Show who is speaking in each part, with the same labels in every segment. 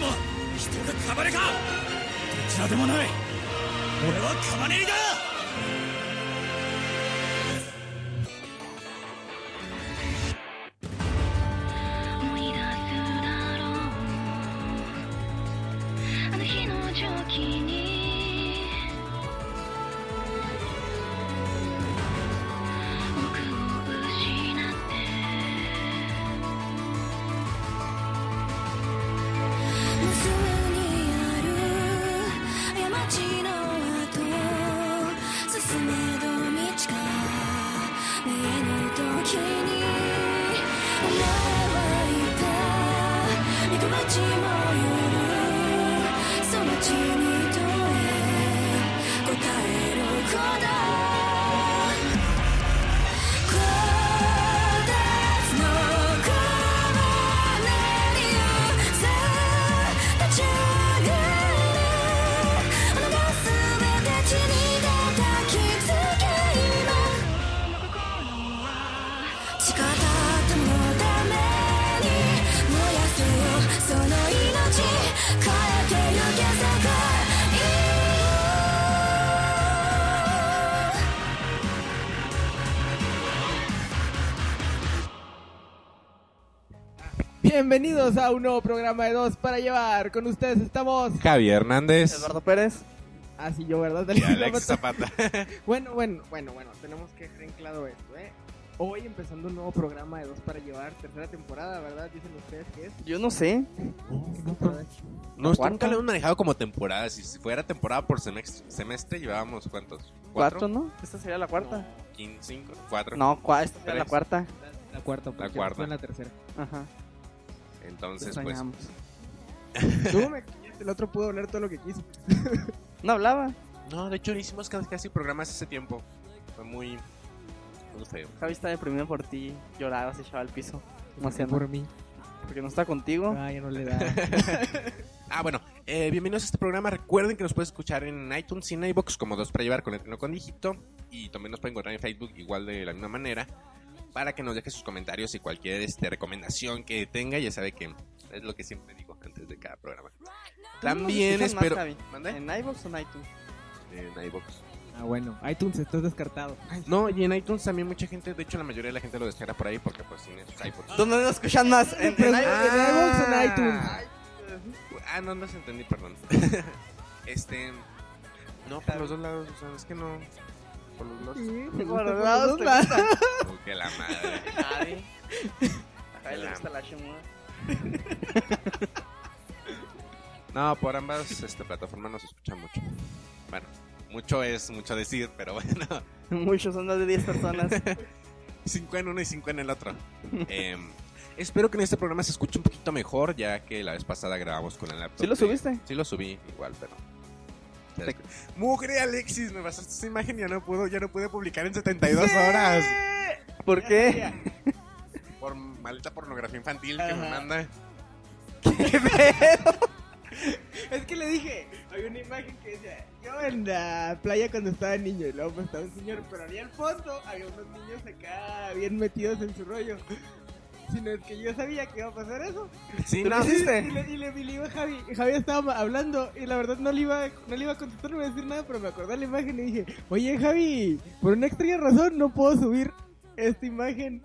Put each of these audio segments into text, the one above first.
Speaker 1: 人がカバネかどちらでもない俺はカバネリだ
Speaker 2: 思い出すだろうあの日の蒸気に僕を失って無数にある過ちの跡進めど道が見えぬ時にお前はいた憎む血も夜その血に問え答える子だ That's no Yeah.
Speaker 3: Bienvenidos a un nuevo programa de dos para llevar. Con ustedes estamos.
Speaker 4: Javier Hernández
Speaker 5: Eduardo Pérez.
Speaker 3: Así yo, ¿verdad?
Speaker 4: y Alex Zapata.
Speaker 3: Bueno, bueno, bueno, bueno. Tenemos que dejar en claro esto, ¿eh? Hoy empezando un nuevo programa de dos para llevar. Tercera temporada, ¿verdad? Dicen ustedes que es.
Speaker 5: Yo no sé.
Speaker 4: No, esto
Speaker 5: cuarta.
Speaker 4: nunca lo hemos manejado como temporada. Si si fuera temporada por semestre, semestre llevábamos cuántos?
Speaker 5: Cuatro, ¿no? Esta sería la cuarta.
Speaker 4: ¿Quin- cinco, cuatro.
Speaker 5: No, cua- esta sería la
Speaker 4: Tres.
Speaker 5: cuarta.
Speaker 3: La, la cuarta, porque
Speaker 4: cuarta.
Speaker 3: fue en la tercera.
Speaker 5: Ajá.
Speaker 3: Pues
Speaker 4: Entonces, pues,
Speaker 5: Extrañamos.
Speaker 3: Tú me callaste, el otro pudo hablar todo lo que quiso.
Speaker 5: No hablaba.
Speaker 4: no, de hecho, no hicimos casi- casi programas ese tiempo. Fue muy, muy feo.
Speaker 5: Javi está deprimido por ti. Lloraba, se echaba al piso. No hacía nada.
Speaker 3: por mí.
Speaker 5: Porque no está contigo.
Speaker 3: Ah, ya no le da.
Speaker 4: Ah, bueno, eh, bienvenidos a este programa. Recuerden que nos puedes escuchar en iTunes y en iBox como dos para llevar con el no con dígito. Y también nos pueden encontrar en Facebook igual de la misma manera. Para que nos deje sus comentarios y cualquier este, recomendación que tenga. Ya sabe que es lo que siempre digo antes de cada programa. También
Speaker 5: ¿Dónde nos escuchan
Speaker 4: espero.
Speaker 5: más, Javi?
Speaker 4: ¿Mande?
Speaker 5: ¿En iVoox o en iTunes?
Speaker 4: En iBox.
Speaker 3: ah, bueno. iTunes, estás descartado.
Speaker 4: No, y en iTunes también mucha gente, de hecho la mayoría de la gente lo descarga por ahí porque pues tiene sus iPods.
Speaker 5: ¿Dónde nos escuchan más? ¿En, en
Speaker 3: Pero-
Speaker 5: iVoox?
Speaker 3: en iVoox o en iTunes?
Speaker 4: Ah, no, no se entendí, perdón. este... No, por los dos lados, o sea, es que no... Por los dos...
Speaker 3: Te
Speaker 5: Por
Speaker 3: gusta,
Speaker 5: los lados
Speaker 3: por
Speaker 5: te
Speaker 3: lados.
Speaker 5: gusta.
Speaker 4: Oh, que la madre.
Speaker 5: Javi. A Javi le gusta la chimua.
Speaker 4: No, por ambas este, plataformas nos escucha mucho. Bueno, mucho es mucho decir, pero bueno.
Speaker 5: Muchos son más de 10 personas.
Speaker 4: Cinco en uno y cinco en el otro. Em, espero que en este programa se escuche un poquito mejor, ya que la vez pasada grabamos con el laptop.
Speaker 5: ¿Sí lo
Speaker 4: de-
Speaker 5: subiste?
Speaker 4: Sí lo subí, igual, pero... Mugre Alexis, me pasaste esa imagen y ya no puedo, ya no pude publicar en 72 horas.
Speaker 5: ¿Por qué?
Speaker 4: Por maldita pornografía infantil que me
Speaker 3: Ajá.
Speaker 4: manda.
Speaker 5: ¿Qué pedo?
Speaker 3: Es que le dije, hay una imagen que decía, yo en la playa cuando estaba niño y luego pues, estaba un señor, pero ahí al fondo había unos niños acá bien metidos en su rollo. Sino es que yo sabía que iba a pasar eso.
Speaker 4: Sí,
Speaker 5: ¿Tú lo
Speaker 4: no,
Speaker 3: Y,
Speaker 5: hiciste?
Speaker 3: y le, y le- y le iba a Javi, y Javi estaba ma- hablando y la verdad no le iba, no le iba a contestar, no iba a decir nada, pero me acordé de la imagen y dije, oye Javi, por una extraña razón no puedo subir esta imagen.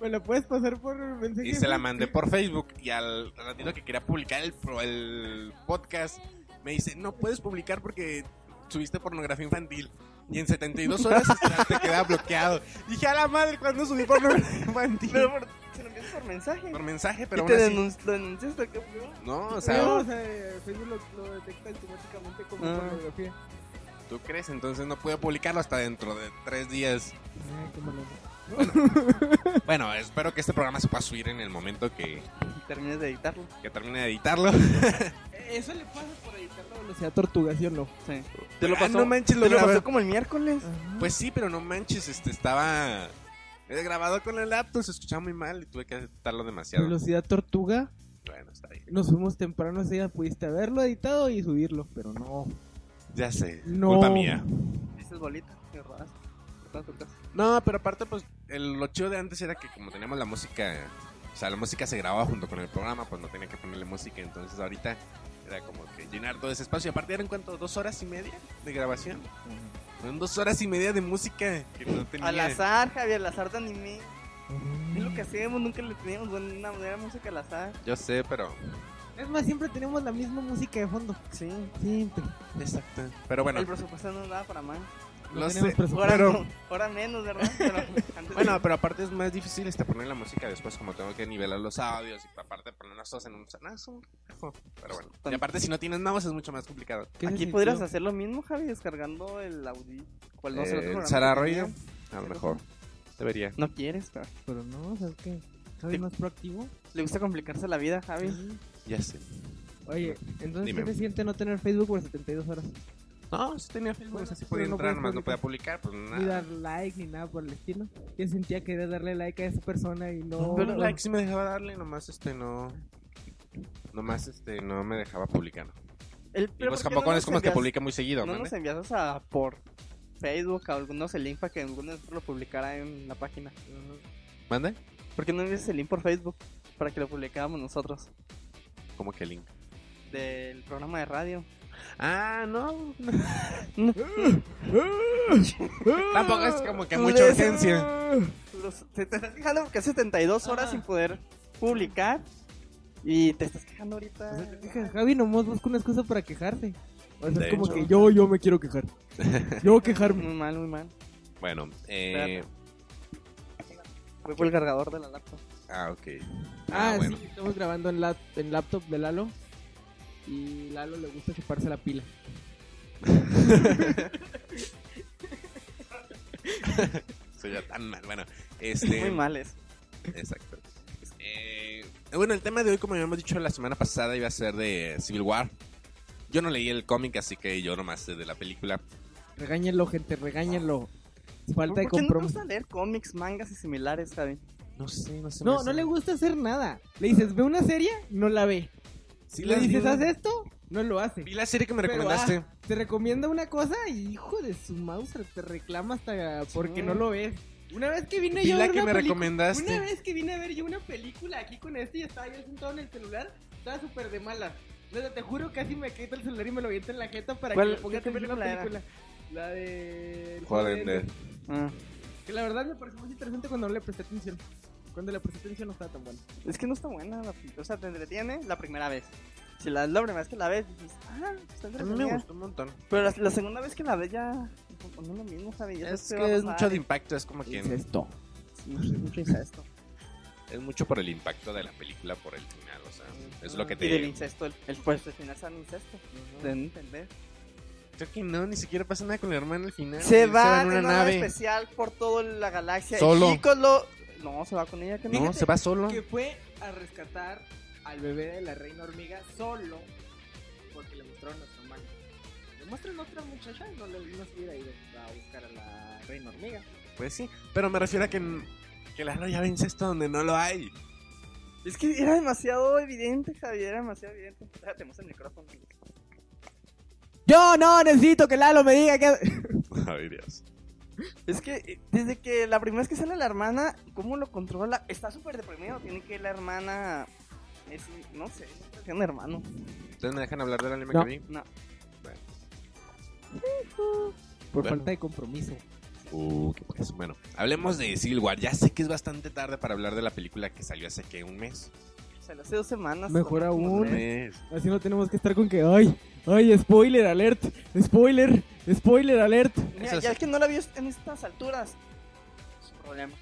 Speaker 3: Me la puedes pasar por mensaje.
Speaker 4: Y se la mandé por Facebook y al ratito que quería publicar el, pro- el podcast me dice, no puedes publicar porque subiste pornografía infantil. Y en 72 horas espera, te queda bloqueado. Dije, a la madre, cuando subí pornografía infantil?
Speaker 5: Pero por- se lo envías por mensaje.
Speaker 4: Por mensaje, pero
Speaker 5: ¿Y
Speaker 4: aún
Speaker 5: te
Speaker 4: así-
Speaker 5: denun- lo denunciaste? ¿Qué pedo?
Speaker 4: No, o sea, uh.
Speaker 3: No, o sea, eh, Facebook lo, lo detecta automáticamente como
Speaker 5: Ah.
Speaker 3: pornografía.
Speaker 4: ¿tú crees? Entonces no pude publicarlo hasta dentro de tres días.
Speaker 5: Ah,
Speaker 4: Bueno, espero que este programa se pueda subir en el momento que,
Speaker 5: Terminas de editarlo.
Speaker 4: que termine de editarlo.
Speaker 3: Eso le pasa por editar la velocidad tortuga, ¿sí o no?
Speaker 5: Sí.
Speaker 4: Te lo pasó- te
Speaker 5: te
Speaker 4: Ah, lo
Speaker 5: lo
Speaker 4: grabé.
Speaker 5: pasó como el miércoles.
Speaker 4: Pues sí, pero no manches, este estaba eh, grabado con el laptop, se escuchaba muy mal y tuve que editarlo demasiado.
Speaker 3: velocidad tortuga,
Speaker 4: Bueno, está bien.
Speaker 3: nos fuimos temprano, así ya pudiste haberlo editado y subirlo, pero no.
Speaker 4: Ya sé,
Speaker 3: No.
Speaker 4: culpa mía.
Speaker 5: Ah, Dices bolita, que robaste. por todas tus casas.
Speaker 4: No, pero aparte pues el, lo chido de antes era que como teníamos la música, o sea, la música se grababa junto con el programa, pues no tenía que ponerle música, entonces ahorita Era como que llenar todo ese espacio. Y aparte eran cuánto, dos horas y media de grabación. Fueron dos horas y media de música que no tenía.
Speaker 5: Al azar, Javier, al azar de anime. Es lo que hacemos, nunca le teníamos buena, buena música al azar.
Speaker 4: Yo sé, pero.
Speaker 3: Es más, siempre tenemos la misma música de fondo.
Speaker 5: Sí.
Speaker 3: Siempre.
Speaker 4: Exacto. Pero bueno,
Speaker 5: El presupuesto no daba para más.
Speaker 4: lo
Speaker 3: tenemos
Speaker 4: sé.
Speaker 3: presupuesto.
Speaker 5: Ahora,
Speaker 4: Pero-
Speaker 5: no, ahora menos, ¿verdad? Pero antes-
Speaker 4: Bueno, pero aparte es más difícil este poner la música después, como tengo que nivelar los audios y aparte ponernos todos en un sanazo. Pero bueno, y aparte si no tienes mouse es mucho más complicado.
Speaker 3: ¿Qué
Speaker 5: Aquí
Speaker 3: sentido?
Speaker 5: podrías hacer lo mismo, Javi, descargando el audio. ¿Cuál no sé, el otro
Speaker 4: Eh,
Speaker 5: programa
Speaker 4: Sara
Speaker 5: que
Speaker 4: Arroyo,
Speaker 5: tenía.
Speaker 4: a lo mejor debería.
Speaker 5: No quieres, pero
Speaker 3: Pero no, o sea, es que Javi
Speaker 5: Te-
Speaker 3: es más proactivo.
Speaker 5: le gusta complicarse la vida, Javi.
Speaker 3: Sí.
Speaker 4: Ya sé.
Speaker 3: Oye, entonces,
Speaker 4: Dime.
Speaker 3: ¿qué se siente no tener Facebook por 72 horas?
Speaker 4: No, si tenía Facebook,
Speaker 3: Bueno,
Speaker 4: así
Speaker 3: pero
Speaker 4: podía
Speaker 3: no
Speaker 4: entrar,
Speaker 3: puedes
Speaker 4: nomás no podía
Speaker 3: publicar.
Speaker 4: publicar, pues
Speaker 3: Ni
Speaker 4: nada.
Speaker 3: dar like ni nada por el estilo. Yo sentía que era darle like a esa persona y no.
Speaker 4: Yo los likes sí me dejaba darle, nomás este no. Nomás este no me dejaba publicar.
Speaker 5: El,
Speaker 4: Y
Speaker 5: pero
Speaker 4: pues
Speaker 5: ¿por qué
Speaker 4: tampoco
Speaker 5: no
Speaker 4: es como
Speaker 5: nos
Speaker 4: que
Speaker 5: envías-
Speaker 4: publica muy seguido,
Speaker 5: No
Speaker 4: ¿no?
Speaker 5: nos envías a por Facebook a algunos el link para que alguno de nosotros lo publicara en la página.
Speaker 4: ¿Mande?
Speaker 5: ¿Por qué no envías el link por Facebook para que lo publicáramos nosotros
Speaker 4: Como que link.
Speaker 5: del programa de radio?
Speaker 4: Ah, no.
Speaker 3: Tampoco
Speaker 4: Tampoco es como que mucha urgencia.
Speaker 5: Los- te te estás quejando porque hace 72 horas
Speaker 3: Ah.
Speaker 5: sin poder publicar y te estás quejando ahorita.
Speaker 3: Javi nomás busca una excusa para quejarse. O sea,
Speaker 4: De
Speaker 3: es como
Speaker 4: hecho.
Speaker 3: que yo, yo me quiero quejar. Yo quejarme.
Speaker 5: Muy mal, muy mal.
Speaker 4: Bueno, eh.
Speaker 5: Voy por el cargador de la laptop.
Speaker 4: Ah, ok. Ah,
Speaker 3: Ah,
Speaker 4: bueno.
Speaker 3: sí, estamos grabando en, la, en laptop de Lalo. Y Lalo le gusta chuparse la pila.
Speaker 4: Soy ya tan mal. Bueno,
Speaker 5: Muy
Speaker 4: este.
Speaker 5: mal eso.
Speaker 4: Exacto. Eh, bueno, el tema de hoy, como habíamos dicho la semana pasada, iba a ser de Civil War. Yo no leí el cómic, así que yo nomás sé de la película.
Speaker 3: Regáñenlo, gente, regáñenlo. Falta de
Speaker 5: ¿Por qué no te
Speaker 3: compromiso.
Speaker 5: gusta leer cómics, mangas y similares, Javi?
Speaker 4: No sé, no sé.
Speaker 3: No, no le gusta hacer nada. Le dices, ve una serie, no la ve.
Speaker 4: Sí,
Speaker 3: le
Speaker 4: la
Speaker 3: dices,
Speaker 4: vi.
Speaker 3: haz esto, no lo hace.
Speaker 4: Vi la serie que me
Speaker 3: Pero,
Speaker 4: recomendaste.
Speaker 3: ah, te recomienda una cosa y hijo de su mouse te reclama hasta porque
Speaker 5: Sí.
Speaker 3: no lo ves. Una vez que vine
Speaker 4: Vi
Speaker 3: yo a
Speaker 4: la
Speaker 3: ver
Speaker 4: que
Speaker 3: una
Speaker 4: me
Speaker 3: pelicu-
Speaker 4: recomendaste.
Speaker 3: Una vez que vine a ver yo una película aquí con este y estaba yo sentado en el celular, estaba súper de mala. O sea, te juro casi me quito el celular y me lo aviento en la jeta para que
Speaker 5: ¿Cuál-
Speaker 3: me ponga
Speaker 5: qué
Speaker 3: atención a la
Speaker 5: película
Speaker 3: película. La de... El
Speaker 4: Joder,
Speaker 3: Juego de
Speaker 4: de-
Speaker 3: Hambre.
Speaker 5: Ah,
Speaker 3: Que la verdad me pareció muy interesante cuando no le presté atención. Cuando le presté atención no estaba tan bueno.
Speaker 5: es que no está buena. La, o sea, te entretiene la primera vez. Si la, la primera vez que la ves, dices, ah, está
Speaker 4: A mí me
Speaker 5: entretenida.
Speaker 4: gustó un montón.
Speaker 5: Pero la, la segunda vez que la ves ya. pues, No es lo mismo, Javi. ya
Speaker 4: Es
Speaker 5: sabes qué
Speaker 4: que
Speaker 5: va a
Speaker 4: es
Speaker 5: pasar.
Speaker 4: mucho de impacto, es como que.
Speaker 3: esto?
Speaker 5: Sí, mucho incesto.
Speaker 4: Es mucho por el impacto de la película, por el final, o sea, es lo que
Speaker 5: Y del
Speaker 4: te...
Speaker 5: incesto, el, el pues el final se incesto. Deben entender.
Speaker 4: Creo que no, ni siquiera pasa nada con el hermano al final.
Speaker 5: Se
Speaker 4: Ellos
Speaker 5: va
Speaker 4: en
Speaker 5: en una nave especial por toda la galaxia.
Speaker 4: Solo.
Speaker 5: Y Piccolo- No, se va con ella. Que
Speaker 4: No, se va solo.
Speaker 3: que fue a rescatar al bebé de la reina hormiga solo porque le mostraron a su hermano. Le muestran a otra muchacha y no, le, no se hubiera ido a buscar a la reina hormiga.
Speaker 4: Pues sí, pero me refiero a que, que Lalo ya ve incesto donde no lo hay.
Speaker 5: Es que era demasiado evidente, Javier, era demasiado evidente. Déjate, muestra el micrófono.
Speaker 3: Yo no necesito que Lalo me diga que...
Speaker 4: Ay, Dios.
Speaker 5: Es que eh, desde que la primera vez que sale la hermana, ¿cómo lo controla? Está súper deprimido, tiene que ir la hermana... Es, no sé, es un hermano.
Speaker 4: ¿Ustedes me dejan hablar del anime
Speaker 3: No.
Speaker 4: que vi?
Speaker 5: No.
Speaker 3: Por
Speaker 4: Bueno.
Speaker 3: falta de compromiso.
Speaker 4: Uh, qué pues. Bueno, hablemos de Civil War. Ya sé que es bastante tarde para hablar de la película que salió hace que un mes.
Speaker 5: Se lo hace dos semanas.
Speaker 3: Mejor
Speaker 5: Como
Speaker 3: aún.
Speaker 5: tres.
Speaker 4: mes.
Speaker 3: Así no tenemos que estar con que... ¡Ay! ¡Ay! ¡Spoiler alert! ¡Spoiler! ¡Spoiler alert!
Speaker 5: Mira,
Speaker 4: Eso sí.
Speaker 5: ya el que no la vio en estas alturas, su problema.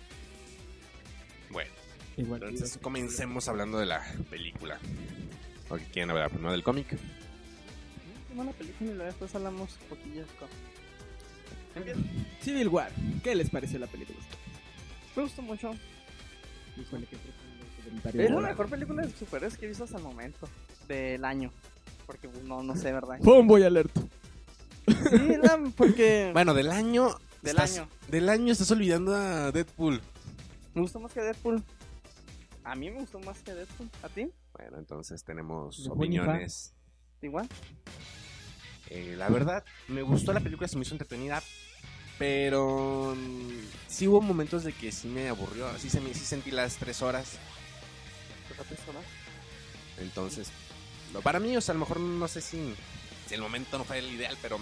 Speaker 4: Bueno,
Speaker 3: Igual,
Speaker 4: entonces comencemos hablando de la película. ¿O que quieren hablar primero del cómic?
Speaker 5: No la película y luego después hablamos un poquillo. de co-
Speaker 3: Civil War. ¿Qué les pareció la película?
Speaker 5: Me gustó mucho.
Speaker 3: Híjole, qué profundo comentario.
Speaker 5: Es la mejor película de superhéroes que he visto hasta el momento del año. Porque pues, no, no sé, ¿verdad?
Speaker 3: Bomboy alert.
Speaker 5: Sí, la- porque
Speaker 4: Bueno, del año...
Speaker 5: Del
Speaker 4: estás-
Speaker 5: año.
Speaker 4: Del año estás olvidando a Deadpool.
Speaker 5: me gustó más que Deadpool. A mí me gustó más que Deadpool. ¿A ti?
Speaker 4: Bueno, entonces tenemos
Speaker 3: Ni fu ni fa.
Speaker 4: opiniones.
Speaker 5: Igual.
Speaker 4: Eh, la verdad, me gustó la película, se me hizo entretenida, pero mm, sí hubo momentos de que sí me aburrió, sí, se me, sí sentí las tres horas,
Speaker 5: Pues, a ti, ¿verdad?
Speaker 4: entonces ejemplo. Para mí, o sea, a lo mejor no sé si, si el momento no fue el ideal, pero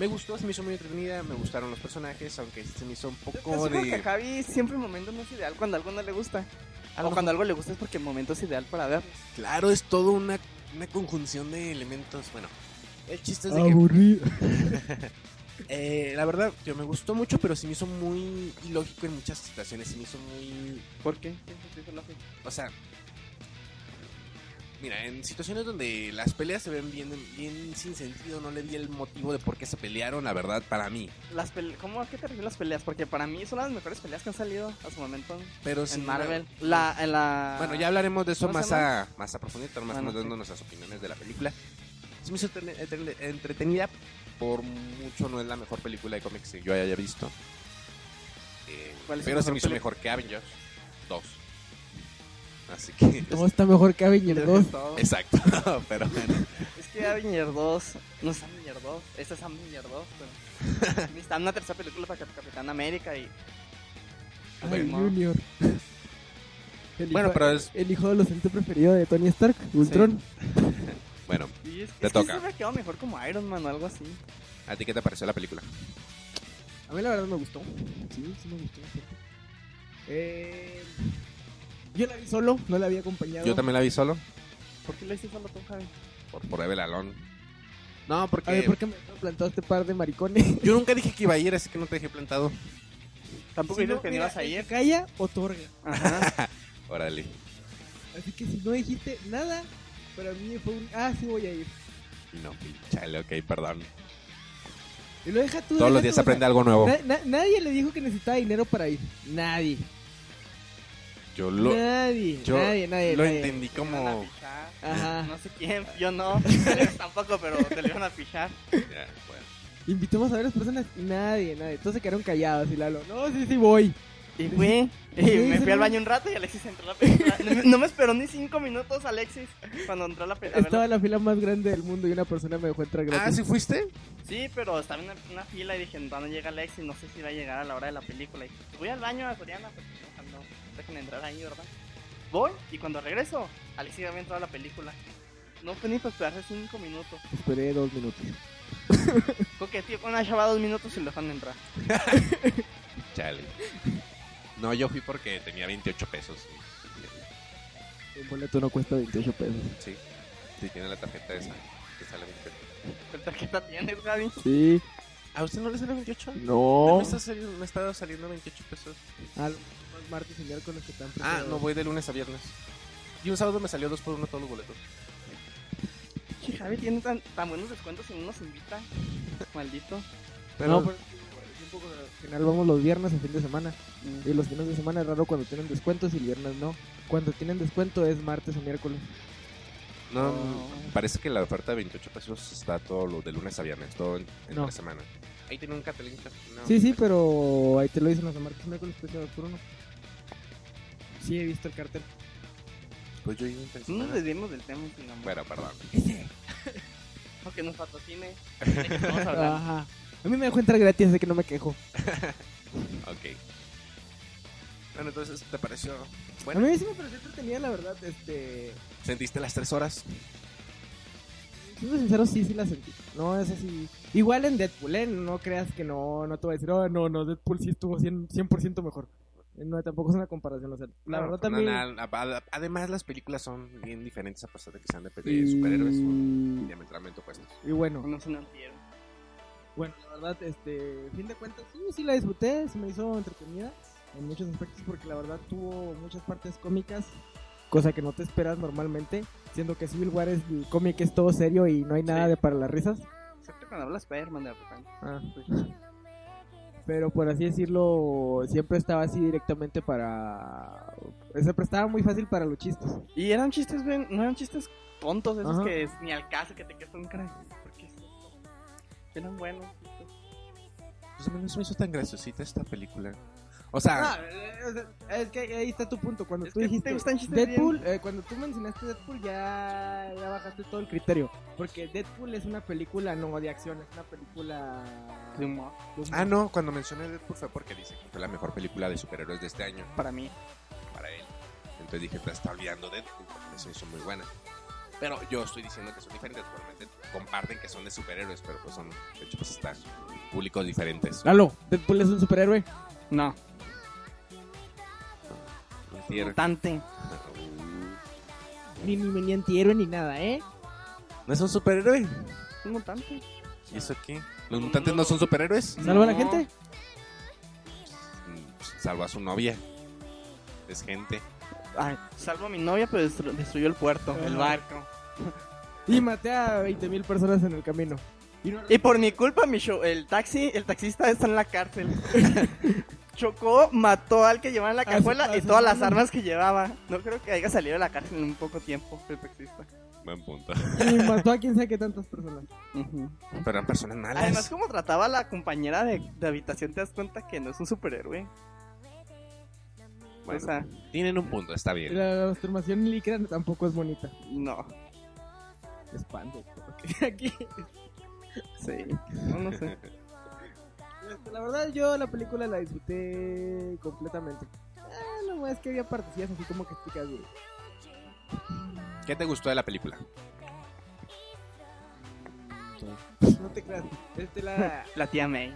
Speaker 4: me gustó, se me hizo muy entretenida, me gustaron los personajes, aunque se me hizo un
Speaker 5: Yo
Speaker 4: poco
Speaker 5: creo que a
Speaker 4: de...
Speaker 5: Javi siempre el momento no es ideal cuando algo no le gusta.
Speaker 4: a lo
Speaker 5: O cuando algo le gusta es porque el momento es ideal para ver.
Speaker 4: Claro, es todo una, una conjunción de elementos. Bueno, el chiste es de que.
Speaker 3: Aburrido.
Speaker 4: eh, la verdad, tío, me gustó mucho, pero se me hizo muy ilógico en muchas situaciones. Se me hizo muy.
Speaker 5: ¿Por qué?
Speaker 4: O sea. Mira, en situaciones donde las peleas se ven bien, bien sin sentido, no le di el motivo de por qué se pelearon, la verdad, para mí.
Speaker 5: Las pele- ¿Cómo a qué te refieres las peleas? Porque para mí son las mejores peleas que han salido a su momento
Speaker 4: Pero sí,
Speaker 5: en Marvel. La, en la...
Speaker 4: Bueno, ya hablaremos de eso
Speaker 5: ¿Cómo se
Speaker 4: más a, más a profundidad, más
Speaker 5: Bueno,
Speaker 4: más dando
Speaker 5: sí.
Speaker 4: nuestras opiniones de la película. Se me hizo tele- tele- entretenida, por mucho no es la mejor película de cómics que yo haya visto. Eh,
Speaker 5: ¿Cuál es
Speaker 4: pero
Speaker 5: la
Speaker 4: se me
Speaker 5: mejor
Speaker 4: hizo
Speaker 5: peli-
Speaker 4: mejor que Avengers 2. Así que...
Speaker 3: ¿Cómo está mejor que Avenger 2?
Speaker 4: Exacto, pero bueno.
Speaker 5: Es que Avenger 2, no es Avenger 2, esta es Avenger 2, pero... Necesitan una tercera película para Cap- Capitán América y...
Speaker 3: Ay,
Speaker 5: Bueno.
Speaker 3: Junior. El hijo-
Speaker 4: Bueno, pero es...
Speaker 3: El hijo de los adolescente preferido de Tony Stark, Ultron.
Speaker 4: Bueno,
Speaker 5: y es,
Speaker 4: Te
Speaker 5: es que
Speaker 4: toca.
Speaker 5: se me quedó mejor como Iron Man o algo así.
Speaker 4: ¿a ti qué te pareció la película?
Speaker 3: A mí la verdad me gustó. Sí, sí me gustó. bastante. Eh, yo la vi solo, no la había acompañado.
Speaker 4: Yo también la vi solo,
Speaker 5: ¿Por qué le hiciste solo tú, Javi?
Speaker 4: por, por Evel Alon. No, porque
Speaker 3: A ver, ¿por qué me plantó este par de maricones?
Speaker 4: yo nunca dije que iba a ir, así que no te dejé plantado.
Speaker 5: Tampoco
Speaker 3: Si
Speaker 5: dices
Speaker 3: no,
Speaker 5: que no
Speaker 3: mira,
Speaker 5: ibas a
Speaker 3: el que
Speaker 5: ir.
Speaker 3: Calla, otorga.
Speaker 5: Ajá.
Speaker 4: Órale.
Speaker 3: Así que si no dijiste nada, para mí fue un... Ah, sí voy a ir.
Speaker 4: No, chale, ok, perdón.
Speaker 3: Y lo deja tú.
Speaker 4: Todos
Speaker 3: deja
Speaker 4: los
Speaker 3: tú,
Speaker 4: días
Speaker 3: o sea,
Speaker 4: aprende algo nuevo.
Speaker 3: na- na- nadie le dijo que necesitaba dinero para ir. Nadie.
Speaker 4: Yo lo,
Speaker 3: nadie,
Speaker 4: yo
Speaker 3: nadie, nadie.
Speaker 4: lo
Speaker 3: nadie.
Speaker 4: entendí
Speaker 5: Te iban a
Speaker 4: como...
Speaker 5: fichar.
Speaker 3: Ajá.
Speaker 5: No sé quién, yo no, ustedes tampoco, pero te lo iban a fichar.
Speaker 4: Ya, bueno.
Speaker 3: Invitamos a varias personas. Nadie, nadie. Todos se quedaron callados y Lalo. No, sí, sí voy.
Speaker 5: Y güey,
Speaker 3: Sí,
Speaker 5: y me
Speaker 3: sí,
Speaker 5: fui al
Speaker 3: sí.
Speaker 5: baño un rato y Alexis entró a la película. No, me- no me esperó ni cinco minutos Alexis cuando entró a la
Speaker 3: Estaba
Speaker 5: película.
Speaker 3: en la fila más grande del mundo y una persona me dejó entrar gratis.
Speaker 4: Ah, ¿sí fuiste?
Speaker 5: Sí, pero estaba en una, una fila y dije, no, no llega Alexis, no sé si va a llegar a la hora de la película. Y dije, voy al baño a Soriana, porque no, no, dejen entrar ahí, ¿verdad? Voy y cuando regreso, Alexis había entrado a la película. No fue ni para esperarse cinco minutos.
Speaker 3: Esperé dos minutos.
Speaker 5: Coqueteó con una chava dos minutos y lo dejaron entrar.
Speaker 4: Chale. No, yo fui porque tenía 28 pesos.
Speaker 3: El boleto no cuesta 28 pesos.
Speaker 4: Sí. Sí, tiene la tarjeta esa. Que sale 28.
Speaker 5: ¿Qué tarjeta tienes, Gaby?
Speaker 3: Sí.
Speaker 4: ¿A usted no le sale 28?
Speaker 3: No.
Speaker 4: Me, está saliendo, me está saliendo 28 pesos.
Speaker 3: Al los Ah, martes y miércoles que están
Speaker 4: Ah,
Speaker 3: preparados.
Speaker 4: no, voy de lunes a viernes. Y un sábado me salió 2 por 1 todos los boletos.
Speaker 5: Que Javi tiene tan, tan buenos descuentos y no nos invita. Maldito.
Speaker 3: No, pues, pero es un poco de- al final vamos los viernes a fin de semana.
Speaker 4: Mm.
Speaker 3: Y los fines de semana es raro cuando tienen descuentos y el viernes no. Cuando tienen descuento es martes o miércoles.
Speaker 4: No,
Speaker 5: No.
Speaker 4: parece que la oferta de 28 pesos está todo lo de lunes a viernes, todo en, en
Speaker 3: No.
Speaker 4: la semana. Ahí tiene un catalín. No.
Speaker 3: Sí, sí, pero ahí te lo dicen los de martes, miércoles, especial por uno. Sí, he visto el cartel.
Speaker 4: Pues yo iba a
Speaker 5: No nos desviemos del tema, chingamos.
Speaker 4: Bueno, perdón.
Speaker 5: O que nos patrocine. De que estamos hablando.
Speaker 3: Ajá. A mí me dejó entrar gratis, así que no me quejo.
Speaker 4: Ok. Bueno, entonces, ¿te pareció?
Speaker 3: A
Speaker 4: Bueno,
Speaker 3: mí sí me pareció entretenida, la verdad. Este,
Speaker 4: ¿sentiste las 3 horas?
Speaker 3: siendo sincero, sí, sí la sentí. No es así. Igual en Deadpool, ¿eh? No creas que no, no te voy a decir, oh, no, no, Deadpool sí estuvo 100%, 100% mejor. No, tampoco es una comparación. O sea, la
Speaker 4: No,
Speaker 3: verdad
Speaker 4: pues, no,
Speaker 3: también.
Speaker 4: no, a- además, las películas son bien diferentes a pesar de que sean de, pe- de
Speaker 3: Y-
Speaker 4: superhéroes. Son diametralmente opuestas.
Speaker 3: Y bueno,
Speaker 5: No se nos quiero.
Speaker 3: Bueno, la verdad, este, a fin de cuentas, sí, sí la disfruté, se me hizo entretenida en muchos aspectos porque la verdad tuvo muchas partes cómicas, cosa que no te esperas normalmente, siendo que Civil War es el cómic, es todo serio y no hay nada
Speaker 4: Sí. Ah,
Speaker 3: de para las risas.
Speaker 5: Excepto cuando habla Spider-Man de Pues, repente.
Speaker 4: pues
Speaker 3: Pero por así decirlo, siempre estaba así directamente para... Se prestaba muy fácil para los chistes.
Speaker 5: Y eran chistes, güey, no eran chistes tontos esos
Speaker 3: Ajá.
Speaker 5: que es ni al caso que te quedas un crack. ¿Por qué es esto? Eran buenos. chistes.
Speaker 4: Pues a mí no se me hizo tan graciosita esta película. O
Speaker 3: Ah,
Speaker 4: sea,
Speaker 3: eh, es que ahí está tu punto, cuando
Speaker 5: Ah. Es
Speaker 3: tú
Speaker 5: que
Speaker 3: dijiste...
Speaker 5: te gustan chistes
Speaker 3: Deadpool, eh, cuando tú mencionaste Deadpool ya, ya bajaste todo el criterio. Porque Deadpool es una película no de acción, es una película...
Speaker 5: de humor,
Speaker 3: de humor.
Speaker 4: ah, no, cuando mencioné Deadpool fue porque dice que fue la mejor película de superhéroes de este año
Speaker 5: para mí.
Speaker 4: "Pues, para él. Entonces dije, te está olvidando Deadpool porque se me hizo muy buena. Pero yo estoy diciendo que son diferentes. Probablemente comparten que son de superhéroes, pero pues son hechos pues, hasta públicos diferentes.
Speaker 3: Lalo, Deadpool es un superhéroe.
Speaker 5: No,
Speaker 4: Antier-
Speaker 5: mutante.
Speaker 4: Uh.
Speaker 3: Ni, ni, ni antihéroe ni nada, ¿eh?
Speaker 4: ¿No es un superhéroe?
Speaker 5: Un mutante.
Speaker 4: ¿Y eso qué? ¿Los mutantes no son superhéroes?
Speaker 3: ¿Salva a la
Speaker 5: No.
Speaker 3: gente?
Speaker 4: Mm, Salvo a su novia. Es gente.
Speaker 5: Ay, salvo a mi novia, pero destru- destruyó el puerto, el barco.
Speaker 3: Y maté a 20.000 personas en el camino.
Speaker 5: Y por mi culpa, mi show, el taxi, el taxista está en la cárcel. Chocó, mató al que llevaba en la
Speaker 3: su-
Speaker 5: cajuela
Speaker 3: a
Speaker 5: y
Speaker 3: su
Speaker 5: todas las
Speaker 3: hermano.
Speaker 5: armas que llevaba. No creo que haya salido de la cárcel en un poco tiempo el taxista.
Speaker 4: Buen punto.
Speaker 3: Y mató a quién sabe qué tantas personas.
Speaker 5: Ujú.
Speaker 4: Pero eran personas malas.
Speaker 5: Además, como trataba a la compañera de, de habitación, te das cuenta que no es un superhéroe.
Speaker 4: Bueno,
Speaker 5: O sea,
Speaker 4: tienen un punto, está
Speaker 3: Y
Speaker 4: bien.
Speaker 3: La, la transformación líquida tampoco es bonita.
Speaker 5: no.
Speaker 3: Es pando. porque Aquí.
Speaker 5: Sí, no, no sé.
Speaker 3: Este, La verdad, yo la película la disfruté completamente. Ah, no, es que había partecillas así como que explicas güey.
Speaker 4: ¿Qué te gustó de la película?
Speaker 3: No te creas. Este, la...
Speaker 5: La tía May.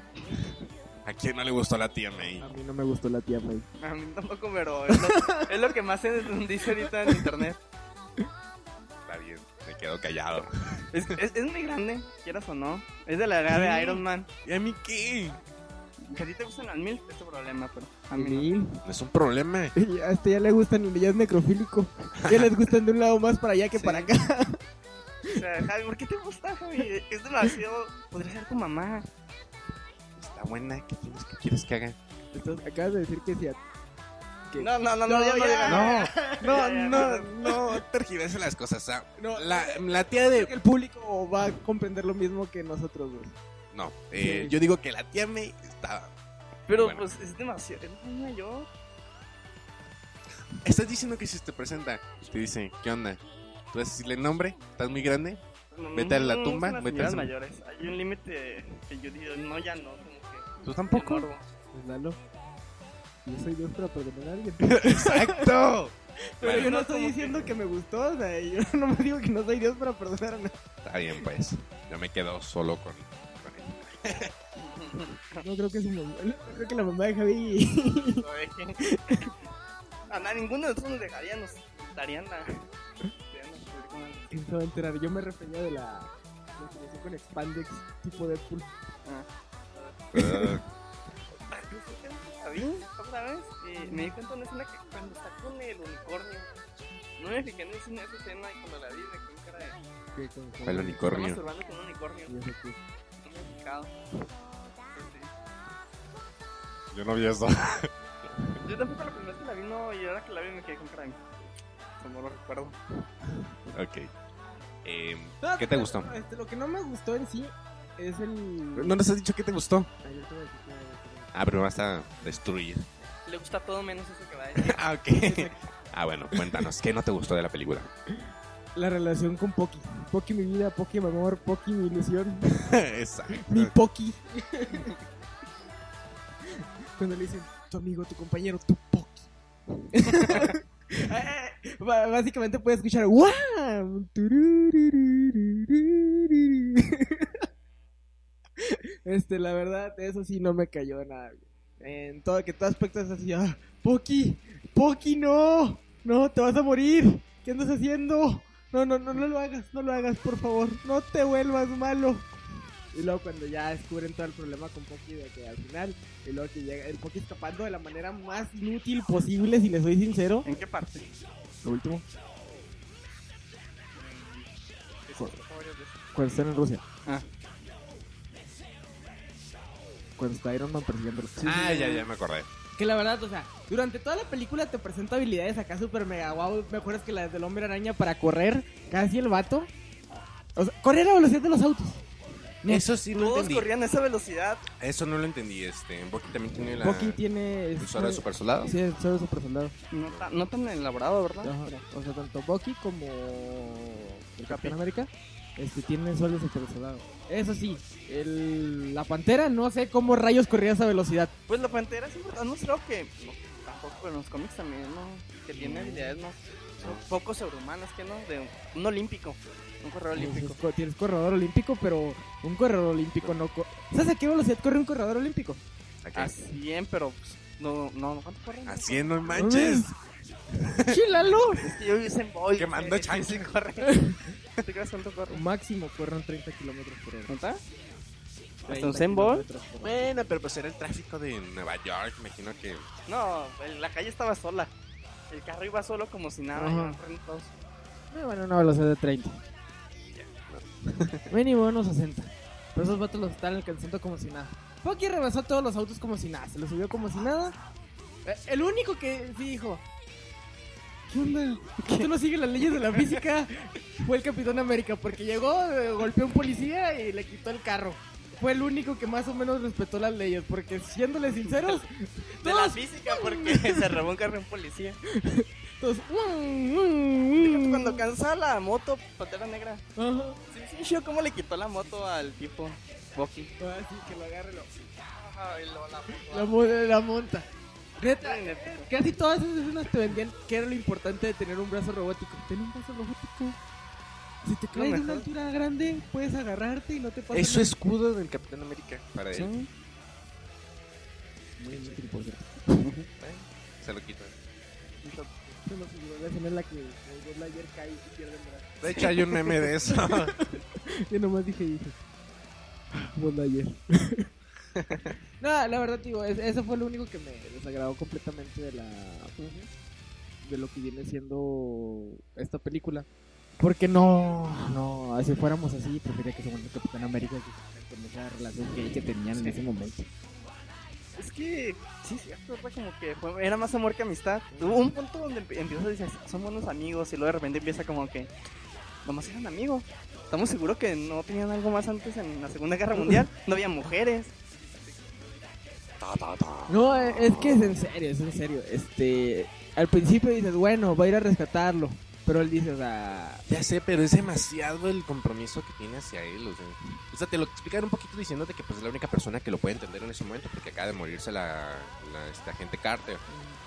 Speaker 4: ¿A quién no le gustó la tía May?
Speaker 3: A mí no me gustó la tía May.
Speaker 5: A mí tampoco, pero es lo, es lo que más se dice ahorita en internet.
Speaker 4: Está bien, me quedo callado.
Speaker 5: Es, es- es muy grande, quieras o no. Es de la edad de Iron Man.
Speaker 4: ¿Y a mí qué?
Speaker 5: Que a ti te gustan las mil, es tu problema, pero a mí no.
Speaker 3: Mil.
Speaker 4: No es un problema.
Speaker 3: Y a este ya le gustan, ya es necrofílico. Ya les gustan de un lado más para allá que
Speaker 5: Sí.
Speaker 3: para acá.
Speaker 5: O sea, Javi, ¿por qué te gusta, Javi? Es demasiado. Podría ser tu mamá.
Speaker 4: Está buena, ¿qué tienes que quieres que haga?
Speaker 3: Entonces, acabas de decir que sí. a-
Speaker 5: No, no, no, no,
Speaker 3: No,
Speaker 5: ya no,
Speaker 3: ya.
Speaker 5: llega.
Speaker 4: No,
Speaker 5: Ya, ya,
Speaker 4: no,
Speaker 5: ya.
Speaker 4: no, tergiverse las cosas. ah.
Speaker 3: No,
Speaker 4: La, la tía de
Speaker 3: creo que el público va a comprender lo mismo que nosotros dos.
Speaker 4: No, eh,
Speaker 3: Sí.
Speaker 4: yo digo que la tía May está...
Speaker 5: Pero
Speaker 4: Bueno.
Speaker 5: pues es demasiado. Es muy mayor.
Speaker 4: Estás diciendo que si te presenta, te dice, ¿qué onda? ¿Tú vas a decirle nombre? ¿Estás muy grande?
Speaker 5: No,
Speaker 4: Vete a la
Speaker 5: no,
Speaker 4: tumba,
Speaker 5: son las
Speaker 4: vete a la-
Speaker 5: señoras mayores. Hay un límite que yo digo, no, ya no. Como que.
Speaker 4: ¿Tú
Speaker 5: me
Speaker 4: tampoco?
Speaker 5: morbo.
Speaker 3: Pues Lalo, yo soy Dios para perdonar a alguien.
Speaker 4: ¡Exacto!
Speaker 3: Pero
Speaker 4: Bueno,
Speaker 3: yo no
Speaker 5: no,
Speaker 3: estoy
Speaker 5: como
Speaker 3: diciendo que... me gustó, o sea, yo no me digo que no soy Dios para perdonar a nadie.
Speaker 4: está bien, pues. Yo me quedo solo con... con él.
Speaker 3: No creo que su mamá, no creo que la mamá de Javi
Speaker 5: Lo dejé. A na- ninguno de nosotros nos dejaría, nos darían la. darían la- ¿cómo se
Speaker 3: se va a enterar. Yo me refería de la la relación con Expandex tipo Deadpool.
Speaker 4: Ah,
Speaker 5: La vi otra vez y me di cuenta de una escena que cuando está con el unicornio. No me fijé en el cine esa escena y cuando la vi me quedé con cara de.
Speaker 3: Que con- con-
Speaker 4: fue el
Speaker 5: Está
Speaker 4: unicornio.
Speaker 5: masturbando con un unicornio.
Speaker 3: y eso que-
Speaker 5: No me he fijado. Este,
Speaker 4: Yo no vi eso.
Speaker 5: Yo tampoco la primera vez que la vi no, y ahora que la vi me quedé con cara de. Eso no lo recuerdo.
Speaker 4: ok. Eh,
Speaker 3: No,
Speaker 4: ¿Qué te gustó?
Speaker 3: Este, lo que no me gustó en sí es el...
Speaker 4: ¿No nos has dicho qué te gustó?
Speaker 3: Ay, yo te voy a decir que-
Speaker 4: Ah, pero me vas a destruir.
Speaker 5: Le gusta todo menos eso que va a decir.
Speaker 4: Ah, ok. ah, bueno, cuéntanos, ¿qué no te gustó de la película?
Speaker 3: La relación con Poki. Poki mi vida, Poki mi amor, Poki mi ilusión, mi
Speaker 4: Exacto.
Speaker 3: Poki. Cuando le dicen, tu amigo, tu compañero, tu Poki. Eh, ba- Básicamente puedes escuchar ¡Wow! Tururururururu. Este, la verdad, eso sí no me cayó nada bien. En todo, que todo aspecto es así, ah, Poki, Poki, no, no, te vas a morir, ¿qué andas haciendo? No, no, no, no lo hagas, no lo hagas, por favor, no te vuelvas malo. Y luego cuando ya descubren todo el problema con Poki de que al final, y luego que llega el Poki escapando de la manera más inútil posible, si les soy sincero.
Speaker 5: ¿En qué parte?
Speaker 3: Lo último, cuando están en Rusia.
Speaker 5: Ah.
Speaker 3: Cuando está Iron Man persiguiéndolo.
Speaker 4: Ah, ya, ya me acordé.
Speaker 3: Que la verdad, o sea, durante toda la película te presenta habilidades acá super mega guau, mejores que las del hombre araña para correr, casi el vato. O sea, correr a la velocidad de los autos. No.
Speaker 4: Eso sí no
Speaker 5: Todos
Speaker 4: entendí.
Speaker 5: corrían a esa velocidad.
Speaker 4: Eso no lo entendí, este. Bucky también tiene la
Speaker 3: Bucky tiene... este,
Speaker 4: pulsora de super soldado.
Speaker 3: Sí, el suero super soldado.
Speaker 5: No, ta- no tan elaborado, ¿verdad?
Speaker 3: Ajá. O sea, tanto Bucky como el
Speaker 5: Capi.
Speaker 3: Capitán América este, tienen sueldo super soldado. Eso sí, el- la pantera no sé cómo rayos corría a esa velocidad.
Speaker 5: Pues la pantera siempre ha mostrado que. No, tampoco, pero en los cómics también, ¿no? Que tiene habilidades más. Son pocos eurohumanos, que no? De un, un olímpico. Un correo olímpico.
Speaker 3: Tienes, tienes corredor olímpico, pero un corredor olímpico no. co- ¿Sabes a qué velocidad corre un corredor olímpico?
Speaker 4: ¿A qué?
Speaker 5: A 100, pero pues, no, no, no, ¿cuánto corren?
Speaker 4: Haciendo manches.
Speaker 3: Mm. ¡Chilalo!
Speaker 5: Es que yo hice en Boy.
Speaker 4: Quemando
Speaker 5: eh,
Speaker 4: chances.
Speaker 5: sí corre. ¿Te crees cuánto corre?
Speaker 3: Máximo corren 30 kilómetros por hora.
Speaker 5: ¿Cuánta? ¿Hasta
Speaker 3: 30
Speaker 5: Usain Bolt?
Speaker 3: kilómetros por hora.
Speaker 4: Bueno, pero pues era el tráfico de Nueva York, imagino que...
Speaker 5: No, el- la calle estaba sola. El carro iba solo como si nada.
Speaker 3: Ajá.
Speaker 5: iban corriendo todos.
Speaker 3: Eh, Bueno, una velocidad de 30. Mínimo unos 60. Pero esos vatos los están alcanzando como si nada. Pocky rebasó a todos los autos como si nada. Se los subió como si nada. Eh, El único que sí dijo: ¿Qué onda? ¿Tú no sigues las leyes de la física? Fue el Capitán América porque llegó, eh, golpeó a un policía y le quitó el carro. Fue el único que más o menos respetó las leyes porque, siéndole sinceros,
Speaker 5: De la física, porque se robó un carro un policía.
Speaker 3: todos. "Mm,
Speaker 5: Deja tú Cuando cansaba la moto, Pantera Negra.
Speaker 3: Ajá.
Speaker 5: Sí, sí, yo cómo le quitó la moto al tipo Bucky.
Speaker 3: Ah, sí, que lo agarre, lo-
Speaker 5: Ay, lo, la,
Speaker 3: La, mo- la monta. Neta,
Speaker 5: Ay, neta.
Speaker 3: casi todas esas escenas te vendían que era lo importante de tener un brazo robótico. Ten un brazo robótico. Si te caes de
Speaker 5: mejor.
Speaker 3: una altura grande, puedes agarrarte y no te pasa
Speaker 4: Es su escudo del Capitán América. Para
Speaker 3: nada.
Speaker 4: él.
Speaker 3: Muy inútil, por cierto.
Speaker 4: Bueno, se lo quitan.
Speaker 3: Se nos olvidó la escena en la que el Gold Layer cae y se pierde el brazo.
Speaker 4: De hecho, hay un meme de eso.
Speaker 3: Yo nomás dije, dije. Bueno, ayer. no, la verdad, digo, es- eso fue lo único que me desagradó completamente de la. De lo que viene siendo esta película. Porque no, no, si fuéramos así, preferiría que se vuelva Capitán América que con esa relación que, que tenían en ese momento.
Speaker 5: Es que, sí, sí, esto fue como que fue- era más amor que amistad. Hubo un punto donde empe- empiezas a decir, son buenos amigos, y luego de repente empieza como que, nomás eran amigos. Estamos seguros que no tenían algo más antes en la Segunda Guerra Mundial. No había mujeres.
Speaker 3: No, eh, es que es en serio, es en serio. Este, al principio dices, bueno, va a ir a rescatarlo. Pero él dice, o sea,
Speaker 4: ya sé, pero es demasiado el compromiso que tiene hacia él. O sea, O sea, te lo explican un poquito diciéndote que pues, es la única persona que lo puede entender en ese momento porque acaba de morirse la, la esta gente Carter.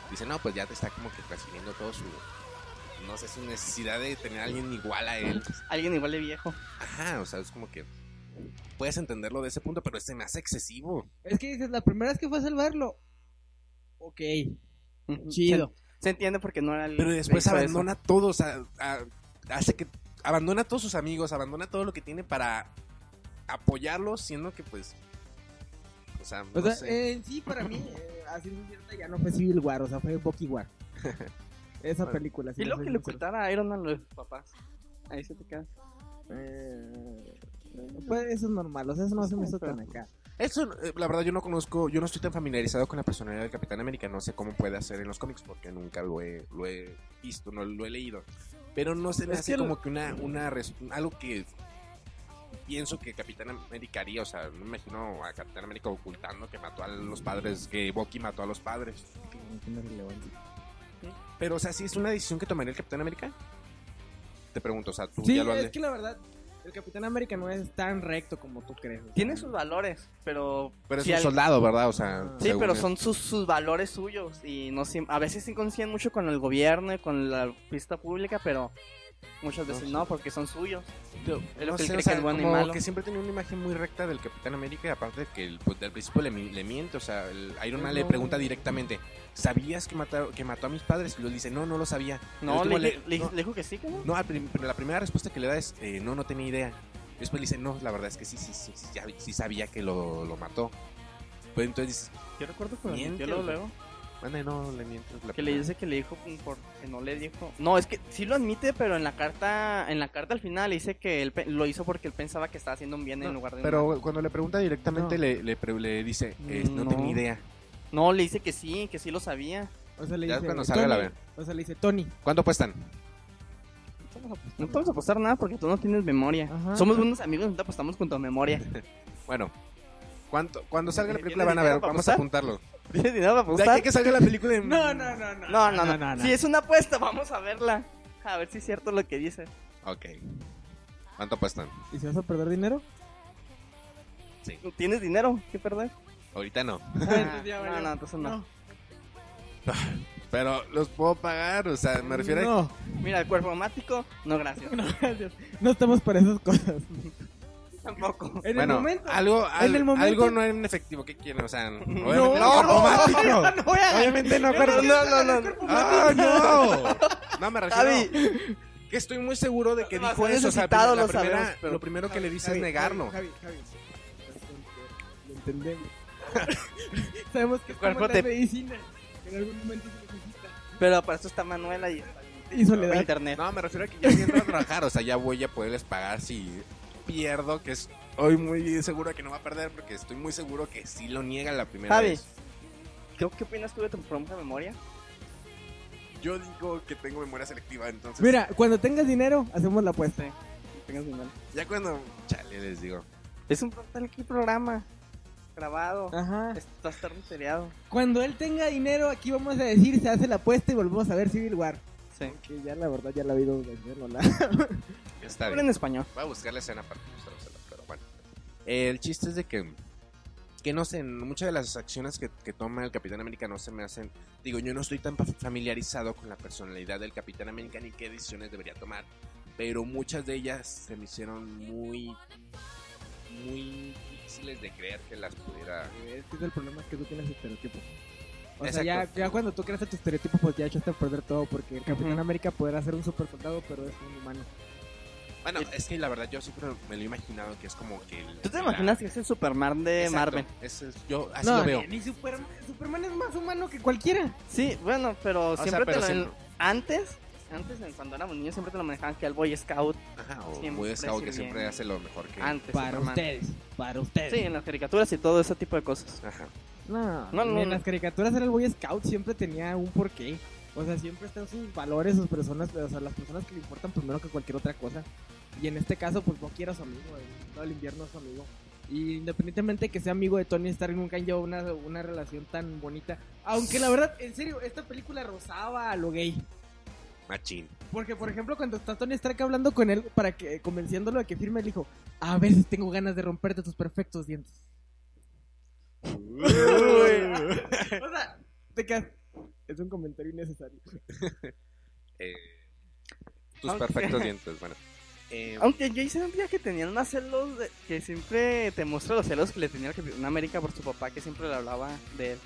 Speaker 4: Dice, no, pues ya te está como que transfiriendo todo su... No sé, su necesidad de tener a alguien igual a él.
Speaker 5: Alguien igual de viejo.
Speaker 4: Ajá, o sea, es como que... Puedes entenderlo de ese punto, pero se me hace excesivo.
Speaker 3: es que dices, la primera vez que fue a salvarlo. Ok,
Speaker 5: Ujú.
Speaker 3: chido.
Speaker 4: Mm,
Speaker 5: Se, se entiende porque no era el.
Speaker 4: Pero después
Speaker 5: hizo eso.
Speaker 4: abandona todo, o sea, a- hace que abandona a todos sus amigos, abandona todo lo que tiene para apoyarlos, siendo que pues, o sea, no
Speaker 3: O sea,
Speaker 4: sé.
Speaker 3: eh, en sí, para mí, eh, a ciencia cierta ya no fue Civil War, o sea, fue Bucky War. Esa
Speaker 4: Bueno.
Speaker 3: película. si
Speaker 5: Y
Speaker 3: no
Speaker 5: luego
Speaker 3: soy
Speaker 5: que le
Speaker 3: sincero.
Speaker 5: ocultara a Iron Man lo de sus papás. Ahí se te queda.
Speaker 3: Pues eso es normal, o sea, eso no se me hizo
Speaker 5: Pero-
Speaker 3: tan acá.
Speaker 4: eso eh, la verdad yo no conozco, yo no estoy tan familiarizado con la personalidad del Capitán América, no sé cómo puede hacer en los cómics porque nunca lo he, lo he visto, no lo he leído, pero no se me
Speaker 3: Es
Speaker 4: hace
Speaker 3: que lo-
Speaker 4: como que una, una res- algo que pienso que Capitán América haría, o sea, no me imagino a Capitán América ocultando que mató a los padres, que Bucky mató a los padres. Pero, o sea, si es una decisión que tomaría el Capitán América. Te pregunto, o sea, tú
Speaker 3: Sí,
Speaker 4: ya lo has
Speaker 3: es que la verdad, el Capitán América no es tan recto como tú crees. o sea.
Speaker 5: Tiene sus valores, pero.
Speaker 4: Pero es
Speaker 5: si
Speaker 4: un
Speaker 5: al-
Speaker 4: soldado, ¿verdad? O sea,
Speaker 3: Sí,
Speaker 5: Sí,
Speaker 4: según
Speaker 5: pero
Speaker 4: él.
Speaker 5: son sus, sus valores suyos y no siem- a veces se coinciden mucho con el gobierno y con la pista pública, pero muchas veces no, porque son suyos. es lo
Speaker 4: No
Speaker 5: que él
Speaker 4: sé,
Speaker 5: cree
Speaker 4: o sea,
Speaker 5: que es bueno y
Speaker 4: como
Speaker 5: malo.
Speaker 4: que siempre tenía una imagen muy recta del Capitán América. Y aparte de que el, pues, del principio le, mi- le miente. O sea, el Iron Man le
Speaker 3: No.
Speaker 4: pregunta directamente: ¿Sabías que, mataron- que mató a mis padres? Y él dice: No, no lo sabía. El
Speaker 5: No,
Speaker 4: último
Speaker 5: le, le- le
Speaker 4: no,
Speaker 5: dijo que sí, que no.
Speaker 4: no, al prim- pero la primera respuesta que le da es: eh, No, no tenía idea. Y Después le dice: No, la verdad es que sí, sí, sí, sí, ya- sí sabía que lo, lo mató. Pues entonces dices:
Speaker 5: Yo recuerdo que lo
Speaker 4: Miente,
Speaker 5: mintió luego,
Speaker 4: o sea,
Speaker 5: luego,
Speaker 4: Anda, no le mientes. la
Speaker 5: que le
Speaker 4: primera".
Speaker 5: dice que le dijo por- que no le dijo. No, es que sí lo admite, pero en la carta en la carta al final le dice que él pe- lo hizo porque él pensaba que estaba haciendo un bien en lugar de un mal.
Speaker 4: Pero cuando le pregunta directamente,
Speaker 3: No.
Speaker 4: le, le, pre- le dice, eh, no,
Speaker 5: No.
Speaker 4: tenía idea.
Speaker 5: No, le dice que sí, que sí lo sabía.
Speaker 3: O sea, le
Speaker 4: Ya
Speaker 3: dice,
Speaker 4: cuando salga la
Speaker 3: Tony,
Speaker 4: ven.
Speaker 3: O sea, le dice, Tony.
Speaker 4: ¿Cuánto apuestan?
Speaker 5: No podemos apostar nada porque tú no tienes memoria.
Speaker 3: Ajá.
Speaker 5: Somos buenos amigos, no te apostamos con tu memoria.
Speaker 4: Bueno, ¿cuánto, cuando salga la
Speaker 5: ¿Tienes
Speaker 4: película van a
Speaker 5: dinero
Speaker 4: ver,
Speaker 5: para
Speaker 4: vamos a
Speaker 5: apostar?
Speaker 4: apuntarlo.
Speaker 5: ¿Tienes dinero para
Speaker 4: De
Speaker 5: apostar?
Speaker 4: aquí a que salga la película de...
Speaker 3: No, no, no, no.
Speaker 5: No, no, no.
Speaker 3: No, no, no.
Speaker 5: Si es una apuesta, vamos a verla. A ver si es cierto lo que dice.
Speaker 4: Ok. ¿Cuánto apuestan?
Speaker 3: ¿Y si vas a perder dinero?
Speaker 5: ¿Tienes dinero que perder?
Speaker 4: Ahorita no.
Speaker 5: Ah,
Speaker 3: entonces pues ya
Speaker 5: no,
Speaker 3: valió.
Speaker 5: no, entonces no.
Speaker 3: No.
Speaker 4: Pero los puedo pagar, o sea, me refiero a...
Speaker 3: No,
Speaker 5: Mira, el cuerpo mático, no gracias.
Speaker 3: no, gracias. No estamos para esas cosas.
Speaker 5: Tampoco.
Speaker 3: En
Speaker 4: bueno,
Speaker 3: el momento.
Speaker 4: algo, al-
Speaker 3: el momento-
Speaker 4: algo no en efectivo, ¿qué quieren? O sea, obviamente no,
Speaker 3: no,
Speaker 4: automático.
Speaker 3: no, no voy a-
Speaker 4: Obviamente no, pero-
Speaker 5: no, no, no, no.
Speaker 4: ¡Ah, no! No, me refiero
Speaker 5: Javi,
Speaker 4: que estoy muy seguro de que
Speaker 5: No,
Speaker 4: dijo
Speaker 5: si
Speaker 4: eso. O sea,
Speaker 5: necesitado
Speaker 4: la
Speaker 5: lo
Speaker 4: primera-
Speaker 5: sabrás, pero-
Speaker 4: Lo primero que le dice es
Speaker 3: Javi,
Speaker 4: negarlo.
Speaker 3: Javi, Javi. Lo entendemos. Sabemos que es
Speaker 5: cuerpo
Speaker 3: como la
Speaker 5: te-
Speaker 3: medicina. En algún momento se necesita.
Speaker 5: pero para eso está Manuela y está
Speaker 3: Y soledad.
Speaker 5: internet.
Speaker 4: No, me refiero a que ya viendo a trabajar, o sea, ya voy a poderles pagar si pierdo, que estoy muy seguro de que no va a perder, porque estoy muy seguro que sí lo niega la primera
Speaker 5: Javi.
Speaker 4: vez.
Speaker 5: ¿Qué, qué opinas tú de tu prompta memoria?
Speaker 4: Yo digo que tengo memoria selectiva, entonces
Speaker 3: Mira, cuando tengas dinero, hacemos la apuesta.
Speaker 5: Tengas mi mano.
Speaker 4: ya cuando... Chale, les digo.
Speaker 5: Es un prompta en qué programa. Grabado.
Speaker 3: Ajá.
Speaker 5: Está estar misteriado.
Speaker 3: Cuando él tenga dinero, aquí vamos a decir, se hace la apuesta y volvemos a ver Civil War.
Speaker 5: Sí.
Speaker 3: Que ya la verdad ya la he oído vender, no la.
Speaker 4: Está
Speaker 5: Pero
Speaker 4: bien.
Speaker 5: en español.
Speaker 4: Voy a buscar la escena para mostrársela, pero bueno. El chiste es de que, que no sé, muchas de las acciones que, que toma el Capitán América no se me hacen. Digo, yo no estoy tan pa- familiarizado con la personalidad del Capitán América ni qué decisiones debería tomar, pero muchas de ellas se me hicieron muy, muy difíciles de creer que las pudiera.
Speaker 3: Es que es el problema es que tú tienes estereotipos. O sea,
Speaker 4: Exacto.
Speaker 3: ya, ya cuando tú creas tu estereotipo, pues ya echaste a perder todo. Porque el Capitán
Speaker 5: Ujú.
Speaker 3: América podrá ser un super soldado, pero es un humano.
Speaker 4: Bueno, es que la verdad yo siempre me lo he imaginado que es como que. el-
Speaker 5: ¿Tú te
Speaker 4: la-
Speaker 5: imaginas que es el Superman de
Speaker 4: Exacto,
Speaker 5: Marvel?
Speaker 4: ese es- yo así
Speaker 3: no,
Speaker 4: lo veo.
Speaker 3: Ni, ni Superman, Superman es más humano que cualquiera.
Speaker 5: Sí, bueno, pero
Speaker 4: sea,
Speaker 5: siempre
Speaker 4: pero
Speaker 5: te lo...
Speaker 4: siempre.
Speaker 5: Antes, antes en- cuando éramos niños siempre te lo manejaban que al Boy Scout
Speaker 4: Ajá, o
Speaker 5: Siempre Ah,
Speaker 4: Boy Scout que siempre
Speaker 5: sirviendo.
Speaker 4: hace lo mejor que.
Speaker 5: antes.
Speaker 3: Para
Speaker 5: Este, Superman.
Speaker 3: ustedes, para ustedes.
Speaker 5: Sí, en las caricaturas y todo ese tipo de cosas.
Speaker 4: Ajá.
Speaker 3: No,
Speaker 5: No, no,
Speaker 3: en
Speaker 5: no.
Speaker 3: las caricaturas era el Boy Scout, siempre tenía un porqué. O sea, siempre están sus valores, sus personas, o sea, las personas que le importan primero que cualquier otra cosa. Y en este caso, pues Bucky era su amigo, el- todo el invierno es su amigo. Y independientemente que sea amigo de Tony Stark, nunca han llevado una, una relación tan bonita. Aunque la verdad, en serio, esta película rozaba a lo gay.
Speaker 4: Machín.
Speaker 3: Porque, por ejemplo, cuando está Tony Stark hablando con él, para que, convenciéndolo de que firme, él dijo, a ver si tengo ganas de romperte tus perfectos dientes. O sea, te quedas. Es un comentario innecesario.
Speaker 4: Eh, tus
Speaker 5: Ok.
Speaker 4: perfectos dientes, bueno. Eh,
Speaker 5: Aunque yo hice un día que tenían más celos, de- que siempre te muestra los celos que le tenía el Capitán América por su papá, que siempre le hablaba de él.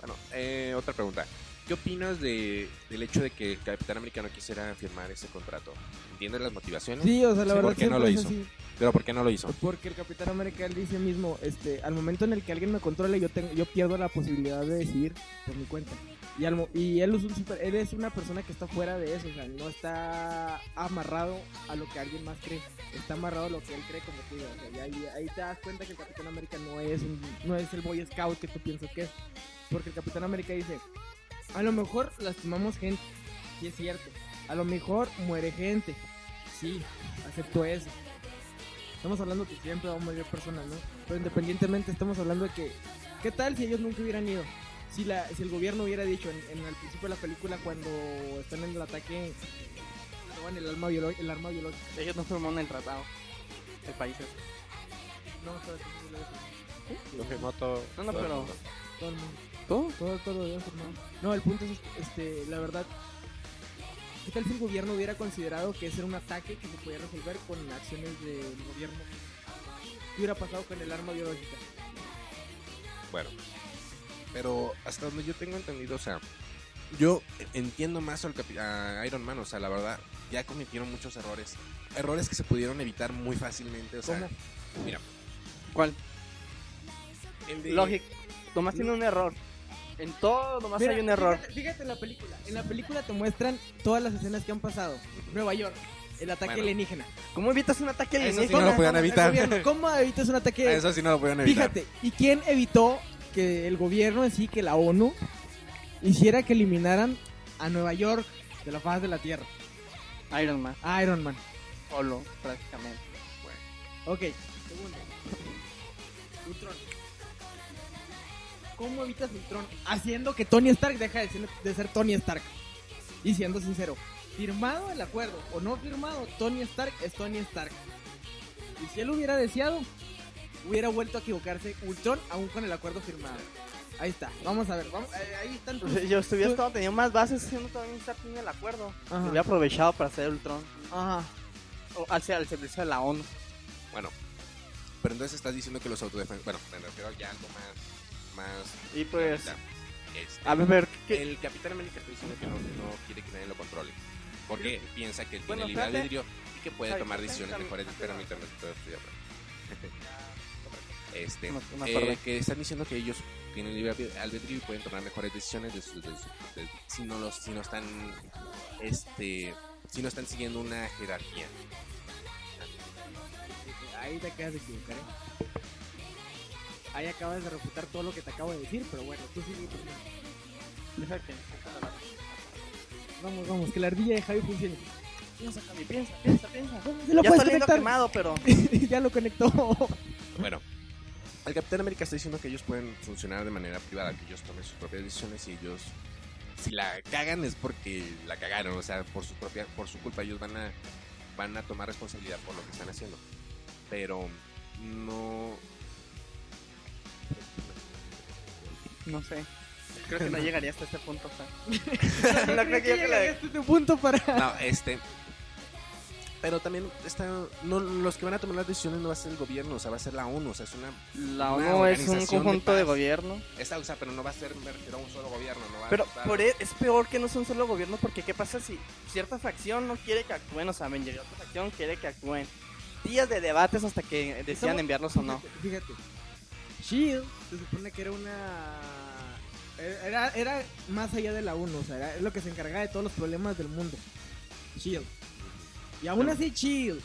Speaker 4: bueno, eh, otra pregunta. ¿Qué opinas de, del hecho de que el Capitán Americano quisiera firmar ese contrato? ¿Entiendes las motivaciones?
Speaker 3: Sí, o sea, la
Speaker 4: Sí,
Speaker 3: verdad
Speaker 4: ¿por qué no
Speaker 3: siempre
Speaker 4: lo
Speaker 3: es
Speaker 4: hizo?
Speaker 3: así.
Speaker 4: Pero ¿por qué no lo hizo?
Speaker 3: Porque el Capitán América él dice mismo, este, al momento en el que alguien me controle, yo tengo, yo pierdo la posibilidad de decidir por mi cuenta. Y, al mo- y él es un super- él es una persona que está fuera de eso, o sea, no está amarrado a lo que alguien más cree, está amarrado a lo que él cree como tú. O sea, y ahí, ahí te das cuenta que el Capitán América no es un- no es el Boy Scout que tú piensas que es. Porque el Capitán América dice, a lo mejor lastimamos gente, sí es cierto, a lo mejor muere gente, sí, acepto eso. Estamos hablando que siempre va a morir personas, ¿no? Pero independientemente estamos hablando de que, ¿qué tal si ellos nunca hubieran ido? Si, la, si el gobierno hubiera dicho en, en el principio de la película cuando están en el ataque, roban el arma, biolo- el arma biológica.
Speaker 5: Ellos no firmaron el tratado. El país ese.
Speaker 3: No, todo, todo,
Speaker 4: Lo firmó todo.
Speaker 5: No, no,
Speaker 4: todo el
Speaker 5: pero-
Speaker 4: mundo.
Speaker 3: todo el mundo.
Speaker 5: ¿Tú?
Speaker 3: Todo, todo lo habían firmado. No, el punto es, este, la verdad, ¿qué tal si el gobierno hubiera considerado que ese era un ataque que se podía resolver con acciones del gobierno? ¿Qué hubiera pasado con el arma biológica?
Speaker 4: Bueno. Pero hasta donde yo tengo entendido, o sea, yo entiendo más al capi- a Iron Man, o sea, la verdad, ya cometieron muchos errores. Errores que se pudieron evitar muy fácilmente, o sea,
Speaker 3: ¿Cómo?
Speaker 5: ¿Cuál?
Speaker 4: el de-
Speaker 5: Lógico. Tomás tiene un error. En todo nomás hay un error.
Speaker 3: Fíjate, fíjate en la película. En la película te muestran todas las escenas que han pasado. Nueva York, el ataque
Speaker 4: Bueno.
Speaker 3: alienígena.
Speaker 5: ¿Cómo evitas un ataque
Speaker 4: Eso sí
Speaker 5: alienígena?
Speaker 4: no lo podían
Speaker 3: El
Speaker 4: evitar.
Speaker 3: gobierno, ¿Cómo evitas un
Speaker 4: a
Speaker 3: ataque?
Speaker 4: Ah, Eso sí no lo pudieron evitar.
Speaker 3: Fíjate, ¿y quién evitó que el gobierno en sí, que la ONU, hiciera que eliminaran a Nueva York de la faz de la Tierra?
Speaker 5: Iron Man,
Speaker 3: A Iron Man.
Speaker 5: solo, prácticamente.
Speaker 3: Ok, segundo. Ultron. ¿Cómo evitas Ultron? Haciendo que Tony Stark deja de ser, de ser Tony Stark. Y siendo sincero, firmado el acuerdo o no firmado, Tony Stark es Tony Stark. Y si él hubiera deseado, hubiera vuelto a equivocarse Ultron aún con el acuerdo firmado. Ahí está. Vamos a ver. Vamos, eh, ahí están tus-
Speaker 5: Pues, Yo estuviera estado teniendo más bases haciendo todavía un Starting del acuerdo.
Speaker 3: Ajá.
Speaker 5: Lo hubiera aprovechado para hacer Ultron.
Speaker 3: Ajá.
Speaker 5: O hacia el servicio de la ONU.
Speaker 4: Bueno, pero entonces estás diciendo que los autodefensores. Bueno, me refiero ya a algo más. más
Speaker 5: Y pues. ah,
Speaker 4: realista. Este,
Speaker 5: A ver,
Speaker 3: Eh,
Speaker 5: ¿qué?
Speaker 4: el Capitán América está diciendo que no, no quiere que nadie lo controle. Porque piensa que él tiene
Speaker 5: Bueno,
Speaker 4: libertad de
Speaker 5: espérate.
Speaker 4: vidrio y que puede
Speaker 5: Ay,
Speaker 4: tomar
Speaker 5: espérate,
Speaker 4: decisiones
Speaker 5: espérame,
Speaker 4: mejores.
Speaker 5: espérame.
Speaker 4: Espérame, espérame, espérame, estoy hablando. Este,
Speaker 5: No, no me
Speaker 4: eh,
Speaker 5: acordé.
Speaker 4: que están diciendo que ellos tienen libre albe- albedrío y pueden tomar mejores decisiones de sus- de sus- de- si no los si no están este si no están siguiendo una jerarquía
Speaker 3: Ahí te quedas de equivocar, ¿eh? Ahí acabas de refutar todo lo que te acabo de decir, pero bueno, tú sigue. tú sigue.
Speaker 5: Deja que-
Speaker 3: Vamos, vamos, que la ardilla de Javi funcione.
Speaker 5: Piensa, Cami, piensa, piensa, piensa.
Speaker 3: Se lo puedes
Speaker 5: ya está oliendo
Speaker 3: conectar.
Speaker 5: quemado, pero.
Speaker 3: ya lo conectó.
Speaker 4: Bueno, el Capitán América está diciendo que ellos pueden funcionar de manera privada, que ellos tomen sus propias decisiones y ellos, si la cagan es porque la cagaron, o sea, por su propia, por su culpa ellos van a, van a tomar responsabilidad por lo que están haciendo. Pero no,
Speaker 5: No sé. Creo que no llegaría hasta este punto. o sea.
Speaker 6: No creo que yo que la
Speaker 3: Este es un punto para.
Speaker 4: no, este. Pero también está, no, los que van a tomar las decisiones no va a ser el gobierno, o sea, va a ser la ONU, o sea, es una,
Speaker 5: La
Speaker 4: Una
Speaker 5: ONU es un
Speaker 4: organización de
Speaker 5: conjunto de,
Speaker 4: paz.
Speaker 5: gobierno.
Speaker 4: esa, o sea, pero no va a ser, me refiero a un solo gobierno, no va
Speaker 5: Pero
Speaker 4: va-
Speaker 5: por e- es peor que no sea un solo gobierno porque ¿qué pasa si cierta facción no quiere que actúen? O sea, ven, llega otra facción quiere que actúen. Días de debates hasta que decidan
Speaker 3: Estamos-
Speaker 5: enviarlos o no.
Speaker 3: Fíjate. fíjate. Shield se supone que era una. Era, era más allá de la 1, o sea, era lo que se encargaba de todos los problemas del mundo. Shield. Y aún así, Shield,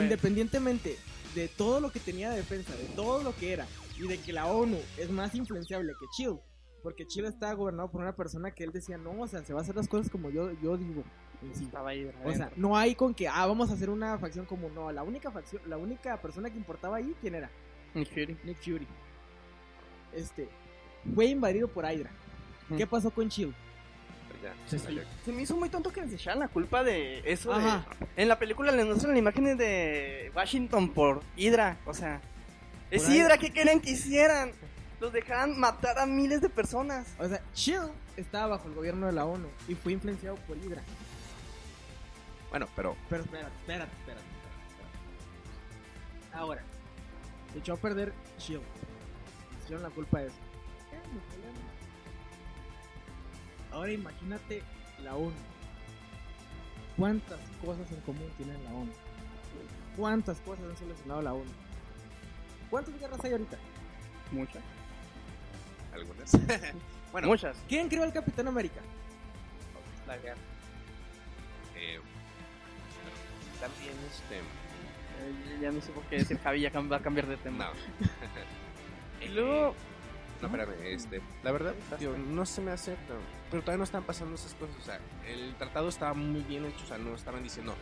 Speaker 3: independientemente de todo lo que tenía de defensa, de todo lo que era, y de que la ONU es más influenciable que Shield, porque Shield está gobernado por una persona que él decía, no, o sea, se va a hacer las cosas como yo, yo digo. en sí.
Speaker 5: Estaba ahí.
Speaker 3: O sea, no hay con que, ah, vamos a hacer una facción como no. La única facción, la única persona que importaba ahí, ¿quién era? Nick Fury. Este, fue invadido por Hydra.
Speaker 5: Ujú.
Speaker 3: ¿Qué pasó con Shield?
Speaker 4: Ya,
Speaker 3: Sí, sí.
Speaker 4: ya.
Speaker 5: Se me hizo muy tonto que les echaran la culpa de eso. de-
Speaker 3: Ajá.
Speaker 5: En la película les muestran las imágenes de Washington por Hydra. O sea, es
Speaker 3: Por ahí.
Speaker 5: Hydra, ¿qué querían que hicieran? Los dejaran matar a miles de personas.
Speaker 3: O sea, Shield estaba bajo el gobierno de la ONU y fue influenciado por Hydra.
Speaker 4: Bueno, pero
Speaker 3: Pero espérate, espérate, espérate. espérate. Ahora, se echó a perder Shield. Se Hicieron la culpa de eso. Ya, no hay problema. Ahora imagínate la ONU. ¿Cuántas cosas en común tiene la ONU? ¿Cuántas cosas han solucionado la ONU? ¿Cuántas guerras hay ahorita?
Speaker 5: Muchas.
Speaker 4: algunas. bueno,
Speaker 5: Muchas.
Speaker 3: ¿Quién creó el Capitán América?
Speaker 5: La guerra.
Speaker 4: Eh, también este
Speaker 5: Eh, ya no sé por qué decir Javi ya cam- va a cambiar de tema.
Speaker 4: no
Speaker 5: Y luego,
Speaker 4: eh, no espérame este la verdad tío, no se me hace no, pero todavía no están pasando esas cosas o sea el tratado estaba muy bien hecho o sea no estaban diciendo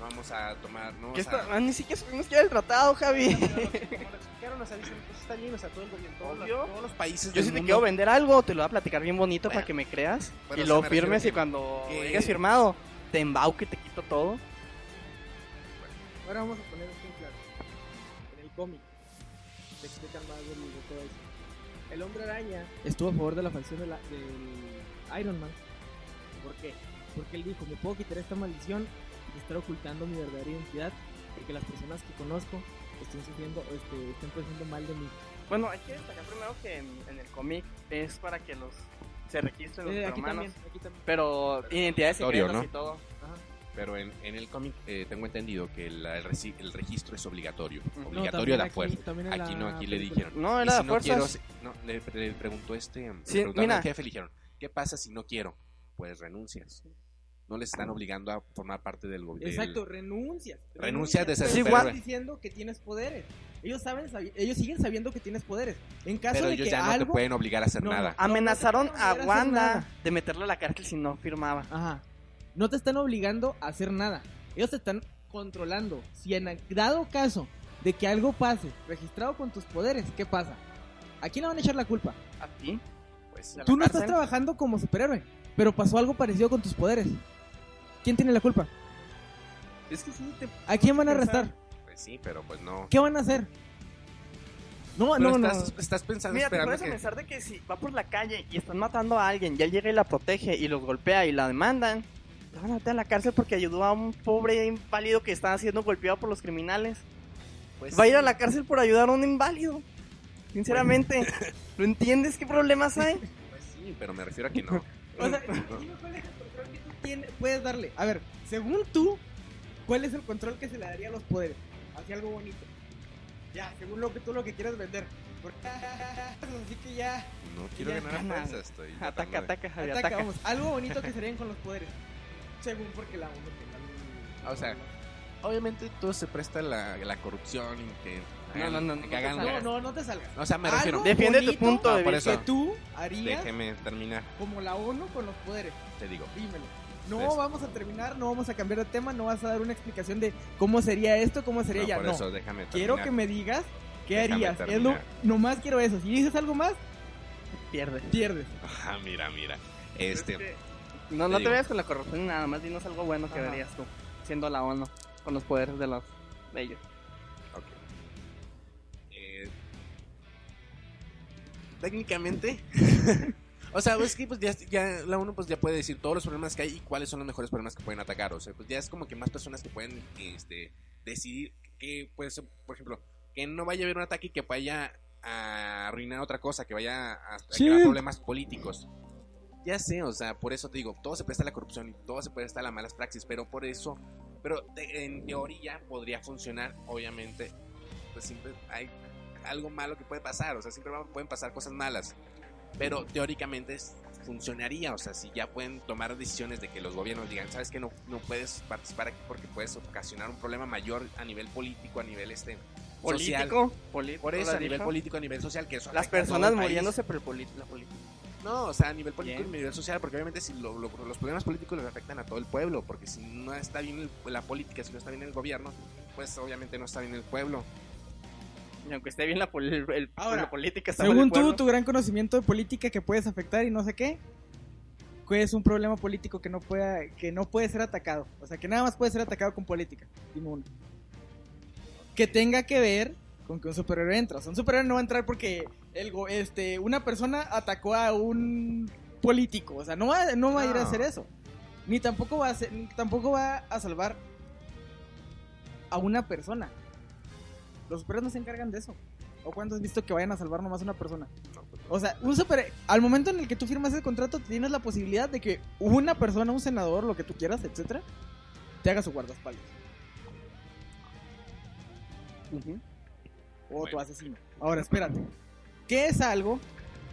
Speaker 4: no vamos a tomar no
Speaker 5: que
Speaker 4: o sea,
Speaker 5: esta- ah, ni siquiera supimos que era el tratado, Javi.
Speaker 4: como lo explicaron, o sea, dicen, pues, está bien, o sea, todo el gobierno, todos, los-
Speaker 5: Obvio.
Speaker 4: todos los países
Speaker 5: Yo
Speaker 4: del
Speaker 5: si te
Speaker 4: mundo-
Speaker 5: quiero vender algo, te lo voy a platicar bien bonito
Speaker 4: Bueno.
Speaker 5: para que me creas.
Speaker 4: Bueno,
Speaker 5: y
Speaker 4: o
Speaker 5: lo
Speaker 4: sea, me refiero
Speaker 5: firmes y
Speaker 4: que-
Speaker 5: cuando
Speaker 4: que-
Speaker 5: llegues firmado, te embauco y te quito todo.
Speaker 3: Ahora vamos a poner esto en claro. En el cómic te explican más de, de todo eso. El hombre araña estuvo a favor de la facción de la- del Iron Man. ¿Por qué? Porque él dijo, me puedo quitar esta maldición de estar ocultando mi verdadera identidad y que las personas que conozco estén sufriendo, este, estén pensando mal de mí.
Speaker 5: Bueno, hay que destacar primero que en, en el cómic es para que los se registren los
Speaker 3: Eh, aquí
Speaker 5: hermanos.
Speaker 3: también, aquí también.
Speaker 5: Pero identidades
Speaker 4: Obligatorio,
Speaker 5: secretas
Speaker 4: ¿no?
Speaker 5: y todo.
Speaker 3: Ajá.
Speaker 4: Pero en, en el cómic eh, tengo entendido que la- el, reci- el registro es obligatorio.
Speaker 5: No,
Speaker 3: No,
Speaker 4: Obligatorio
Speaker 3: también
Speaker 4: de fuerza.
Speaker 3: también en
Speaker 4: Aquí
Speaker 3: la
Speaker 4: no, aquí le
Speaker 3: película.
Speaker 4: dijeron.
Speaker 5: No,
Speaker 4: "Y
Speaker 5: era
Speaker 4: si
Speaker 5: de
Speaker 4: no quiero,
Speaker 5: fuerzas.
Speaker 4: si- no, le, le preguntó este. le
Speaker 5: Sí,
Speaker 4: preguntaron
Speaker 5: mira.
Speaker 4: al jefe, le dijeron, ¿qué pasa si no quiero? Pues renuncias. No les están obligando a formar parte del gobierno.
Speaker 3: Exacto, renuncias.
Speaker 4: Renuncias,
Speaker 3: pero
Speaker 5: desesperas,
Speaker 3: estás
Speaker 5: güey.
Speaker 3: diciendo que tienes poderes. Ellos saben, sabi- ellos siguen sabiendo que tienes poderes. En caso
Speaker 4: Pero
Speaker 3: de
Speaker 4: ellos
Speaker 3: que
Speaker 4: ya no
Speaker 3: algo
Speaker 4: te pueden obligar a hacer
Speaker 3: No,
Speaker 4: nada.
Speaker 3: ah,
Speaker 5: Amenazaron
Speaker 3: no, no
Speaker 5: a
Speaker 3: pudiera hacer
Speaker 5: Wanda
Speaker 3: nada.
Speaker 5: de meterle a la cárcel si no firmaba.
Speaker 3: Ajá. No te están obligando a hacer nada. Ellos te están controlando. Si en dado caso de que algo pase registrado con tus poderes, ¿qué pasa? ¿A quién le van a echar la culpa?
Speaker 5: ¿A ti?
Speaker 4: Pues,
Speaker 5: la
Speaker 3: Tú no estás
Speaker 5: cárcel.
Speaker 3: trabajando como superhéroe, pero pasó algo parecido con tus poderes. ¿Quién tiene la culpa?
Speaker 5: Es que sí, te...
Speaker 3: ¿A quién van a
Speaker 5: Pensar.
Speaker 3: arrestar?
Speaker 4: pues sí, pero pues no.
Speaker 3: ¿Qué van a hacer? No,
Speaker 4: Pero
Speaker 3: no, no.
Speaker 4: estás, estás pensando,
Speaker 5: Mira, te
Speaker 4: esperando
Speaker 5: puedes
Speaker 4: que...
Speaker 5: pensar de que si va por la calle y están matando a alguien y él llega y la protege y los golpea y la demandan, la van a meter a la cárcel porque ayudó a un pobre inválido que estaba siendo golpeado por los criminales.
Speaker 4: Pues
Speaker 5: va a
Speaker 4: sí.
Speaker 5: ir a la cárcel por ayudar a un inválido. Sinceramente, ¿no entiendes qué problemas hay?
Speaker 4: Pues sí, pero me refiero a que no.
Speaker 3: O sea, dime cuál es el control que tú tienes- puedes darle. A ver, según tú, ¿cuál es el control que se le daría a los poderes?
Speaker 6: Hacia algo bonito. Ya, según lo que tú lo que quieras vender. Por- Así que ya,
Speaker 4: No quiero
Speaker 6: Ya,
Speaker 4: ganar a
Speaker 5: calma.
Speaker 4: fuerza, estoy... tratando
Speaker 5: Ataca,
Speaker 4: de-
Speaker 5: ataca, Javier,
Speaker 6: ataca,
Speaker 5: ataca.
Speaker 6: vamos. Algo bonito que serían con los poderes. Según porque la uno tenga algún-
Speaker 4: Ah, o sea, Obviamente todo se presta a la, la corrupción y que...
Speaker 5: No, no, no,
Speaker 4: que
Speaker 5: no te
Speaker 4: hagan-
Speaker 5: salgas.
Speaker 6: No, no te salgas.
Speaker 4: O sea, me
Speaker 6: Algo
Speaker 4: refiero...
Speaker 5: de- Defiende tu
Speaker 6: bonito
Speaker 5: punto de
Speaker 4: No, ah, por
Speaker 5: vista.
Speaker 4: eso,
Speaker 6: Que tú harías
Speaker 4: déjeme terminar,
Speaker 6: como la ONU con los poderes.
Speaker 4: te digo.
Speaker 6: Dímelo. No
Speaker 4: Pues-
Speaker 6: vamos a terminar, no vamos a cambiar de tema, no vas a dar una explicación de cómo sería esto, cómo sería
Speaker 4: No,
Speaker 6: ya.
Speaker 4: por
Speaker 6: No,
Speaker 4: eso, déjame
Speaker 6: quiero
Speaker 4: terminar.
Speaker 6: que me digas qué
Speaker 4: Déjame
Speaker 6: harías. Es lo,
Speaker 4: terminar.
Speaker 6: nomás quiero eso. Si dices algo más,
Speaker 5: Pierde.
Speaker 6: pierdes.
Speaker 4: Ajá, Ah, mira, mira. Este,
Speaker 5: No,
Speaker 4: Te
Speaker 5: no te
Speaker 4: digo.
Speaker 5: vayas con la corrupción ni nada, más dinos algo bueno que
Speaker 6: Ajá.
Speaker 5: verías tú, siendo la ONU, con los poderes de los de ellos.
Speaker 4: ok. Eh, técnicamente, o sea, es que pues ya, ya la uno pues ya puede decir todos los problemas que hay y cuáles son los mejores problemas que pueden atacar. O sea, pues ya es como que más personas que pueden este, decidir que, pues, por ejemplo, que no vaya a haber un ataque que vaya a arruinar otra cosa, que vaya a, a
Speaker 3: Sí.
Speaker 4: crear problemas políticos. Ya sé, o sea, por eso te digo, todo se presta a la corrupción y todo se presta a las malas praxis, pero por eso, pero te- en teoría podría funcionar, obviamente, pues siempre hay algo malo que puede pasar, o sea, siempre va- pueden pasar cosas malas, pero teóricamente es- funcionaría, o sea, si ya pueden tomar decisiones de que los gobiernos digan, sabes que no, no puedes participar aquí porque puedes ocasionar un problema mayor a nivel político, a nivel este, social.
Speaker 5: Político, político.
Speaker 4: Por eso,
Speaker 5: ¿lo
Speaker 4: a nivel
Speaker 5: dijo?
Speaker 4: político, a nivel social, que eso
Speaker 5: Las
Speaker 4: afecta a todo
Speaker 5: personas
Speaker 4: el país.
Speaker 5: muriéndose por el poli- la política.
Speaker 4: No, o sea, a nivel político
Speaker 5: Bien.
Speaker 4: y a nivel social, porque obviamente si lo- lo- los problemas políticos les afectan a todo el pueblo, porque si no está bien el- la política, si no está bien el gobierno, pues obviamente no está bien el pueblo.
Speaker 5: Y aunque esté bien la, pol- el- el-
Speaker 6: Ahora,
Speaker 5: la política, está mal
Speaker 3: Según
Speaker 5: el
Speaker 3: tú,
Speaker 5: pueblo.
Speaker 3: tu gran conocimiento de política que puedes afectar y no sé qué, ¿cuál es un problema político que no pueda, que no puede ser atacado? O sea, que nada más puede ser atacado con política. Dime uno. Que tenga que ver con que un superhéroe entra. O sea, un superhéroe no va a entrar porque el, go- este, una persona atacó a un político. O sea, no va, no va a ir a
Speaker 4: No.
Speaker 3: hacer eso. Ni tampoco va a ser- ni tampoco va a salvar a una persona. Los superhéroes no se encargan de eso. ¿O cuánto has visto que vayan a salvar nomás a una persona? O sea, un super... al momento en el que tú firmas ese contrato, tienes la posibilidad de que una persona, un senador, lo que tú quieras, etcétera, te haga su guardaespaldas
Speaker 5: Ujú.
Speaker 3: o tu
Speaker 4: Bueno.
Speaker 3: asesino. Ahora, espérate. ¿Qué es algo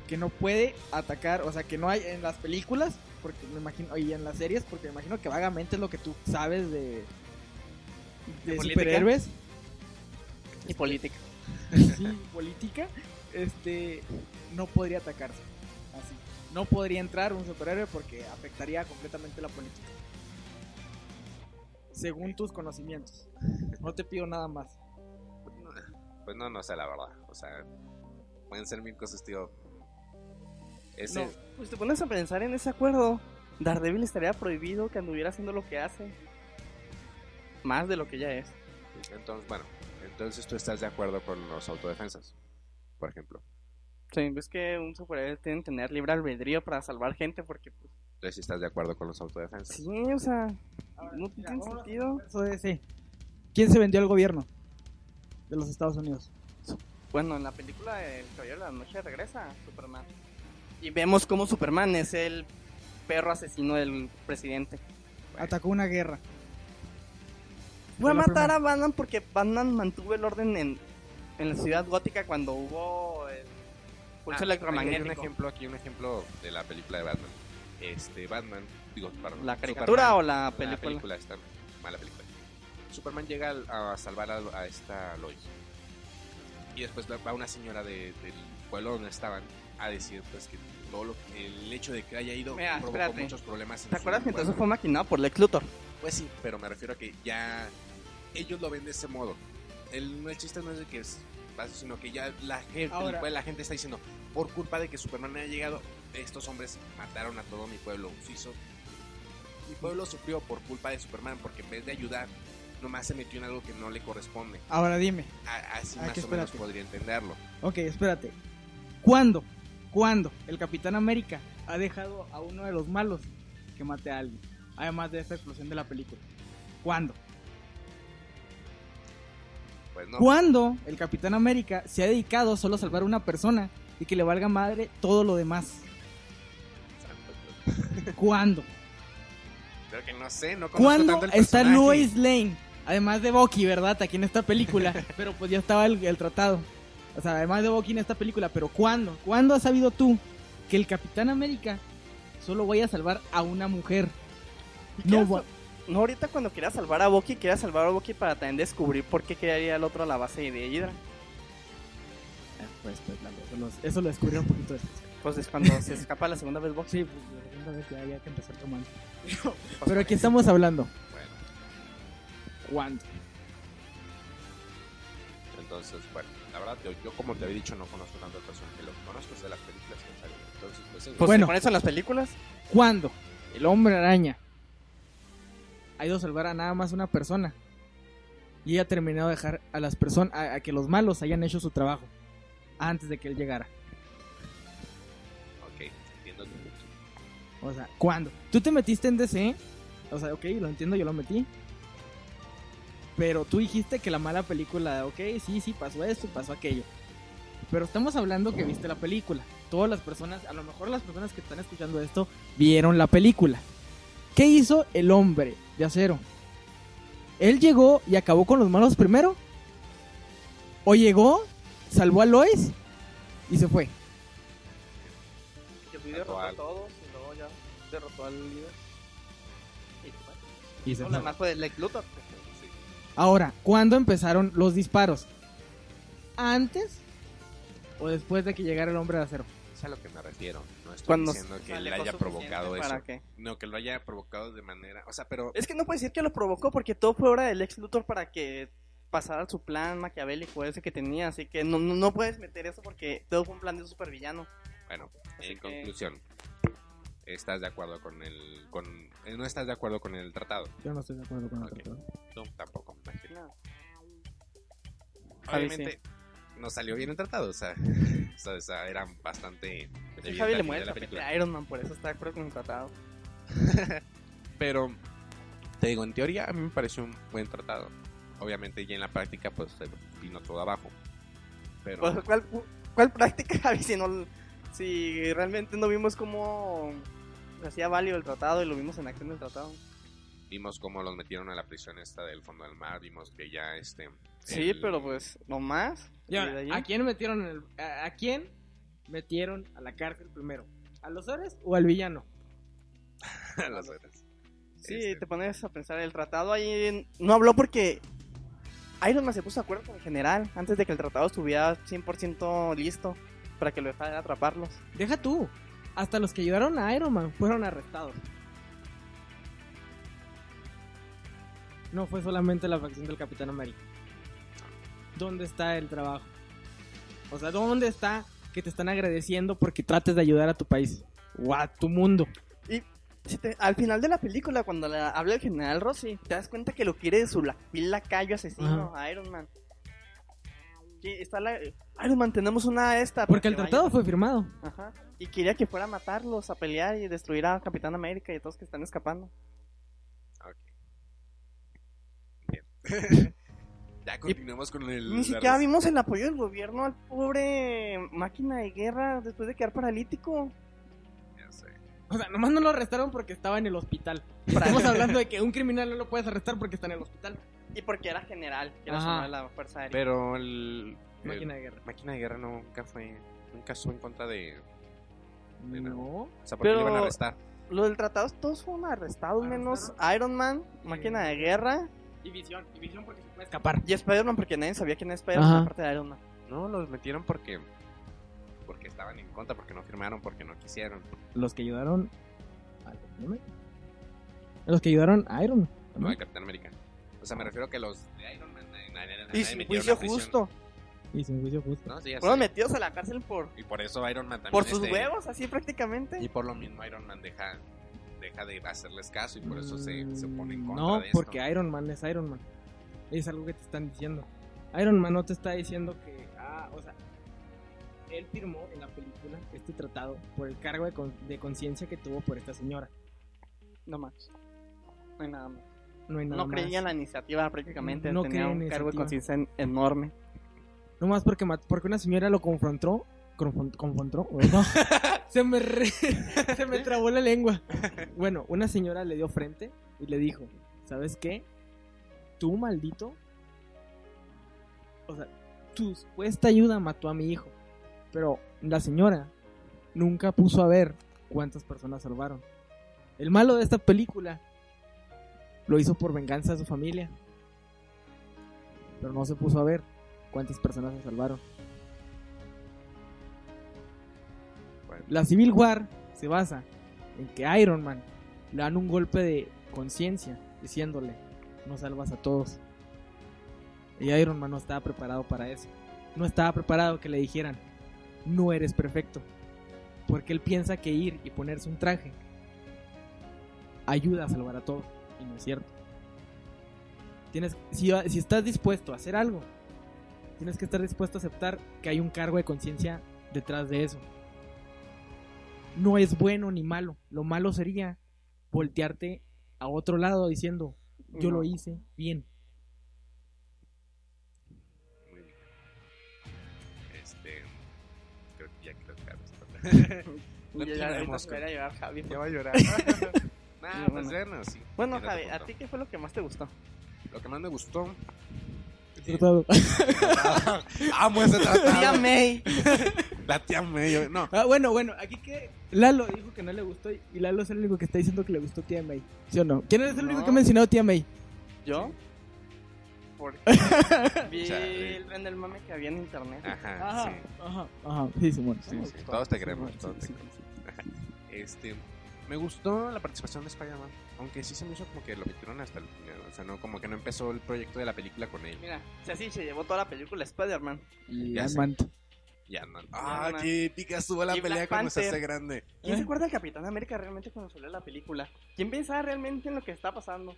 Speaker 3: que no puede atacar? O sea, que no hay en las películas, porque me imagino, y en las series, porque me imagino que vagamente es lo que tú sabes de, de,
Speaker 5: política?
Speaker 3: superhéroes
Speaker 5: Y política.
Speaker 3: y política, este, no podría atacarse. Así. No podría entrar un superhéroe porque afectaría completamente la política. Según tus conocimientos. No te pido nada más.
Speaker 4: Pues no, no sé la verdad. O sea, pueden ser mil cosas, tío. Ese,
Speaker 5: No, pues te pones a pensar en ese acuerdo. Daredevil estaría prohibido que anduviera haciendo lo que hace. Más de lo que ya es.
Speaker 4: entonces, bueno, entonces tú estás de acuerdo con los autodefensas, por ejemplo.
Speaker 5: Sí, es que un superhéroe tiene que tener libre albedrío para salvar gente porque, pues,
Speaker 4: Entonces sí estás de acuerdo con los autodefensas.
Speaker 5: sí, o sea,
Speaker 3: Ahora,
Speaker 5: no
Speaker 3: mira,
Speaker 5: tiene
Speaker 3: vámonos.
Speaker 5: sentido.
Speaker 3: Eso de sí. ¿Quién se vendió al gobierno de los Estados Unidos?
Speaker 5: Bueno, en la película El Caballero de la Noche regresa Superman. Y vemos cómo Superman es el perro asesino del presidente.
Speaker 3: Atacó una guerra.
Speaker 5: Fue a
Speaker 3: la
Speaker 5: matar
Speaker 3: primera.
Speaker 5: a Batman porque Batman mantuvo el orden en, en la ciudad gótica cuando hubo el pulso
Speaker 4: Ah,
Speaker 5: electromagnético.
Speaker 4: Hay un ejemplo aquí, un ejemplo de la película de Batman. Este, Batman, digo, perdón.
Speaker 5: ¿La caricatura
Speaker 4: Superman.
Speaker 5: o la película?
Speaker 4: La película está mala película. Superman llega al- a, salvar a, a esta Lois. Y después va- va una señora de- del pueblo donde estaban a decir pues que todo lo- el hecho de que haya ido
Speaker 5: Mira,
Speaker 4: provocó
Speaker 5: espérate.
Speaker 4: muchos problemas. en
Speaker 5: ¿Te
Speaker 4: su
Speaker 5: acuerdas que entonces
Speaker 4: pueblo.
Speaker 5: fue maquinado por Lex Luthor?
Speaker 4: Pues sí, pero me refiero a que ya ellos lo ven de ese modo. El, no, el chiste no es de que es pase, sino que ya la gente,
Speaker 3: Ahora-
Speaker 4: la gente está diciendo, por culpa de que Superman haya llegado, estos hombres mataron a todo mi pueblo. Se hizo- mi pueblo sufrió por culpa de Superman, porque en vez de ayudar, nomás se metió en algo que no le corresponde.
Speaker 3: Ahora dime.
Speaker 4: A- así
Speaker 3: Ah,
Speaker 4: más
Speaker 3: que
Speaker 4: o menos
Speaker 3: espérate.
Speaker 4: podría entenderlo.
Speaker 3: Ok, espérate. ¿Cuándo? ¿Cuándo el Capitán América ha dejado a uno de los malos que mate a alguien? Además de esta explosión de la película. ¿Cuándo?
Speaker 4: Pues no.
Speaker 3: ¿Cuándo el Capitán América se ha dedicado solo a salvar a una persona y que le valga madre todo lo demás?
Speaker 4: pues,
Speaker 3: ¿Cuándo?
Speaker 4: Creo que no sé, no conozco
Speaker 3: ¿Cuándo
Speaker 4: tanto el
Speaker 3: está
Speaker 4: personaje.
Speaker 3: Lois Lane? Además de Bucky, ¿verdad? Aquí en esta película. Pero pues ya estaba el, el tratado. O sea, además de Bucky en esta película. Pero ¿cuándo? ¿Cuándo has sabido tú que el Capitán América solo vaya a salvar a una mujer? No,
Speaker 5: qué
Speaker 3: va-
Speaker 5: No, ahorita cuando quería salvar a Bucky, quería salvar a Bucky para también descubrir por qué quería ir al otro a la base de Hydra.
Speaker 3: Pues, pues, la- eso lo- eso lo descubrí un poquito después.
Speaker 5: Pues es cuando se escapa la segunda vez Bucky.
Speaker 3: Sí, pues recientemente ya había que empezar tomando. Pero aquí estamos hablando.
Speaker 4: Bueno,
Speaker 3: ¿Cuándo?
Speaker 4: entonces, bueno, la verdad, yo, yo como te había dicho, no conozco tanto el personaje. Lo que conozco es de las películas que han salido. Entonces, pues sí.
Speaker 5: Pues
Speaker 3: Bueno.
Speaker 5: con eso en las películas.
Speaker 3: ¿Cuándo? El hombre araña ha ido a salvar a nada más una persona. Y ha terminado de dejar a las personas, a, a que los malos hayan hecho su trabajo. Antes de que él llegara.
Speaker 4: Ok, entiendo tu punto.
Speaker 3: O sea, ¿cuándo? Tú te metiste en DC. O sea, ok, lo entiendo, yo lo metí. Pero tú dijiste que la mala película, ok, sí, sí, pasó esto, pasó aquello. Pero estamos hablando que viste la película. Todas las personas, a lo mejor las personas que están escuchando esto, vieron la película. ¿Qué hizo el hombre de acero? ¿Él llegó y acabó con los malos primero? ¿O llegó, salvó a Lois y se fue?
Speaker 5: Que sí
Speaker 4: derrotó
Speaker 5: derrotó
Speaker 4: a
Speaker 5: a todos y luego ya derrotó al líder. Y pues, bueno,
Speaker 3: Y se
Speaker 5: no,
Speaker 3: fue.
Speaker 5: la más fue Lex Luthor. pues,
Speaker 4: Sí.
Speaker 3: Ahora, ¿cuándo empezaron los disparos? ¿Antes o después de que llegara el hombre de acero?
Speaker 4: Es a lo que me refiero. No estoy
Speaker 5: Cuando
Speaker 4: diciendo que
Speaker 5: sale
Speaker 4: le haya
Speaker 5: lo suficiente
Speaker 4: provocado eso.
Speaker 5: para que-
Speaker 4: No, que lo haya provocado de manera. O sea, pero.
Speaker 5: Es que no puede decir que lo provocó porque todo fue obra del ex Luthor para que pasara su plan maquiavélico ese que tenía. Así que no, no, no puedes meter eso porque todo fue un plan de un supervillano.
Speaker 4: Bueno,
Speaker 5: Así
Speaker 4: en
Speaker 5: que-
Speaker 4: conclusión. ¿Estás de acuerdo con el. Con, eh, no estás de acuerdo con el tratado?
Speaker 3: Yo no estoy de acuerdo con
Speaker 4: Ok.
Speaker 3: tratado.
Speaker 4: No, tampoco. me imagino.
Speaker 5: No. Javi,
Speaker 4: Obviamente, no salió bien el tratado. O sea, o sea, o sea, era bastante.
Speaker 5: Sí,
Speaker 4: evidente
Speaker 5: Javi le
Speaker 4: al final de
Speaker 5: mueve el
Speaker 4: la
Speaker 5: tapete
Speaker 4: película.
Speaker 5: a Iron Man, por eso está de acuerdo con el tratado.
Speaker 4: Pero te digo, en teoría a mí me pareció un buen tratado. Obviamente ya en la práctica pues se vino todo abajo. Pero
Speaker 5: Pues, ¿cuál, ¿Cuál práctica, Javi? Si, no, si realmente no vimos cómo hacía válido el tratado y lo vimos en acción del tratado.
Speaker 4: vimos cómo los metieron a la prisión esta del fondo del mar, vimos que ya este...
Speaker 5: Sí,
Speaker 4: el-
Speaker 5: pero pues, nomás.
Speaker 3: Y
Speaker 5: de
Speaker 3: ahora,
Speaker 5: ahí-
Speaker 3: ¿a quién metieron en el- a, a quién metieron a la cárcel primero? ¿A los héroes o al villano?
Speaker 4: las veras.
Speaker 5: Sí,
Speaker 4: Este.
Speaker 5: te pones a pensar, el tratado ahí no habló porque Iron Man se puso de acuerdo con el general antes de que el tratado estuviera 100% listo para que lo dejara atraparlos.
Speaker 3: Deja tú. Hasta los que ayudaron a Iron Man fueron arrestados. No fue solamente la facción del Capitán América. ¿Dónde está el trabajo? O sea, ¿dónde está que te están agradeciendo porque trates de ayudar a tu país? O a tu mundo.
Speaker 5: Si te- al final de la película, cuando le habla el general Rossi, te das cuenta que lo quiere de su la, vil lacayo asesino a Iron Man. Que está la- Iron Man, tenemos una esta. para
Speaker 3: Porque
Speaker 5: que
Speaker 3: el tratado
Speaker 5: vaya.
Speaker 3: fue firmado.
Speaker 5: Ajá. Y quería que fuera a matarlos, a pelear y destruir a Capitán América y a todos que están escapando.
Speaker 4: Ya continuamos con el...
Speaker 5: Ni
Speaker 4: la
Speaker 5: siquiera
Speaker 4: res-
Speaker 5: vimos el apoyo del gobierno al pobre máquina de guerra después de quedar paralítico.
Speaker 4: ya sé.
Speaker 3: O sea, nomás no lo arrestaron porque estaba en el hospital. Estamos hablando de que un criminal no lo puedes arrestar porque está en el hospital.
Speaker 5: Y porque era general, que era
Speaker 3: Ajá.
Speaker 5: sumar a la fuerza aérea.
Speaker 4: Pero el... el-
Speaker 3: Máquina de guerra.
Speaker 4: máquina de guerra nunca fue... Nunca estuvo en contra de... Pero-
Speaker 3: No.
Speaker 4: O sea, porque le
Speaker 5: Pero-
Speaker 4: iban a arrestar.
Speaker 5: Lo del tratado, todos fueron arrestados,
Speaker 4: Ah,
Speaker 3: Arrestaron.
Speaker 5: menos Iron Man, máquina de guerra
Speaker 3: Y visión, y visión porque se puede escapar.
Speaker 5: y Spider-Man, porque nadie sabía quién es Spider-Man
Speaker 3: Ajá.
Speaker 5: aparte de Iron Man.
Speaker 4: No, los metieron porque... Porque estaban en contra, porque no firmaron, porque no quisieron.
Speaker 3: los que ayudaron a los que ayudaron a Iron Man.
Speaker 4: No, de Capitán América. O sea, me refiero que los de Iron Man... eh, nadie- nadie
Speaker 5: Y sin
Speaker 4: metieron
Speaker 5: juicio
Speaker 4: a prisión.
Speaker 5: justo.
Speaker 3: y sin juicio justo.
Speaker 4: No, sí, ya
Speaker 5: Fueron
Speaker 4: sé.
Speaker 5: metidos a la cárcel por,
Speaker 4: Y por eso Iron Man también.
Speaker 5: por sus
Speaker 4: este,
Speaker 5: huevos, así prácticamente.
Speaker 4: Y por lo mismo Iron Man deja, deja de hacerles caso y por eso se, se pone en contra
Speaker 5: Mm,
Speaker 3: No,
Speaker 4: de esto.
Speaker 3: porque Iron Man es Iron Man. es algo que te están diciendo. Iron Man no te está diciendo que, ah, o sea, él firmó en la película este tratado por el cargo de con- de conciencia que tuvo por esta señora.
Speaker 5: No más. No hay nada más.
Speaker 3: No hay nada
Speaker 5: no
Speaker 3: más.
Speaker 5: creía en la iniciativa prácticamente.
Speaker 3: No
Speaker 5: tenía
Speaker 3: creía en
Speaker 5: un
Speaker 3: la
Speaker 5: cargo de
Speaker 3: iniciativa.
Speaker 5: conciencia en- enorme.
Speaker 3: No más porque, mat- porque una señora lo confrontó. confron- ¿Confrontó? ¿O no? se, me re- se me trabó la lengua. Bueno, una señora le dio frente y le dijo: ¿Sabes qué? Tú, maldito. O sea, tu supuesta ayuda mató a mi hijo. Pero la señora nunca puso a ver cuántas personas salvaron. El malo de esta película lo hizo por venganza a su familia. Pero no se puso a ver cuántas personas se salvaron.
Speaker 4: Bueno.
Speaker 3: La Civil War se basa en que Iron Man le dan un golpe de conciencia diciéndole, no salvas a todos. Y Iron Man no estaba preparado para eso. No estaba preparado que le dijeran, no eres perfecto. Porque él piensa que ir y ponerse un traje ayuda a salvar a todos. Y no es cierto. Tienes, si, si estás dispuesto a hacer algo, tienes que estar dispuesto a aceptar que hay un cargo de conciencia detrás de eso. No es bueno ni malo. Lo malo sería voltearte a otro lado diciendo, yo
Speaker 5: No.
Speaker 3: lo hice bien.
Speaker 4: Muy bien. Este. Creo que ya creo que ya respondo. No
Speaker 5: Yo
Speaker 4: tiene
Speaker 5: ya
Speaker 4: nada de
Speaker 5: ahorita
Speaker 4: mosca.
Speaker 5: se va a llevar Javi.
Speaker 4: Ya va a llorar. Nah,
Speaker 5: No,
Speaker 4: pues
Speaker 5: bueno.
Speaker 4: bueno, sí.
Speaker 5: Bueno,
Speaker 4: Tienes
Speaker 5: Javi,
Speaker 4: un
Speaker 5: ¿a
Speaker 4: punto.
Speaker 5: ti qué fue lo que más te gustó?
Speaker 4: Lo que más me gustó.
Speaker 3: Tratado.
Speaker 4: Amo ese tratado.
Speaker 5: Tía May.
Speaker 4: La tía May. No,
Speaker 3: Ah, bueno, bueno, aquí que Lalo dijo que no le gustó y Lalo es el único que está diciendo que le gustó Tía May. ¿Sí o no? ¿Quién es el único
Speaker 5: No.
Speaker 3: que ha mencionado Tía May?
Speaker 5: ¿Yo? Porque vi
Speaker 4: Chale. Ah.
Speaker 5: el tren del mame que había en internet.
Speaker 4: Ajá, sí.
Speaker 3: ajá, ajá. Sí, Simón.
Speaker 4: Sí, sí, todos te queremos, todos te queremos. Ajá. Este, me gustó la participación de Spider-Man, aunque sí se me hizo como que lo metieron hasta el final, o sea, no como que no empezó el proyecto de la película con él.
Speaker 5: Mira, si así se llevó toda la película Spider-Man.
Speaker 3: Y
Speaker 4: Ya sé.
Speaker 3: Ant-Man.
Speaker 4: Ya no. Ah,
Speaker 5: Spider-Man.
Speaker 4: que Pikachu va a la
Speaker 5: Y
Speaker 4: pelea
Speaker 5: Black
Speaker 4: como se
Speaker 5: Panther.
Speaker 4: hace grande.
Speaker 5: ¿Quién
Speaker 3: ¿Eh?
Speaker 5: se acuerda del Capitán América realmente cuando salió la película? ¿Quién pensaba realmente en lo que está pasando?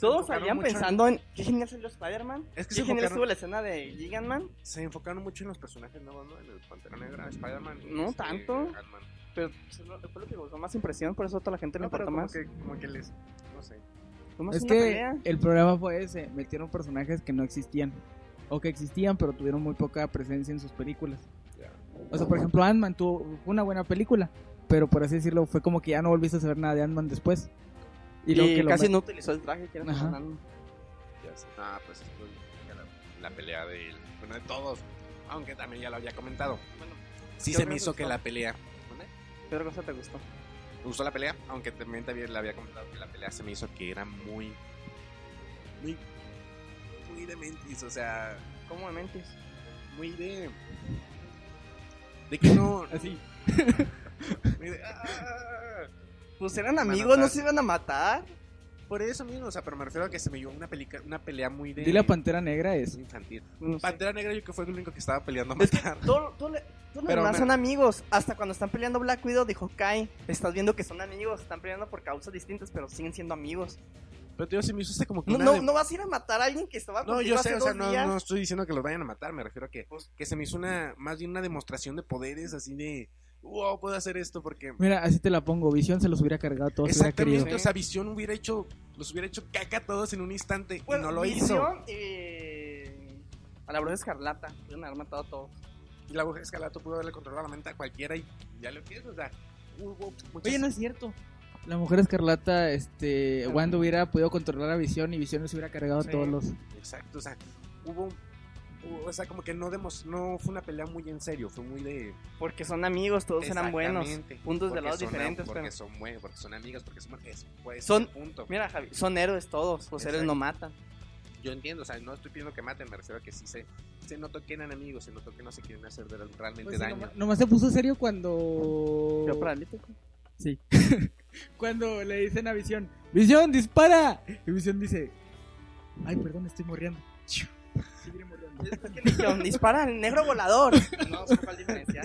Speaker 5: Todos salían pensando en qué genial salió Spider-Man.
Speaker 4: Es que se
Speaker 5: qué genial
Speaker 4: enfocaron-
Speaker 5: estuvo la escena de Gigan Man.
Speaker 4: Se enfocaron mucho en los personajes nuevos, ¿no? En el Pantera Negra, Spider-Man. y
Speaker 5: No
Speaker 4: este,
Speaker 5: tanto.
Speaker 4: Ant-Man.
Speaker 5: Pero solo- fue lo que causó más impresión, por eso a toda la gente le
Speaker 4: No, Ah, pero como
Speaker 5: importa más.
Speaker 4: que, como que les. No sé.
Speaker 5: Nomás
Speaker 7: Es
Speaker 5: una
Speaker 7: que
Speaker 5: pelea.
Speaker 7: el programa fue ese, metieron personajes que no existían o que existían pero tuvieron muy poca presencia en sus películas.
Speaker 4: Ya.
Speaker 7: O sea, por ejemplo, Ant-Man tuvo fue una buena película, pero por así decirlo, fue como que ya no volviste a saber nada de Ant-Man después.
Speaker 5: Y,
Speaker 7: luego que lo
Speaker 5: casi
Speaker 7: met-
Speaker 5: no utilizó el traje que era
Speaker 7: Ajá.
Speaker 5: Fernando.
Speaker 4: Ya sé. Ah, pues es la, la pelea de él. Bueno, de todos. Aunque también ya lo había comentado.
Speaker 5: Bueno,
Speaker 4: Sí
Speaker 5: ¿qué
Speaker 4: se
Speaker 5: otra
Speaker 4: me hizo
Speaker 5: cosa?
Speaker 4: que la pelea. ¿Dónde?
Speaker 5: ¿qué otra cosa te gustó?
Speaker 4: me gustó la pelea, aunque también te había- le había comentado que la pelea se me hizo que era muy, muy, muy de mentis, o sea,
Speaker 5: ¿Cómo me mentes?
Speaker 4: muy de, de que no,
Speaker 3: Así.
Speaker 4: muy de, "Ah".
Speaker 5: Pues eran
Speaker 4: Van a
Speaker 5: amigos, no
Speaker 4: matar.
Speaker 5: se iban a matar.
Speaker 4: por eso mismo, o sea, pero me refiero a que se me dio una pelea, una pelea muy de,
Speaker 7: Dile a Pantera Negra es.
Speaker 4: infantil.
Speaker 5: No sé.
Speaker 4: Pantera Negra yo que fue el único que estaba peleando a
Speaker 5: Es que
Speaker 4: matar.
Speaker 5: todo, todo, le- todo lo
Speaker 4: Pero
Speaker 5: demás
Speaker 4: me-
Speaker 5: son amigos. Hasta cuando están peleando Black Widow dijo Kai, estás viendo que son amigos, están peleando por causas distintas, pero siguen siendo amigos.
Speaker 4: Pero tío, se me hizo este como que
Speaker 5: No,
Speaker 4: una
Speaker 5: no,
Speaker 4: de-
Speaker 5: no vas a ir a matar Ah, a alguien que estaba
Speaker 4: No,
Speaker 5: contigo
Speaker 4: yo
Speaker 5: hace
Speaker 4: sé, o
Speaker 5: dos
Speaker 4: sea, no,
Speaker 5: días.
Speaker 4: no estoy diciendo que los vayan a matar, me refiero a que,
Speaker 5: Pues-
Speaker 4: que se me hizo una, más bien una demostración de poderes así de, wow, puedo hacer esto porque...
Speaker 7: Mira, así te la pongo, Visión se los hubiera cargado a todos, se hubiera querido.
Speaker 4: Exactamente, o sea, Visión hubiera hecho, los hubiera hecho caca a todos en un instante
Speaker 5: Bueno,
Speaker 4: y no lo hizo.
Speaker 5: Visión, eh, a la bruja escarlata, pudieron haber matado a todos.
Speaker 4: Y la bruja escalato pudo haberle controlado la mente a cualquiera y ya lo que es, o sea, hubo muchas-
Speaker 7: Oye, no es cierto. La mujer escarlata, este, Wanda hubiera podido controlar a Visión y Visión se hubiera cargado
Speaker 4: Sí.
Speaker 7: a todos los.
Speaker 4: Exacto, o sea, hubo, hubo- o sea, como que no demos, no fue una pelea muy en serio, fue muy de
Speaker 5: Porque son amigos, todos eran buenos.
Speaker 4: Exactamente,
Speaker 5: puntos de
Speaker 4: porque
Speaker 5: lados
Speaker 4: son am-
Speaker 5: diferentes,
Speaker 4: porque
Speaker 5: pero-
Speaker 4: son buenos, porque son amigos, porque son es- pues,
Speaker 5: Son-
Speaker 4: el punto.
Speaker 5: Mira, Javi, son héroes todos, los héroes
Speaker 4: Exacto.
Speaker 5: no matan.
Speaker 4: Yo entiendo, o sea, no estoy pidiendo que maten, me refiero a que sí se, se notó que eran amigos, se notó que no se quieren hacer de- realmente
Speaker 7: Pues sí,
Speaker 4: daño.
Speaker 7: nomás, nomás se puso serio cuando.
Speaker 5: Yo paralítico.
Speaker 7: Cuando le dicen a Visión, Visión, dispara. Y Visión dice, ay, perdón, estoy morriendo. Chiu, seguiré morriendo.
Speaker 5: Visión, Dispara al negro volador. No, sé cuál diferencia.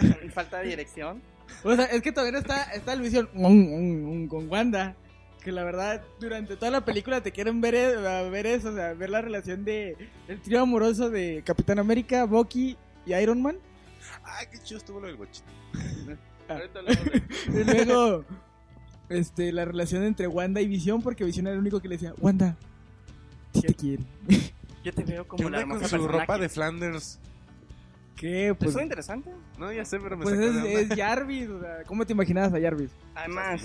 Speaker 5: Falta de dirección.
Speaker 7: O sea, es que todavía no está, está el Visión mm, mm, mm, con Wanda.
Speaker 3: que la verdad durante toda la película te quieren ver, e- a ver eso, o sea, ver la relación de el trío amoroso de Capitán América, Bucky y Iron Man.
Speaker 4: Ay, qué chido estuvo lo del bochito. Ah.
Speaker 3: Y luego este la relación entre Wanda y Visión porque Visión era el único que le decía, "Wanda, sí te quiero."
Speaker 5: Yo te veo
Speaker 4: ¿Qué
Speaker 5: como la
Speaker 4: onda con
Speaker 5: hermosa
Speaker 4: su
Speaker 5: persona
Speaker 4: ropa
Speaker 5: que-
Speaker 4: de Flanders?
Speaker 3: ¿Qué?
Speaker 5: ¿Eso
Speaker 3: Pues
Speaker 5: es interesante?
Speaker 4: No, ya sé, pero me
Speaker 3: pues
Speaker 4: sacó
Speaker 3: es,
Speaker 4: de onda.
Speaker 3: es Jarvis, o sea, ¿cómo te imaginabas a Jarvis?
Speaker 5: Además,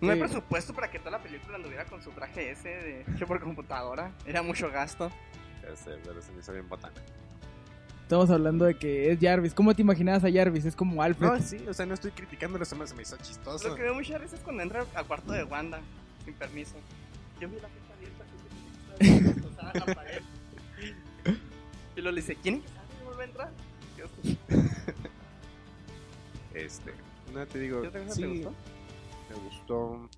Speaker 5: no hay
Speaker 3: Sí.
Speaker 5: presupuesto para que toda la película anduviera con su traje ese de hecho por computadora. Era mucho gasto.
Speaker 4: Ya sé, pero se me hizo bien botana.
Speaker 3: Estamos hablando de que es Jarvis. ¿Cómo te imaginabas a Jarvis? Es como Alfred.
Speaker 4: No, sí, o sea, no estoy criticando los temas, se me hizo chistoso.
Speaker 5: Lo que veo muchas veces es cuando entra al cuarto de Wanda, sin permiso. Yo vi la puerta abierta, que se me hizo tosada la pared. Y luego le dice, ¿quién es que sabe cómo va a entrar? Yo,
Speaker 4: Este, no te digo,
Speaker 5: ¿y otra cosa
Speaker 4: sí,
Speaker 5: te gustó?
Speaker 4: me gustó.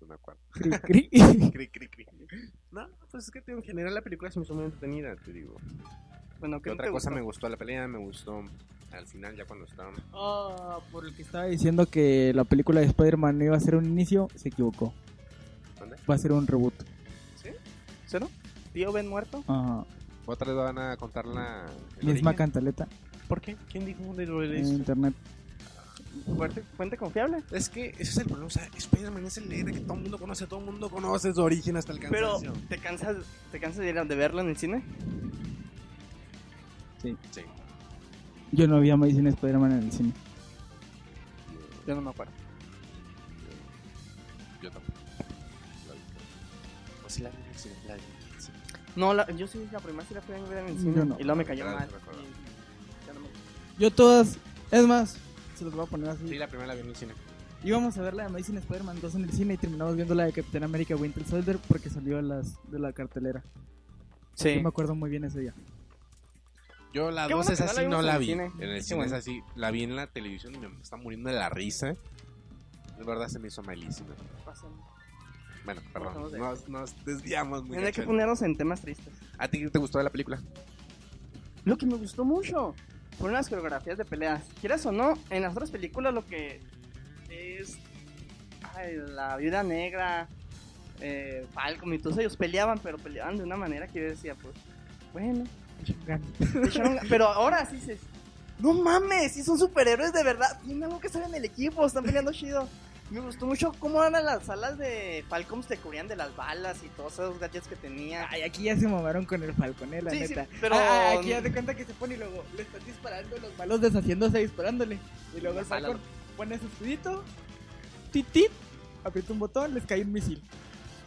Speaker 4: No me acuerdo.
Speaker 3: Cri, cri.
Speaker 4: Cri, cri, cri. No, pues es que te digo, en general la película se me hizo muy entretenida, te digo.
Speaker 5: Bueno, ¿qué
Speaker 4: Que
Speaker 5: no
Speaker 4: otra
Speaker 5: te
Speaker 4: cosa
Speaker 5: gustó?
Speaker 4: me gustó la pelea, me gustó al final ya cuando estaban.
Speaker 3: Ah, por el que estaba diciendo que la película de Spider-Man no iba a ser un inicio, se equivocó.
Speaker 4: ¿Dónde?
Speaker 3: Va a ser un reboot.
Speaker 5: ¿Cero? ¿Tío Ben muerto?
Speaker 3: Ajá.
Speaker 4: Otra vez van a contar la. el
Speaker 3: Misma
Speaker 4: origen.
Speaker 3: cantaleta
Speaker 4: ¿Por qué? ¿Quién dijo de lo
Speaker 3: en internet.
Speaker 5: Mm. ¿Fuerte, ¿Fuente confiable?
Speaker 4: Es que ese es el problema, o sea, Spider-Man es el héroe que todo el mundo conoce, todo el mundo conoce su origen hasta el
Speaker 5: Pero,
Speaker 4: cansancio.
Speaker 5: ¿te cansas, te cansas de, ir a- de verlo en el cine?
Speaker 4: Sí,
Speaker 3: Yo no había Amazing Spider-Man en el cine.
Speaker 5: Yo no me acuerdo.
Speaker 4: yo tampoco. La vi. O si la vi, Pues sí, la vi, sí.
Speaker 5: No, la- yo sí, la primera sí la fui a ver en el cine.
Speaker 3: Yo no.
Speaker 5: Y luego me cayó
Speaker 4: Ya,
Speaker 5: mal.
Speaker 4: ya me acuerdo.
Speaker 5: Y- ya no me-
Speaker 3: Yo todas, es más, se los voy a poner así.
Speaker 4: Sí, la primera la vi en el cine.
Speaker 3: Íbamos a ver la de Amazing Spider-Man 2 en el cine y terminamos viendo la de Capitán América Winter Soldier porque salió las de la cartelera. Yo
Speaker 5: Sí.
Speaker 3: me acuerdo muy bien ese día.
Speaker 4: Yo la
Speaker 5: Qué
Speaker 4: dos
Speaker 5: bueno
Speaker 4: es
Speaker 5: que no la
Speaker 4: así,
Speaker 5: vimos
Speaker 4: no
Speaker 5: en
Speaker 4: la
Speaker 5: el
Speaker 4: vi.
Speaker 5: cine.
Speaker 4: En el
Speaker 5: Qué
Speaker 4: cine es
Speaker 5: bueno.
Speaker 4: así, la vi en la televisión y me está muriendo de la risa. De verdad se me hizo malísimo. Bueno,
Speaker 5: Pasamos
Speaker 4: perdón,
Speaker 5: de-
Speaker 4: nos, nos desviamos muy
Speaker 5: Tiene que
Speaker 4: gacho.
Speaker 5: ponernos en temas tristes.
Speaker 4: ¿A ti qué te gustó de la película?
Speaker 5: Lo que me gustó mucho fueron las coreografías de peleas. Quieras o no, en las otras películas lo que es ay, la viuda negra, eh, Falcon y todos ellos peleaban, pero peleaban de una manera que yo decía, pues, bueno, le echaron ganas. pero ahora sí se... No mames, sí son superhéroes de verdad. Tienen algo que saben el equipo, están peleando chido. Me gustó mucho cómo eran las alas de Falcon, se cubrían de las balas y todos esos gadgets que tenía.
Speaker 3: Ay, aquí ya se mamaron con el Falcon, eh, la
Speaker 5: Sí, sí,
Speaker 3: neta.
Speaker 5: pero-
Speaker 3: Ah, aquí ya te cuenta que se pone y luego le estás disparando, los malos deshaciéndose disparándole. Y luego el
Speaker 5: Las balas.
Speaker 3: Falcon pone su escudito, tit, tit, aprieta un botón, les cae un misil.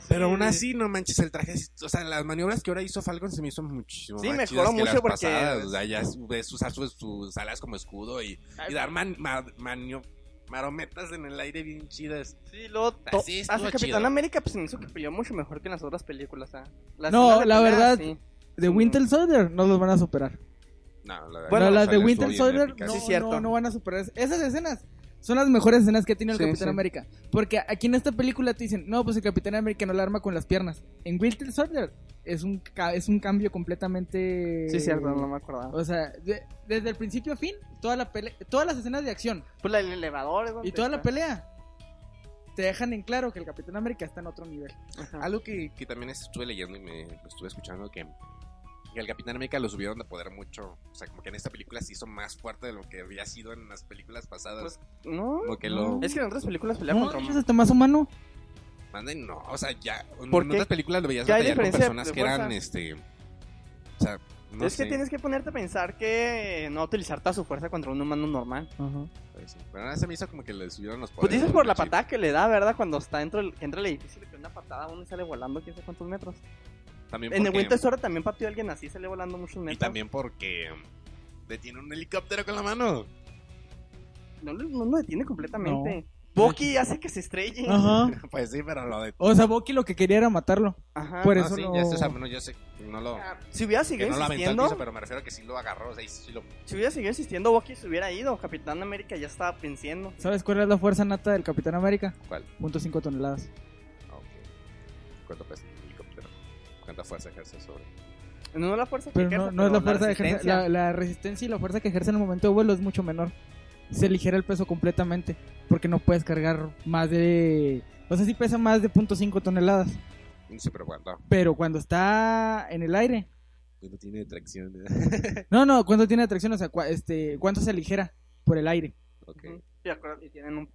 Speaker 4: Pero aún así, no manches, el traje, o sea, las maniobras que ahora hizo Falcon se me hizo muchísimo
Speaker 5: Sí,
Speaker 4: más
Speaker 5: mejoró
Speaker 4: chidas que
Speaker 5: mucho
Speaker 4: las
Speaker 5: porque-
Speaker 4: pasadas. O sea, ya su- ves usar sus, sus alas como escudo y, y dar man- ma- manio- marometas en el aire bien chidas.
Speaker 5: Sí, luego
Speaker 4: Así
Speaker 5: to-
Speaker 4: estuvo
Speaker 5: hasta Capitán
Speaker 4: chido.
Speaker 5: América pues se me hizo que peleó mucho mejor que en las otras películas. ¿ah? Las
Speaker 3: No,
Speaker 5: escenas de
Speaker 3: la
Speaker 5: pelea,
Speaker 3: verdad,
Speaker 5: sí.
Speaker 3: De Winter Soldier no los van a superar.
Speaker 4: No, la
Speaker 3: Bueno,
Speaker 4: la
Speaker 3: las de
Speaker 4: estuvo
Speaker 3: Winter
Speaker 4: bien
Speaker 3: Soldier
Speaker 4: épica.
Speaker 3: no,
Speaker 5: Sí, cierto.
Speaker 3: no, no van a superar. es- Esas escenas son las mejores escenas que tiene el
Speaker 5: Sí,
Speaker 3: Capitán
Speaker 5: sí.
Speaker 3: América. Porque aquí en esta película te dicen, no, pues el Capitán América no la arma con las piernas. En Winter Soldier es un, ca- es un cambio completamente...
Speaker 5: Sí, cierto, no me acordaba.
Speaker 3: O sea, de- desde el principio a fin, toda la pele- todas las escenas de acción
Speaker 5: Pues la del elevador. es donde
Speaker 3: y toda la
Speaker 5: está.
Speaker 3: pelea te dejan en claro que el Capitán América está en otro nivel.
Speaker 5: Ajá.
Speaker 4: Algo que, que también estuve leyendo y me lo estuve escuchando que, que al Capitán América lo subieron de poder mucho. O sea, como que en esta película se hizo más fuerte de lo que había sido en las películas pasadas.
Speaker 5: Pues, No,
Speaker 4: como que
Speaker 3: mm,
Speaker 4: lo
Speaker 5: es que en otras películas pelea
Speaker 3: No,
Speaker 5: contra
Speaker 3: es
Speaker 5: humanos.
Speaker 3: hasta más humano.
Speaker 4: manden, no, o sea, ya en
Speaker 5: ¿Por qué?
Speaker 4: otras películas lo veías
Speaker 5: ¿Qué hay
Speaker 4: batallar con
Speaker 5: diferencia
Speaker 4: personas
Speaker 5: de
Speaker 4: que eran
Speaker 5: fuerza?
Speaker 4: este o sea, no
Speaker 5: es
Speaker 4: sé.
Speaker 5: que tienes que ponerte a pensar que no utilizar toda su fuerza contra un humano normal.
Speaker 4: Pues sí, Pero nada, se me hizo como que le subieron los
Speaker 5: Pues
Speaker 4: poderes.
Speaker 5: dices por
Speaker 4: muy
Speaker 5: la
Speaker 4: chido.
Speaker 5: patada que le da, ¿verdad? Cuando está dentro del, que entra el edificio y le pega una patada a uno y sale volando quién sabe cuántos metros.
Speaker 4: También
Speaker 5: En el
Speaker 4: porque-
Speaker 5: Winter Soldier también pateó a alguien así, sale volando muchos metros.
Speaker 4: Y también porque detiene un helicóptero con la mano.
Speaker 5: No, lo- no lo detiene completamente. Bucky hace que se estrelle.
Speaker 3: Ajá.
Speaker 4: Pues sí, pero lo de
Speaker 3: O sea, Bucky lo que quería era matarlo.
Speaker 5: Ajá.
Speaker 3: Por
Speaker 4: No,
Speaker 3: eso
Speaker 4: sí,
Speaker 3: lo-
Speaker 4: ya sé, o sea, bueno, yo sé que no lo
Speaker 5: Ah, Si hubiera
Speaker 4: que
Speaker 5: seguido
Speaker 4: no lo aventó al
Speaker 5: insistiendo,
Speaker 4: piso, pero me refiero a que sí lo agarró, o sea, y sí lo
Speaker 5: si hubiera seguido insistiendo, Bucky se hubiera ido. Capitán América ya estaba venciendo.
Speaker 3: ¿Sabes cuál es la fuerza nata del Capitán América?
Speaker 4: ¿Cuál?
Speaker 3: Punto cinco toneladas.
Speaker 4: Ah, ok. ¿Cuánto pesa un helicóptero? ¿Cuánta fuerza ejerce sobre?
Speaker 5: No la fuerza que
Speaker 3: Pero
Speaker 5: ejerce,
Speaker 3: no, no es
Speaker 5: pero
Speaker 3: la fuerza de ejercer.
Speaker 5: resistencia.
Speaker 3: La, la resistencia y la fuerza que ejerce en el momento de vuelo es mucho menor. se ligera el peso completamente. Porque no puedes cargar más de. O sea, sí pesa más de 0.5 toneladas.
Speaker 4: No sé, pero cuando.
Speaker 3: Pero cuando está en el aire.
Speaker 4: Cuando tiene tracción.
Speaker 3: No, no, cuando tiene atracción, o sea, cua- este, cuánto se ligera por el aire.
Speaker 4: ok.
Speaker 5: Ujú. Sí, de acuerdo, y tienen un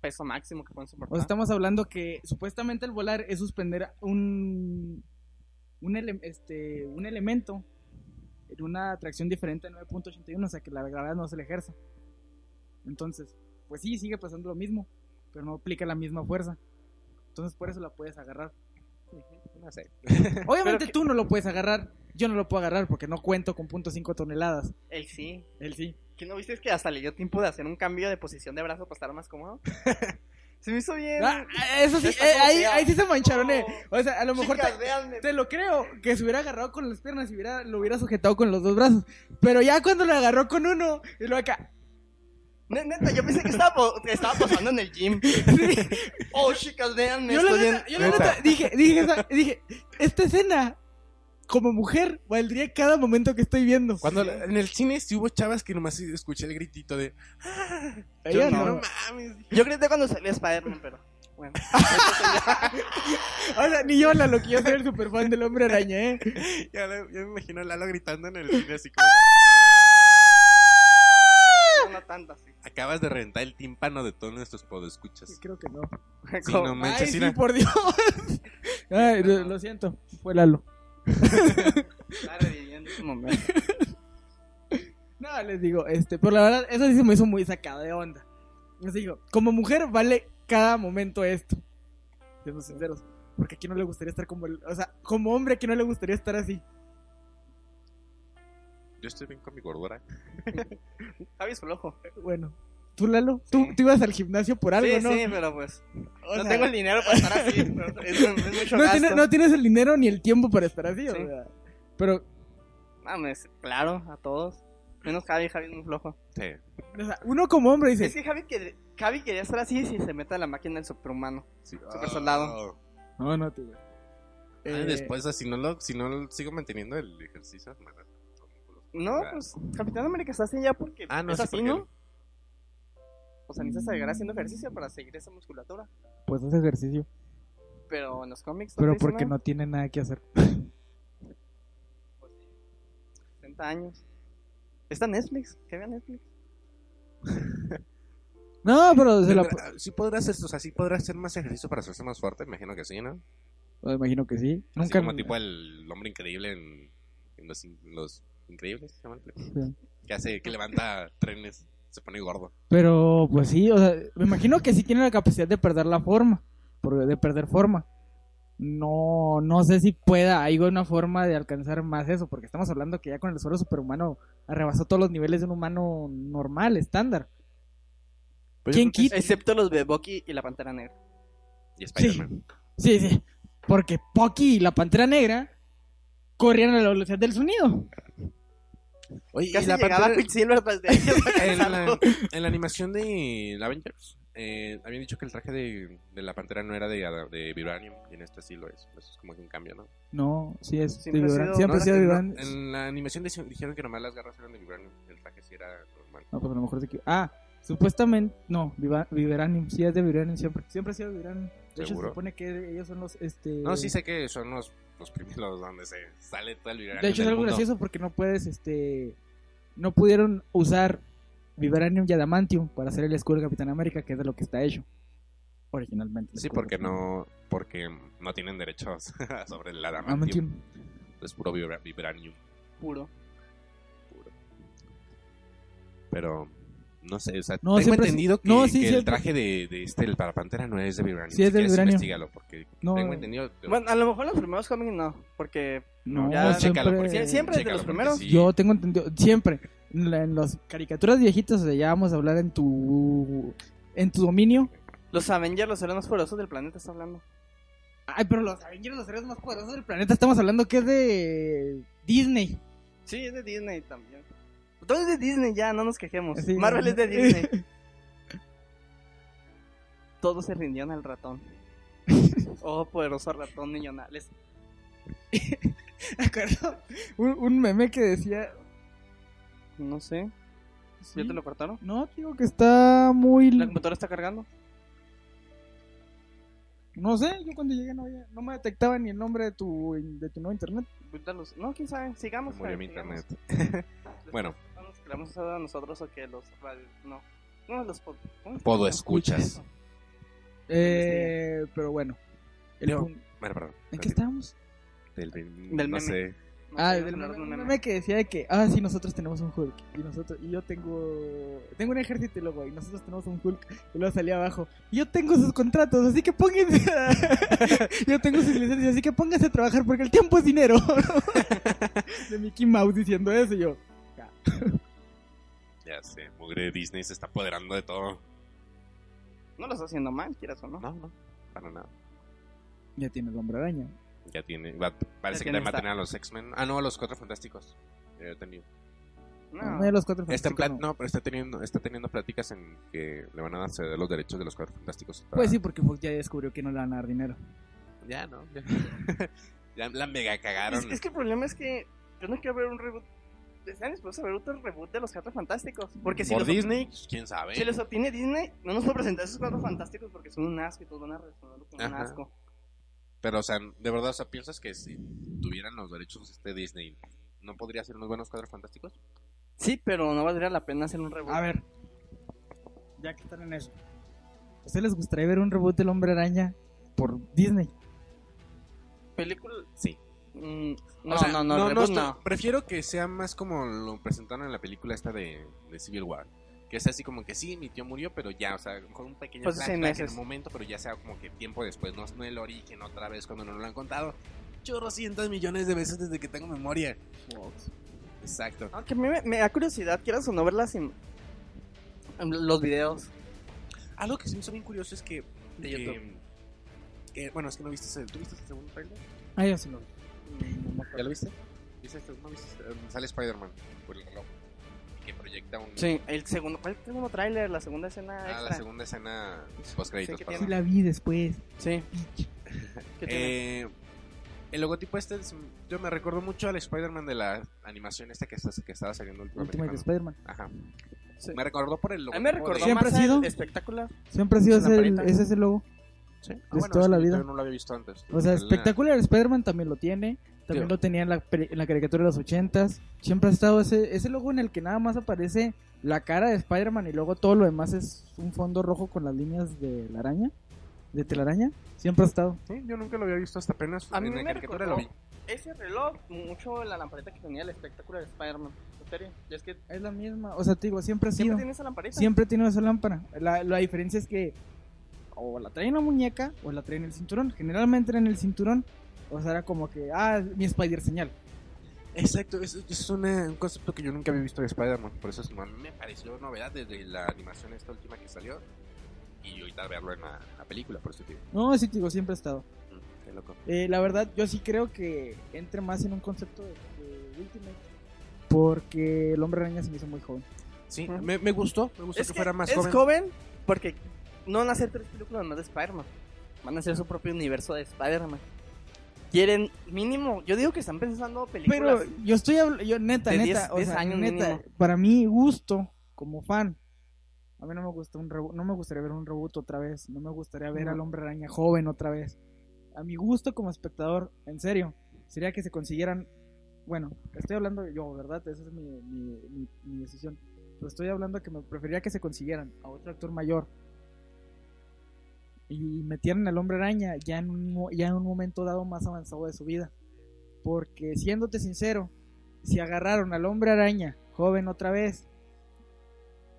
Speaker 5: peso máximo que pueden
Speaker 3: O sea,
Speaker 5: soportar.
Speaker 3: estamos hablando que supuestamente el volar es suspender un un, ele- este, un elemento en una atracción diferente a 9.81, o sea que la gravedad no se le ejerza. Entonces, pues sí, sigue pasando lo mismo, pero no aplica la misma fuerza. Entonces por eso la puedes agarrar.
Speaker 4: No sé.
Speaker 3: Obviamente
Speaker 5: que-
Speaker 3: tú no lo puedes agarrar, yo no lo puedo agarrar porque no cuento con 0.5 toneladas.
Speaker 5: Él sí.
Speaker 3: Él sí.
Speaker 5: ¿Qué no viste? Es que hasta le dio tiempo de hacer un cambio de posición de brazo para estar más cómodo. Se me hizo bien.
Speaker 3: Ah, eso sí,
Speaker 5: Está
Speaker 3: eh,
Speaker 5: como
Speaker 3: ahí,
Speaker 5: sea.
Speaker 3: ahí sí se mancharon, eh.
Speaker 5: No.
Speaker 3: O sea, a lo mejor te-
Speaker 5: Chicas, eh. véanme.
Speaker 3: Te lo creo, que se hubiera agarrado con las piernas y hubiera, lo hubiera sujetado con los dos brazos. Pero ya cuando lo agarró con uno, y lo acá.
Speaker 5: Ne- Neta, yo pensé que estaba, po- que estaba posando en el gym. Oh, chicas, véanme.
Speaker 3: Yo la
Speaker 5: estoy
Speaker 3: neta,
Speaker 5: bien.
Speaker 3: yo la neta, dije, dije, esa- dije, esta escena, como mujer, valdría cada momento que estoy viendo.
Speaker 4: Cuando en el cine sí hubo chavas que nomás escuché el gritito de.
Speaker 3: Ella
Speaker 4: Yo
Speaker 3: no.
Speaker 4: no. mames.
Speaker 5: Yo grité cuando salió Spider-Man, pero bueno.
Speaker 3: O sea, ni yo la lo que yo soy el super fan del hombre araña, eh.
Speaker 4: Ya, lo- ya me imagino a Lalo gritando en el cine así como.
Speaker 5: No, no tanto así.
Speaker 4: Acabas de reventar el tímpano de todos nuestros podescuchas.
Speaker 3: Creo que no.
Speaker 4: Sí,
Speaker 5: Como-
Speaker 4: no manches,
Speaker 3: Ay, sí,
Speaker 4: mira.
Speaker 3: por Dios. Ay, lo, lo siento, fue Lalo.
Speaker 5: Está reviviendo ese momento.
Speaker 3: No, les digo, este, pero la verdad, eso sí se me hizo muy sacado de onda. Les digo, como mujer vale cada momento esto. Siendo sinceros. Porque aquí no le gustaría estar como el- O sea, como hombre aquí no le gustaría estar así.
Speaker 4: Yo estoy bien con mi gordura.
Speaker 5: Javi es flojo.
Speaker 3: Bueno. ¿Tú, Lalo? ¿Tú, tú ibas al gimnasio por algo,
Speaker 5: sí,
Speaker 3: no?
Speaker 5: sí, pero pues.
Speaker 3: O
Speaker 5: no
Speaker 3: sea,
Speaker 5: tengo el dinero para estar así. pero Es, es mucho
Speaker 3: no,
Speaker 5: gasto.
Speaker 3: tiene- no tienes el dinero ni el tiempo para estar así, o
Speaker 5: Sí.
Speaker 3: sea. Pero,
Speaker 5: Mames, claro, a todos. Menos Javi, Javi es muy flojo.
Speaker 4: Sí.
Speaker 3: o sea, uno como hombre
Speaker 5: Es
Speaker 3: dice...
Speaker 5: que Javi, que, Javi quería estar así si se mete a la máquina del superhumano.
Speaker 4: sí.
Speaker 5: Super soldado.
Speaker 3: No, no, tío.
Speaker 4: Ah,
Speaker 3: Eh,
Speaker 4: después, ah, si no, lo, si no lo- sigo manteniendo el ejercicio, me da-
Speaker 5: No,
Speaker 4: Ah,
Speaker 5: pues Capitán América está así ya porque
Speaker 4: Ah, no,
Speaker 5: es
Speaker 4: sí,
Speaker 5: así,
Speaker 4: porque-
Speaker 5: ¿no? O sea, necesitas llegar haciendo ejercicio para seguir esa musculatura.
Speaker 3: Pues hace ejercicio.
Speaker 5: Pero en los cómics.
Speaker 3: Pero
Speaker 5: te dicen
Speaker 3: porque
Speaker 5: nada.
Speaker 3: no tiene nada que hacer.
Speaker 5: 60 años. Está en Netflix, que vean Netflix.
Speaker 3: No, pero pues, se la... pu-
Speaker 4: Tendrá- ah, Sí podrás, hacer- o sea, sí podrás hacer más ejercicio para hacerse más fuerte, me imagino que sí, ¿no?
Speaker 3: Me imagino que sí.
Speaker 4: Así
Speaker 3: Nunca...
Speaker 4: como tipo el hombre increíble en, en los, in- los increíbles, ¿se llama el película?
Speaker 3: Sí.
Speaker 4: que hace, que levanta trenes, se pone gordo.
Speaker 3: Pero, pues sí, o sea, me imagino que sí tiene la capacidad de perder la forma, por- de perder forma. No, no sé si pueda, hay una forma de alcanzar más eso, porque estamos hablando que ya con el suelo superhumano arrebasó todos los niveles de un humano normal, estándar. ¿Quién quita?
Speaker 5: Excepto los de Bucky y la Pantera Negra.
Speaker 4: Y Spider-Man.
Speaker 3: Sí, sí, porque Pocky y la Pantera Negra corrían a la velocidad del sonido.
Speaker 4: Oye,
Speaker 5: Casi llegaba a Quicksilver pues, de ahí hasta
Speaker 4: en, la,
Speaker 5: algo.
Speaker 4: en la animación de Avengers, eh, habían dicho que el traje de, de la pantera no era de, ada- de Vibranium, y en este sí lo es. Eso es como que un cambio, ¿no?
Speaker 3: No, sí, es
Speaker 5: Siempre ha
Speaker 3: de Vibranium.
Speaker 5: sido-
Speaker 3: Siempre ha
Speaker 4: No,
Speaker 3: sido de
Speaker 4: no,
Speaker 3: Vibranium.
Speaker 4: en la animación dice- dijeron que nomás las garras eran de Vibranium, el traje sí era normal.
Speaker 3: No, pues a lo mejor sí que- Ah, supuestamente. No, Viva- Vibranium. Sí, es de Vibranium siempre. Siempre ha sido Vibranium. De hecho, se
Speaker 4: ¿Seguro?
Speaker 3: supone que ellos son los. Este...
Speaker 4: No, sí sé que son los, los primeros donde se sale todo el Vibranium
Speaker 3: De hecho, es
Speaker 4: del
Speaker 3: algo
Speaker 4: mundo.
Speaker 3: gracioso porque no puedes. este No pudieron usar Vibranium y Adamantium para hacer el escudo de Capitán América, que es de lo que está hecho. Originalmente. el
Speaker 4: Sí,
Speaker 3: escudo
Speaker 4: porque
Speaker 3: de Capitán
Speaker 4: no, porque no tienen derechos sobre el adamantium.
Speaker 3: Adamantium.
Speaker 4: Es puro vibra- vibranium.
Speaker 5: Puro.
Speaker 4: Pero no sé, o sea,
Speaker 3: No,
Speaker 4: tengo
Speaker 3: siempre es-
Speaker 4: entendido que,
Speaker 3: no, sí,
Speaker 4: que el
Speaker 3: siempre-
Speaker 4: traje de, de este, el para pantera, no es de vibranium.
Speaker 3: Sí, es del
Speaker 4: Si quieres,
Speaker 3: vibranium.
Speaker 4: investígalo, porque
Speaker 3: No.
Speaker 4: tengo entendido. que-
Speaker 5: Bueno, a lo mejor los primeros cómics no, porque
Speaker 3: No,
Speaker 5: Ya,
Speaker 3: siempre.
Speaker 4: chécalo, porque-
Speaker 5: siempre es de los
Speaker 4: porque
Speaker 5: primeros.
Speaker 4: sí.
Speaker 3: Yo tengo entendido, siempre, en la- en las caricaturas viejitas, o sea, ya vamos a hablar en tu, en tu dominio.
Speaker 5: los Avengers, los héroes más poderosos del planeta, está hablando.
Speaker 3: Ay, pero los Avengers, los seres más poderosos del planeta, estamos hablando que es de Disney.
Speaker 5: Sí, es de Disney también. Todo es de Disney ya, no nos quejemos.
Speaker 3: Sí.
Speaker 5: Marvel es de Disney. Todos se rindieron al ratón. Oh, poderoso ratón millonales.
Speaker 3: Me acuerdo un, un meme que decía,
Speaker 5: No sé. ¿Ya te lo cortaron?
Speaker 3: No, tío.
Speaker 8: Digo que está
Speaker 3: Mm.
Speaker 8: muy...
Speaker 5: ¿La computadora está cargando?
Speaker 3: No sé, yo cuando llegué no, había- no me detectaba ni el nombre de tu, de tu nuevo internet.
Speaker 5: Ahorita los- No, quién sabe. Sigamos.
Speaker 4: Murió
Speaker 5: Javi,
Speaker 4: mi
Speaker 5: sigamos.
Speaker 4: internet. Bueno,
Speaker 5: Vamos, que le vamos a hacer a nosotros o que los radio- No. No, los pod... ¿cómo es?
Speaker 4: podo escuchas.
Speaker 3: Eh, pero bueno. El
Speaker 4: Leo,
Speaker 3: pun-
Speaker 4: Bueno, perdón.
Speaker 3: ¿En qué estábamos?
Speaker 4: Del,
Speaker 5: Del
Speaker 4: no
Speaker 5: meme.
Speaker 4: sé.
Speaker 5: No
Speaker 3: Ah,
Speaker 5: sé,
Speaker 3: del
Speaker 5: hablar de
Speaker 3: meme,
Speaker 5: un
Speaker 3: un
Speaker 5: meme.
Speaker 3: meme que decía de que, ah, sí, nosotros tenemos un Hulk. Y nosotros, y yo tengo, tengo un ejército y luego, y nosotros tenemos un Hulk. Y luego salía abajo, y yo tengo sus contratos, así que pónganse a- yo tengo sus licencias, así que pónganse a trabajar porque el tiempo es dinero. de Mickey Mouse diciendo eso, y yo,
Speaker 4: Ya sé, mugre Disney se está apoderando de todo.
Speaker 5: No lo está haciendo mal, quieras o no.
Speaker 4: No, no, para nada.
Speaker 3: ya tiene el hombre araña.
Speaker 4: Ya tiene. va- parece que
Speaker 5: tiene
Speaker 4: también va a
Speaker 5: esta-
Speaker 4: tener a los X-Men. Ah, no, a los Cuatro Fantásticos. Eh, tenía.
Speaker 3: Uno de los cuatro
Speaker 4: Está en
Speaker 3: fantásticos,
Speaker 4: plat- no. pero está teniendo, está teniendo pláticas en que le van a dar ceder los derechos de los Cuatro Fantásticos. para-
Speaker 3: Pues sí, porque Fox ya descubrió que no le van a dar dinero.
Speaker 4: Ya, no. Ya, Ya la mega
Speaker 5: Es,
Speaker 4: cagaron.
Speaker 5: es que el problema es que yo no quiero ver un reboot. Están dispuestos a ver otro reboot de los cuatro fantásticos. Porque si
Speaker 4: Por
Speaker 5: los-
Speaker 4: Disney, Pues, quién sabe.
Speaker 5: Si los obtiene Disney, no nos puede presentar esos cuatro fantásticos porque son un asco y todos van a reaccionar con un
Speaker 4: Ajá.
Speaker 5: asco.
Speaker 4: Pero, o sea, de verdad, o sea, ¿piensas que si tuvieran los derechos este Disney, no podría hacer unos buenos cuadros fantásticos?
Speaker 5: Sí, pero no valdría la pena hacer un reboot.
Speaker 3: A ver, ya que están en eso, ¿a ustedes les gustaría ver un reboot del hombre araña por Disney?
Speaker 5: película.
Speaker 4: Sí.
Speaker 5: Mm,
Speaker 4: O
Speaker 5: no,
Speaker 4: sea,
Speaker 5: no, no, reboot no,
Speaker 4: estoy- Prefiero que sea más como lo presentaron en la película esta de, de Civil War. Que sea así como que sí, mi tío murió, pero ya, o sea, a lo mejor un pequeño
Speaker 5: Pues, seis
Speaker 4: flashback en
Speaker 5: meses.
Speaker 4: el momento, pero ya sea como que tiempo después, no, no el origen otra vez cuando no lo han contado. Chorro cientos millones de veces desde que tengo memoria. Exacto.
Speaker 5: Aunque a mí me, me da curiosidad, quieras o no ver las im- los videos.
Speaker 4: Algo que se me hizo bien curioso es que...
Speaker 5: De
Speaker 4: que-
Speaker 5: YouTube.
Speaker 4: que, bueno, es que no viste... ese- ¿Tú viste el segundo trailer?
Speaker 3: Ah, yo sí lo vi.
Speaker 4: ¿Ya lo viste? ¿Viste este? ¿No viste? este? Um, Sale Spider-Man por el reloj. Y que proyecta un.
Speaker 5: Sí, el segundo, ¿cuál segundo tráiler? La segunda escena
Speaker 4: Ah,
Speaker 5: extra.
Speaker 4: la segunda escena post créditos,
Speaker 5: Sí, que
Speaker 3: Sí
Speaker 4: perdón.
Speaker 3: la vi después.
Speaker 5: Sí. ¿Qué tiene?
Speaker 4: Eh, el logotipo este, es- yo me recuerdo mucho al Spider-Man de la animación esta que, está- que estaba saliendo últimamente.
Speaker 3: Ultimate Spider-Man.
Speaker 4: Ajá.
Speaker 5: Sí.
Speaker 4: Me recordó por el
Speaker 5: A
Speaker 4: logotipo.
Speaker 5: mí me recordó
Speaker 4: de-
Speaker 3: Siempre
Speaker 5: más
Speaker 3: ha sido-
Speaker 5: al espectáculo.
Speaker 3: Siempre ha sido
Speaker 5: Es una
Speaker 3: ese el,
Speaker 5: paleta.
Speaker 3: ese es el logo.
Speaker 4: Sí. Ah,
Speaker 3: es toda
Speaker 4: que
Speaker 3: la
Speaker 4: yo
Speaker 3: vida.
Speaker 4: todavía no lo había visto antes.
Speaker 3: O sea,
Speaker 4: La-
Speaker 3: Spectacular Spider-Man también lo tiene. También
Speaker 4: Tío.
Speaker 3: lo tenía en la, peli- en la caricatura de los ochentas. Siempre ha estado ese, ese logo en el que nada más aparece la cara de Spider-Man y luego todo lo demás es un fondo rojo con las líneas de la araña. De telaraña. Siempre ha estado.
Speaker 4: Sí, yo nunca lo había visto hasta apenas.
Speaker 5: A mí
Speaker 4: en la
Speaker 5: me
Speaker 4: caricatura
Speaker 5: recordó
Speaker 4: lo vi.
Speaker 5: Ese reloj, mucho la lamparita que tenía el espectáculo de Spider-Man. En serio. Y es que
Speaker 3: Es la misma. O sea, te digo, siempre ha
Speaker 5: siempre
Speaker 3: sido.
Speaker 5: tiene esa lamparita.
Speaker 3: Siempre tiene esa lámpara. La, la diferencia es que o la trae en la muñeca o la trae en el cinturón. Generalmente era en el cinturón. O sea, era como que, ah, mi Spider señal.
Speaker 4: Exacto, es, es una- un concepto que yo nunca había visto de Spider-Man, por eso es- a mí me pareció novedad desde la animación esta última que salió y ahorita verlo en la, en la película, por eso que
Speaker 3: No, sí, te digo, siempre ha estado.
Speaker 4: mm, qué loco.
Speaker 3: Eh, la verdad, yo sí creo que entre más en un concepto de, de Ultimate. Porque el hombre araña se me hizo muy joven.
Speaker 4: Sí,
Speaker 5: Ujú.
Speaker 4: me, me gustó, me gustó
Speaker 5: es
Speaker 4: que, fuera más
Speaker 5: es
Speaker 4: joven.
Speaker 5: porque no van a hacer tres películas más de Spider-Man. Van a hacer su propio universo de Spider-Man. Quieren mínimo, yo digo que están pensando películas.
Speaker 3: Pero yo estoy habl- yo neta,
Speaker 5: De
Speaker 3: neta,
Speaker 5: 10,
Speaker 3: o
Speaker 5: 10
Speaker 3: sea,
Speaker 5: años
Speaker 3: neta,
Speaker 5: mínimo.
Speaker 3: para mi gusto como fan. A mí no me gusta un rebo- no me gustaría ver un reboot otra vez, no me gustaría ver
Speaker 5: No.
Speaker 3: al Hombre Araña joven otra vez. A mi gusto como espectador, en serio, sería que se consiguieran bueno, estoy hablando yo, ¿verdad? Esa es mi, mi- mi- mi decisión. Pero estoy hablando que me preferiría que se consiguieran a otro actor mayor. Y metieran al hombre araña ya en un, mo- ya en un momento dado más avanzado de su vida. Porque siéndote sincero, si agarraron al hombre araña joven otra vez,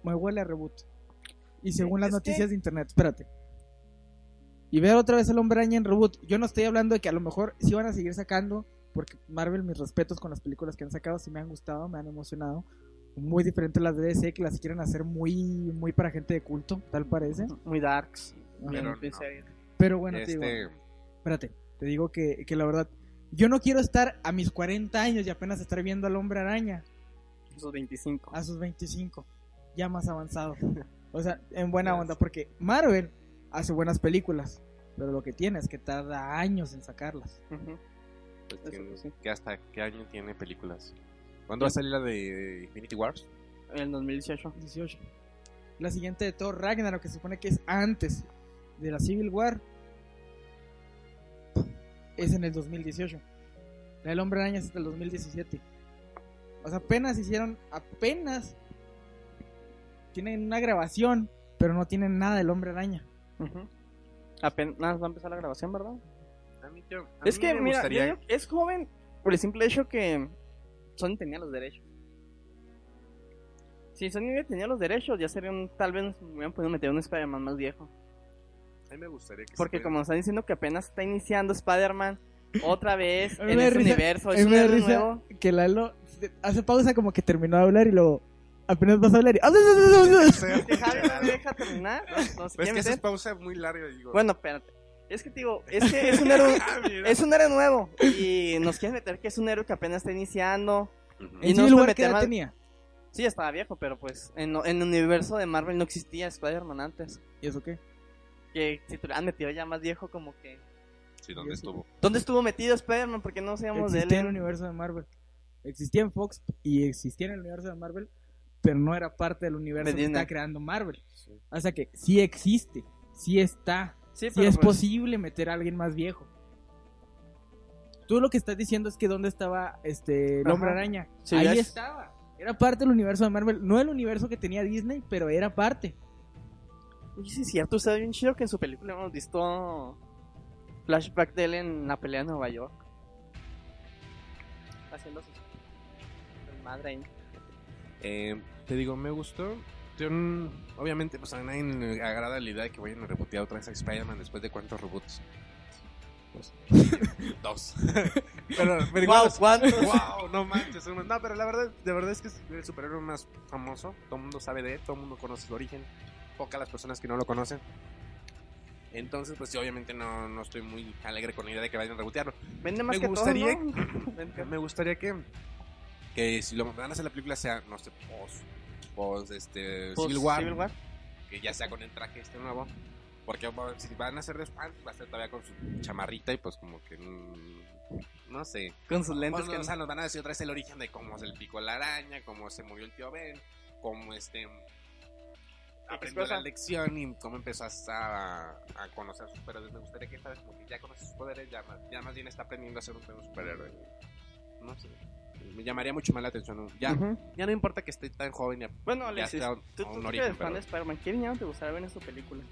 Speaker 3: me huele a reboot. Y según las
Speaker 5: Eh, Es que-
Speaker 3: noticias de internet, espérate. Y ver otra vez al hombre araña en reboot. Yo no estoy hablando de que a lo mejor sí van a seguir sacando, porque Marvel, mis respetos con las películas que han sacado, sí me han gustado, me han emocionado. Muy diferente a las de DC, que las quieren hacer muy, muy para gente de culto, tal parece.
Speaker 5: Muy darks.
Speaker 3: Ajá.
Speaker 4: Pero
Speaker 5: Pero,
Speaker 4: no.
Speaker 3: Pero bueno, te digo.
Speaker 4: este,
Speaker 3: Espérate, te digo que, que la verdad, yo no quiero estar a mis 40 años y apenas estar viendo al hombre araña
Speaker 5: esos 25.
Speaker 3: a sus 25, ya más avanzado. O sea, en buena onda, porque Marvel hace buenas películas, pero lo que tiene es que tarda años en sacarlas.
Speaker 5: Ujú.
Speaker 4: pues,
Speaker 5: Eso
Speaker 4: tiene-
Speaker 5: sí.
Speaker 4: que hasta qué año tiene películas? ¿Cuándo va a salir la de Infinity Wars?
Speaker 5: En el 2018.
Speaker 3: 18. La siguiente de Thor Ragnarok, que se supone que es antes de la Civil War, es en el 2018. La del Hombre Araña es hasta el 2017. O sea, apenas hicieron, apenas tienen una grabación, pero no tienen nada del Hombre Araña.
Speaker 5: Ujú. Apenas va a empezar la grabación, ¿verdad?
Speaker 4: A mí, yo- a
Speaker 5: Es
Speaker 4: mí
Speaker 5: que,
Speaker 4: me
Speaker 5: mira,
Speaker 4: gustaría-
Speaker 5: yo digo que es joven por el simple hecho que Sony tenía los derechos. Si Sony hubiera tenido los derechos, ya sería un, tal vez me hubieran podido meter un Spider-Man más viejo.
Speaker 4: a mí me gustaría que
Speaker 5: Porque
Speaker 4: se-
Speaker 5: como están diciendo que apenas está iniciando Spider-Man otra vez
Speaker 3: A mí
Speaker 5: en
Speaker 3: me da
Speaker 5: ese
Speaker 3: risa,
Speaker 5: universo,
Speaker 3: a
Speaker 5: es
Speaker 3: mí me da
Speaker 5: un héroe
Speaker 3: risa.
Speaker 5: nuevo.
Speaker 3: Que Lalo se- hace pausa como que terminó de hablar y luego apenas vas a hablar y...
Speaker 4: Sea
Speaker 5: Deja,
Speaker 4: cucharada.
Speaker 5: deja terminar. No
Speaker 4: Pues
Speaker 5: sé
Speaker 4: es que
Speaker 5: qué
Speaker 4: esa
Speaker 5: meter.
Speaker 4: es pausa muy larga, digo.
Speaker 5: Bueno, espérate. Es que te digo, es que es un héroe,
Speaker 4: Ah, mira.
Speaker 5: es un héroe nuevo. Y nos quieren meter que es un héroe que apenas está iniciando.
Speaker 4: Ujú.
Speaker 5: Y
Speaker 3: ¿En
Speaker 5: no
Speaker 3: Civil
Speaker 5: se
Speaker 3: War
Speaker 5: mete
Speaker 3: qué edad
Speaker 5: más-
Speaker 3: tenía?
Speaker 5: Sí, estaba viejo, pero pues en, lo- en el universo de Marvel no existía Spider-Man antes.
Speaker 3: ¿Y eso qué?
Speaker 5: Que si te lo han metido ya más viejo, como que.
Speaker 4: Sí, ¿dónde estuvo?
Speaker 5: ¿Dónde estuvo metido Spider-Man? ¿Por qué no sabíamos de él?
Speaker 3: existía en el universo de Marvel. Existía en Fox y existía en el universo de Marvel, pero no era parte del universo
Speaker 5: De
Speaker 3: que
Speaker 5: Disney.
Speaker 3: está creando Marvel. O sea que sí existe, sí está,
Speaker 5: Sí,
Speaker 3: sí
Speaker 5: pero
Speaker 3: es
Speaker 5: pues,
Speaker 3: posible meter a alguien más viejo. Tú lo que estás diciendo es que dónde estaba este el
Speaker 5: Ajá.
Speaker 3: hombre araña.
Speaker 5: Sí,
Speaker 3: Ahí
Speaker 5: ya es-
Speaker 3: estaba. Era parte del universo de Marvel, no el universo que tenía Disney, pero era parte.
Speaker 5: y sí, es cierto, está bien chido que en su película hemos visto flashback de él en la pelea de Nueva York. Haciendo sus. Madre ahí.
Speaker 4: Eh, te digo, me gustó. Yo, mm, obviamente, pues a nadie le agrada la idea de que vayan a rebotear otra vez a Spider-Man después de cuántos reboots. Pues, dos. pero, pero igual,
Speaker 5: Guau, ¿cuántos?
Speaker 4: Wow, no manches, hermano. No, pero la verdad, de verdad es que es el superhéroe más famoso. Todo el mundo sabe de él, todo el mundo conoce su origen. Pocas las personas que no lo conocen. Entonces, pues sí, obviamente no, no estoy muy alegre con la idea de que vayan a rebotearlo.
Speaker 5: Vende más
Speaker 4: Me
Speaker 5: que
Speaker 4: gustaría-
Speaker 5: todos, ¿no? Vende que-
Speaker 4: Me gustaría que, que si lo van a hacer la película sea, no sé, post, post, este,
Speaker 5: Pues,
Speaker 4: Civil War,
Speaker 5: Civil War.
Speaker 4: que ya sea con el traje este nuevo. Porque bueno, si van a hacer de Spider, va a ser todavía con su chamarrita y pues como que... mm, no sé.
Speaker 5: Con sus lentes.
Speaker 4: Pues,
Speaker 5: que
Speaker 4: no,
Speaker 5: no-
Speaker 4: o sea, nos van a decir otra vez el origen de cómo se le picó la araña, cómo se murió el tío Ben, cómo este aprendió
Speaker 5: cosa.
Speaker 4: la lección y cómo empezó a, a conocer sus superhéroes. Me gustaría que esta vez como que ya conoce sus poderes, ya más, ya más bien está aprendiendo a ser un buen superhéroe. No sé. Me llamaría mucho más la atención. Ya,
Speaker 5: Ujú.
Speaker 4: ya no importa que esté tan joven. Ya,
Speaker 5: Bueno,
Speaker 4: ya
Speaker 5: Alexis,
Speaker 4: sea un-
Speaker 5: tú,
Speaker 4: un
Speaker 5: tú que
Speaker 4: origen,
Speaker 5: eres fan
Speaker 4: pero-
Speaker 5: de Spider-Man, ¿qué villano te gustaría ver en su película?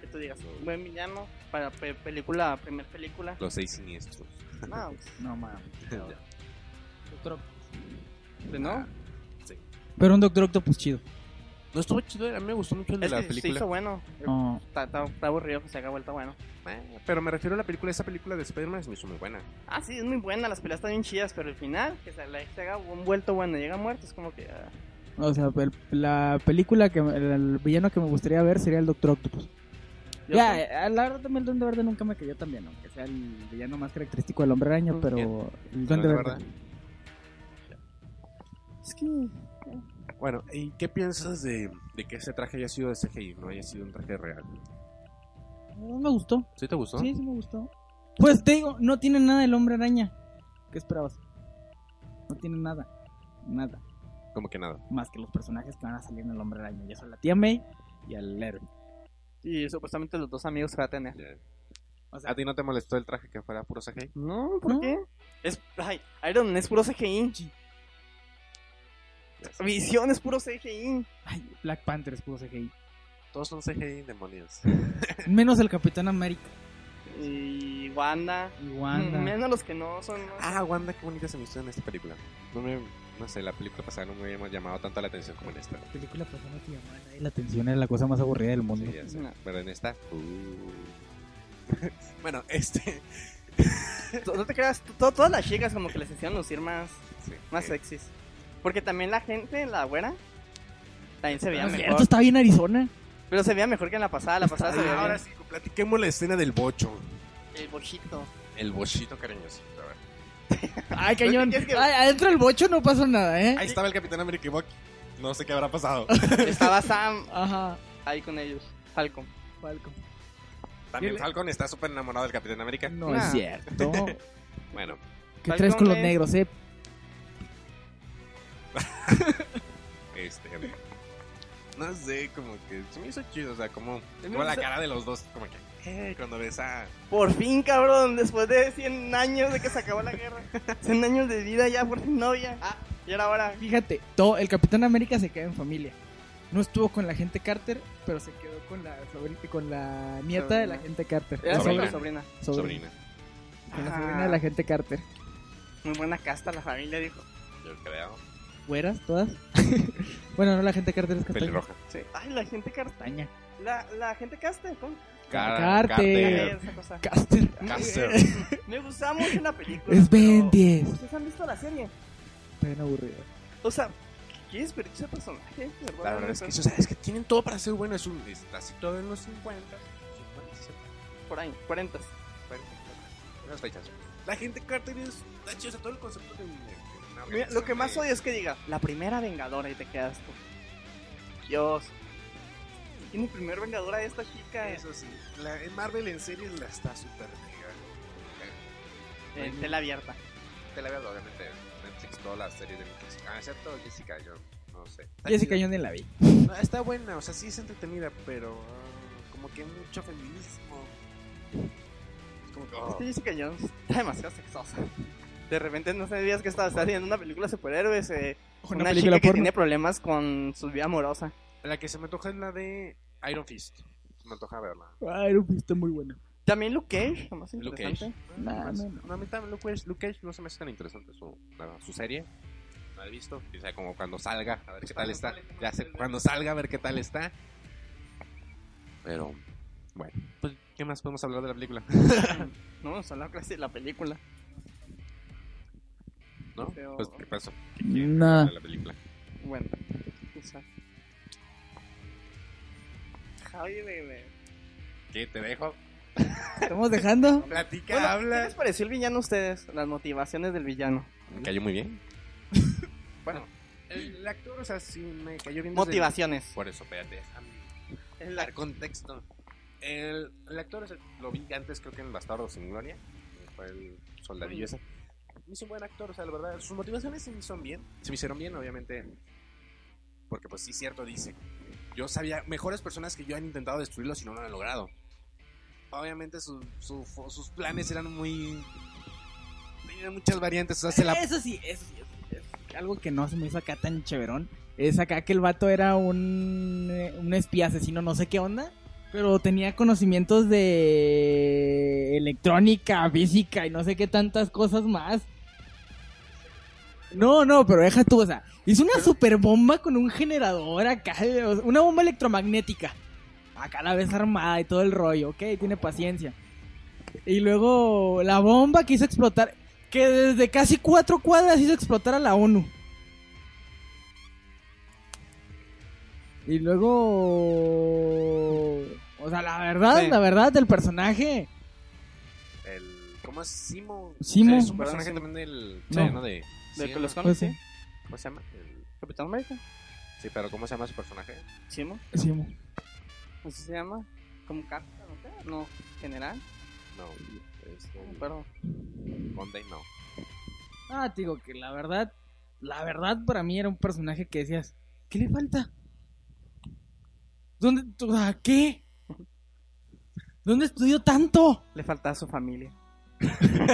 Speaker 5: Que tú digas, un buen villano para pe- película, primer película.
Speaker 4: Los seis siniestros.
Speaker 5: No,
Speaker 3: No mames.
Speaker 5: pues,
Speaker 3: Ah,
Speaker 5: no.
Speaker 3: Pero un Doctor Octopus chido.
Speaker 4: No estuvo chido, a mí me gustó mucho el de
Speaker 5: Es
Speaker 4: la
Speaker 5: que se
Speaker 4: película.
Speaker 5: hizo bueno. eh,
Speaker 3: No.
Speaker 5: Está, está- está aburrido que se haga vuelta bueno.
Speaker 4: Eh, pero me refiero a la película, esa película de Spider-Man se me hizo muy buena.
Speaker 5: Ah, sí, es muy buena, las peleas están bien chidas, pero el final, que se, la- se haga un vuelto bueno, llega muerto, es como que... ah,
Speaker 3: O sea, el- la película que el, el villano que me gustaría ver sería el Doctor Octopus.
Speaker 5: yo
Speaker 3: ya,
Speaker 5: creo-
Speaker 3: eh, a la verdad también el Duende Verde nunca me cayó tan bien, aunque sea el villano más característico del Hombre Araña,
Speaker 5: Mm,
Speaker 3: pero
Speaker 4: bien.
Speaker 3: el Duende
Speaker 4: La
Speaker 3: Verde.
Speaker 4: verdad.
Speaker 5: Es que...
Speaker 4: Bueno, ¿y qué piensas de, de que ese traje haya sido de CGI, no haya sido un traje real?
Speaker 3: No me gustó.
Speaker 4: ¿Sí te gustó?
Speaker 3: Sí, sí me gustó. Pues te digo, no tiene nada del Hombre Araña. ¿Qué esperabas? No tiene nada. Nada.
Speaker 4: Como que nada.
Speaker 3: Más que los personajes que van a salir en el Hombre Araña. Ya son la tía May y el héroe.
Speaker 5: Y supuestamente los dos amigos se va a tener.
Speaker 3: O sea,
Speaker 4: ¿A ti no te molestó el traje que fuera puro CGI?
Speaker 5: No, ¿por
Speaker 3: No.
Speaker 5: qué? Es, ay, Iron Man es puro CGI. Visión es puro CGI.
Speaker 3: ay, Black Panther es puro CGI.
Speaker 4: Todos son CGI demonios.
Speaker 3: Menos el Capitán América
Speaker 5: Y Wanda.
Speaker 3: y Wanda.
Speaker 4: Mm,
Speaker 5: Menos los que no son. ¿no?
Speaker 4: Ah, Wanda, qué bonita se me hizo en esta película. No me... No sé, la película pasada no me había llamado tanto la atención como en esta.
Speaker 3: película pasó no te llamaba nadie la atención, era la cosa más aburrida del mundo.
Speaker 4: Sí, ya sé.
Speaker 5: No.
Speaker 4: Pero en esta... uh. bueno, este...
Speaker 5: To- No te creas, to- todas las chicas como que les hicieron lucir más,
Speaker 4: sí.
Speaker 5: más
Speaker 4: Eh,
Speaker 5: sexys. Porque también la gente, la güera, también se veía
Speaker 3: No es
Speaker 5: mejor.
Speaker 3: cierto, está bien Arizona.
Speaker 5: Pero se veía mejor que en la pasada. La pasada se veía
Speaker 4: Ahora
Speaker 5: bien.
Speaker 4: sí, platiquemos la escena del bocho.
Speaker 5: el bochito.
Speaker 4: El bochito cariñosito. a ver.
Speaker 3: Ay, cañón.
Speaker 5: Es que-
Speaker 3: Ay, adentro del bocho no pasó nada, ¿eh?
Speaker 4: Ahí estaba el Capitán América y Bucky. No sé qué habrá pasado.
Speaker 5: Estaba Sam
Speaker 3: Ajá,
Speaker 5: ahí con ellos. Falcon.
Speaker 3: Falcon.
Speaker 4: También Falcon está súper enamorado del Capitán América.
Speaker 3: No
Speaker 5: Nah.
Speaker 3: es cierto.
Speaker 4: Bueno,
Speaker 3: ¿Qué
Speaker 5: Falcon
Speaker 3: eh? traes con los
Speaker 5: es-
Speaker 3: negros, eh?
Speaker 4: Este. No sé, como que se me hizo chido, o sea, como.
Speaker 5: me
Speaker 4: como la
Speaker 5: hizo-
Speaker 4: cara de los dos, como que. "Eh", cuando ves a.
Speaker 5: Por fin, cabrón, después de 100 años de que se acabó la guerra, 100 años de vida ya por fin novia. Ah, y ahora ahora.
Speaker 3: Fíjate, todo, el Capitán América se queda en familia. No estuvo con la gente Carter, pero se quedó con la, sobri- con la nieta de la
Speaker 5: Sobrina.
Speaker 3: gente Carter.
Speaker 5: Era
Speaker 4: Sobrina.
Speaker 5: sobrina. sobrina.
Speaker 4: Sobrina.
Speaker 3: Con la
Speaker 5: Ajá.
Speaker 3: sobrina de la gente Carter.
Speaker 5: Muy buena casta la familia, dijo.
Speaker 4: Yo creo.
Speaker 3: ¿Güeras todas? bueno, no, la gente Carter es castaña.
Speaker 4: Pelirroja.
Speaker 5: Ay, la gente carta.
Speaker 3: Castaña.
Speaker 5: La, la gente casta, ¿cómo?
Speaker 4: Cara-
Speaker 3: Carter.
Speaker 5: Esa cosa.
Speaker 3: Caster.
Speaker 4: Caster.
Speaker 5: Me gustaba mucho la película.
Speaker 3: Es Ben
Speaker 5: pero-
Speaker 3: 10.
Speaker 5: ¿Ustedes han visto la serie?
Speaker 3: Está bien aburrido.
Speaker 5: O sea, ¿qué desperdicio de personaje? de verdad,
Speaker 4: La verdad es que, o sea, es que tienen todo para ser bueno. Es un. Está situado en los 50, 50, 60.
Speaker 5: Por ahí, 40.
Speaker 4: Esas fechas. La gente Carter es. Está chido, o sea, todo el concepto de. de- de una
Speaker 5: Mira,
Speaker 4: organización
Speaker 5: lo que más
Speaker 4: de-
Speaker 5: odio es que diga, la primera vengadora y te quedas tú. Dios. ¿Quién es la primera vengadora de esta chica?
Speaker 4: Eso sí. La, en Marvel en series la está súper mega.
Speaker 5: Eh, tela abierta.
Speaker 4: Te la veo, obviamente. Netflix, todas las series de Netflix. Ah, excepto Jessica, yo no sé. Está
Speaker 3: Jessica,
Speaker 4: chida.
Speaker 3: yo ni la vi.
Speaker 4: No, Está buena, o sea, sí es entretenida, pero. ah, como que mucho feminismo. Es como que.
Speaker 5: Es
Speaker 4: oh,
Speaker 5: que Jessica Jones está demasiado sexosa. De repente no sabías que estaba estás viendo una película de superhéroes. eh, una
Speaker 3: película
Speaker 5: chica que
Speaker 3: porno.
Speaker 5: tiene problemas con su vida amorosa.
Speaker 4: La que se me antoja es la de Iron Fist. Se me antoja verla.
Speaker 3: Ay, era un pista muy bueno.
Speaker 5: También Luke Cage, lo más
Speaker 4: Luke
Speaker 5: interesante.
Speaker 3: No,
Speaker 4: Ah, Más.
Speaker 3: no, no.
Speaker 4: No, a mí también Luke Cage, Luke Cage no se me hace tan interesante su, la- su serie. No la he visto. O sea, como cuando salga, a ver qué tal está. Ya sé, cuando salga, a ver qué tal está. Pero, bueno, pues, ¿qué más podemos hablar de la película?
Speaker 5: No vamos a hablar casi de la película.
Speaker 4: ¿No?
Speaker 5: Pero-
Speaker 4: Pues, ¿qué pasó? ¿Qué quieren
Speaker 3: Nada.
Speaker 4: de la película?
Speaker 5: Bueno, quizás. Javi, me- me-
Speaker 4: ¿Qué te dejo?
Speaker 3: ¿Estamos dejando?
Speaker 4: Platica,
Speaker 5: Bueno, ¿Qué
Speaker 4: habla.
Speaker 5: les pareció el villano a ustedes? Las motivaciones del villano.
Speaker 4: Me cayó muy bien. bueno, el, el actor, o sea, sí me cayó bien. desde-
Speaker 5: Motivaciones.
Speaker 4: Por eso, espérate, déjame dar contexto. El, el actor es el- lo vi antes, creo que en Bastardo sin Gloria. Fue el
Speaker 3: Mm.
Speaker 4: soldadillo ese. Es un buen actor, o sea, la verdad, sus motivaciones se me hicieron bien. Se me hicieron bien, obviamente. Porque, pues sí, cierto, dice. Yo sabía, mejores personas que yo han intentado destruirlo si no lo han logrado. Obviamente su- su- sus planes eran muy... Tenían muchas variantes, o sea, se la...
Speaker 3: Eso sí, eso sí. eso sí. Algo que no se me hizo acá tan chéverón es acá que el vato era un, eh, un espía asesino, no sé qué onda, pero tenía conocimientos de electrónica, física y no sé qué tantas cosas más. No, no, pero deja tú, o sea, hizo una super bomba con un generador acá, o sea, una bomba electromagnética. Acá la ves armada y todo el rollo, ok, tiene paciencia. Y luego la bomba quiso explotar que desde casi cuatro cuadras hizo explotar a la ONU. Y luego... O sea, la verdad,
Speaker 5: Sí.
Speaker 3: la verdad del personaje.
Speaker 4: El, ¿Cómo es? Simo.
Speaker 3: Simo.
Speaker 4: es un personaje también del...
Speaker 3: No.
Speaker 4: ¿no? De,
Speaker 5: ¿De
Speaker 4: sí,
Speaker 5: que los
Speaker 4: ¿no?
Speaker 5: conoce?
Speaker 3: Pues
Speaker 4: ¿Cómo se llama? El-
Speaker 5: Capitán América.
Speaker 4: Sí, pero ¿cómo se llama su personaje?
Speaker 5: Chimo.
Speaker 3: Sí,
Speaker 5: ¿Así se llama? ¿Como carta? ¿No? sé, No, general.
Speaker 4: No, es
Speaker 5: No
Speaker 4: el
Speaker 5: recuerdo.
Speaker 4: Monday, no.
Speaker 3: Ah, te digo que la verdad, la verdad para mí era un personaje que decías, ¿qué le falta? ¿Dónde, o sea, qué? ¿Dónde estudió tanto?
Speaker 5: Le faltaba su familia.
Speaker 4: No
Speaker 5: A-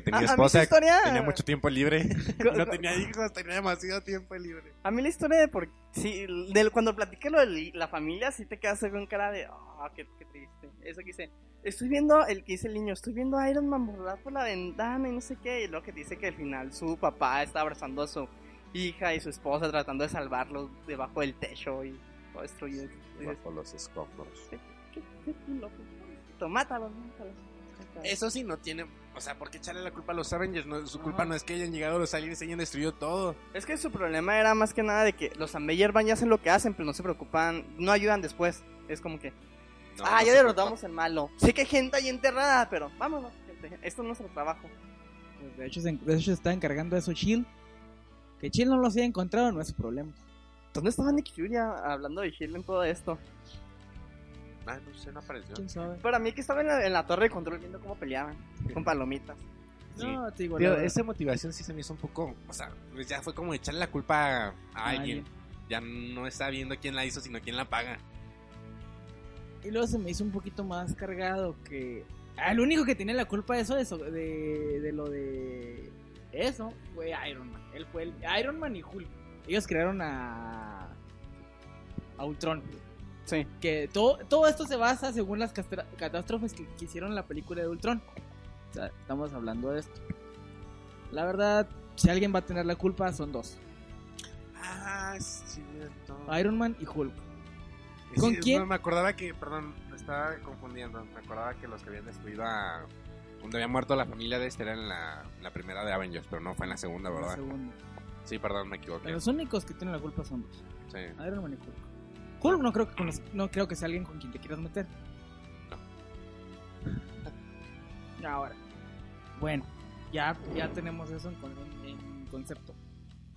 Speaker 5: a
Speaker 4: tenía
Speaker 5: mí su
Speaker 4: esposa,
Speaker 5: historia-
Speaker 4: tenía mucho tiempo libre.
Speaker 5: Co-
Speaker 4: No
Speaker 5: co-
Speaker 4: tenía hijos, tenía demasiado tiempo libre.
Speaker 5: A mí la historia de por sí, del cuando platiqué lo de li- la familia, sí te quedas con cara de, ah, qué, qué triste. Eso que dice, estoy viendo el que dice el niño, estoy viendo a Iron Man volar por la ventana y no sé qué. Y lo que dice que al final su papá está abrazando a su hija y su esposa tratando de salvarlos debajo del techo y todo destruido. Dices,
Speaker 4: Bajo los escombros.
Speaker 5: qué, qué, qué loco. Tú Mátalos, mátalos.
Speaker 4: Eso sí, no tiene. O sea, ¿por qué echarle la culpa a los Avengers? No, su culpa no es que hayan llegado los aliens y hayan destruido todo.
Speaker 5: Es que su problema era más que nada de que los Ambeyer van y hacen lo que hacen, pero no se preocupan, no ayudan después. Es como que,
Speaker 4: No,
Speaker 5: ah,
Speaker 4: no
Speaker 5: ya
Speaker 4: se
Speaker 5: derrotamos al malo. Sé que hay gente ahí enterrada, pero vámonos, gente. Esto es nuestro trabajo.
Speaker 3: Pues, de, hecho, se, de hecho se está encargando de eso Chill. Que Chill no los haya encontrado no es su problema.
Speaker 5: ¿Dónde estaba Nick Fury a- hablando de Hill en todo esto?
Speaker 4: preocupa. Ah, no sé, no apareció.
Speaker 3: ¿Quién sabe?
Speaker 5: Para mí que estaba en la, en la torre de control viendo cómo peleaban, con palomitas.
Speaker 9: No, te digo,
Speaker 4: Tío,
Speaker 9: la verdad.
Speaker 4: esa motivación sí se me hizo un poco. O sea, pues ya fue como echarle la culpa a, a alguien.
Speaker 3: alguien.
Speaker 4: Ya no está viendo quién la hizo, sino quién la paga.
Speaker 3: Y luego se me hizo un poquito más cargado que. Ah, el único que tiene la culpa de eso, de, eso- de, de lo de. Eso, fue Iron Man. Él fue el. Iron Man y Hulk. Ellos crearon a. A Ultron.
Speaker 5: Sí.
Speaker 3: Que todo, todo esto se basa según las castra- catástrofes que, que hicieron en la película de Ultron. O sea, estamos hablando de esto. La verdad, si alguien va a tener la culpa, son dos:
Speaker 4: Ah, es cierto.
Speaker 3: Iron Man y Hulk.
Speaker 4: Es-
Speaker 3: ¿con
Speaker 4: es-
Speaker 3: quién?
Speaker 4: no, me acordaba que, perdón, me estaba confundiendo. Me acordaba que los que habían destruido a. Donde había muerto la familia de este era en la, la primera de Avengers, pero no fue en la segunda,
Speaker 3: La
Speaker 4: ¿verdad?
Speaker 3: segunda.
Speaker 4: Sí, perdón, me equivoqué.
Speaker 3: Los únicos que tienen la culpa son dos.
Speaker 4: Sí.
Speaker 3: Iron Man y Hulk. Hulk no creo que conoz- no creo que sea alguien con quien te quieras meter. Ahora. Bueno, ya, ya tenemos eso en, con- en concepto.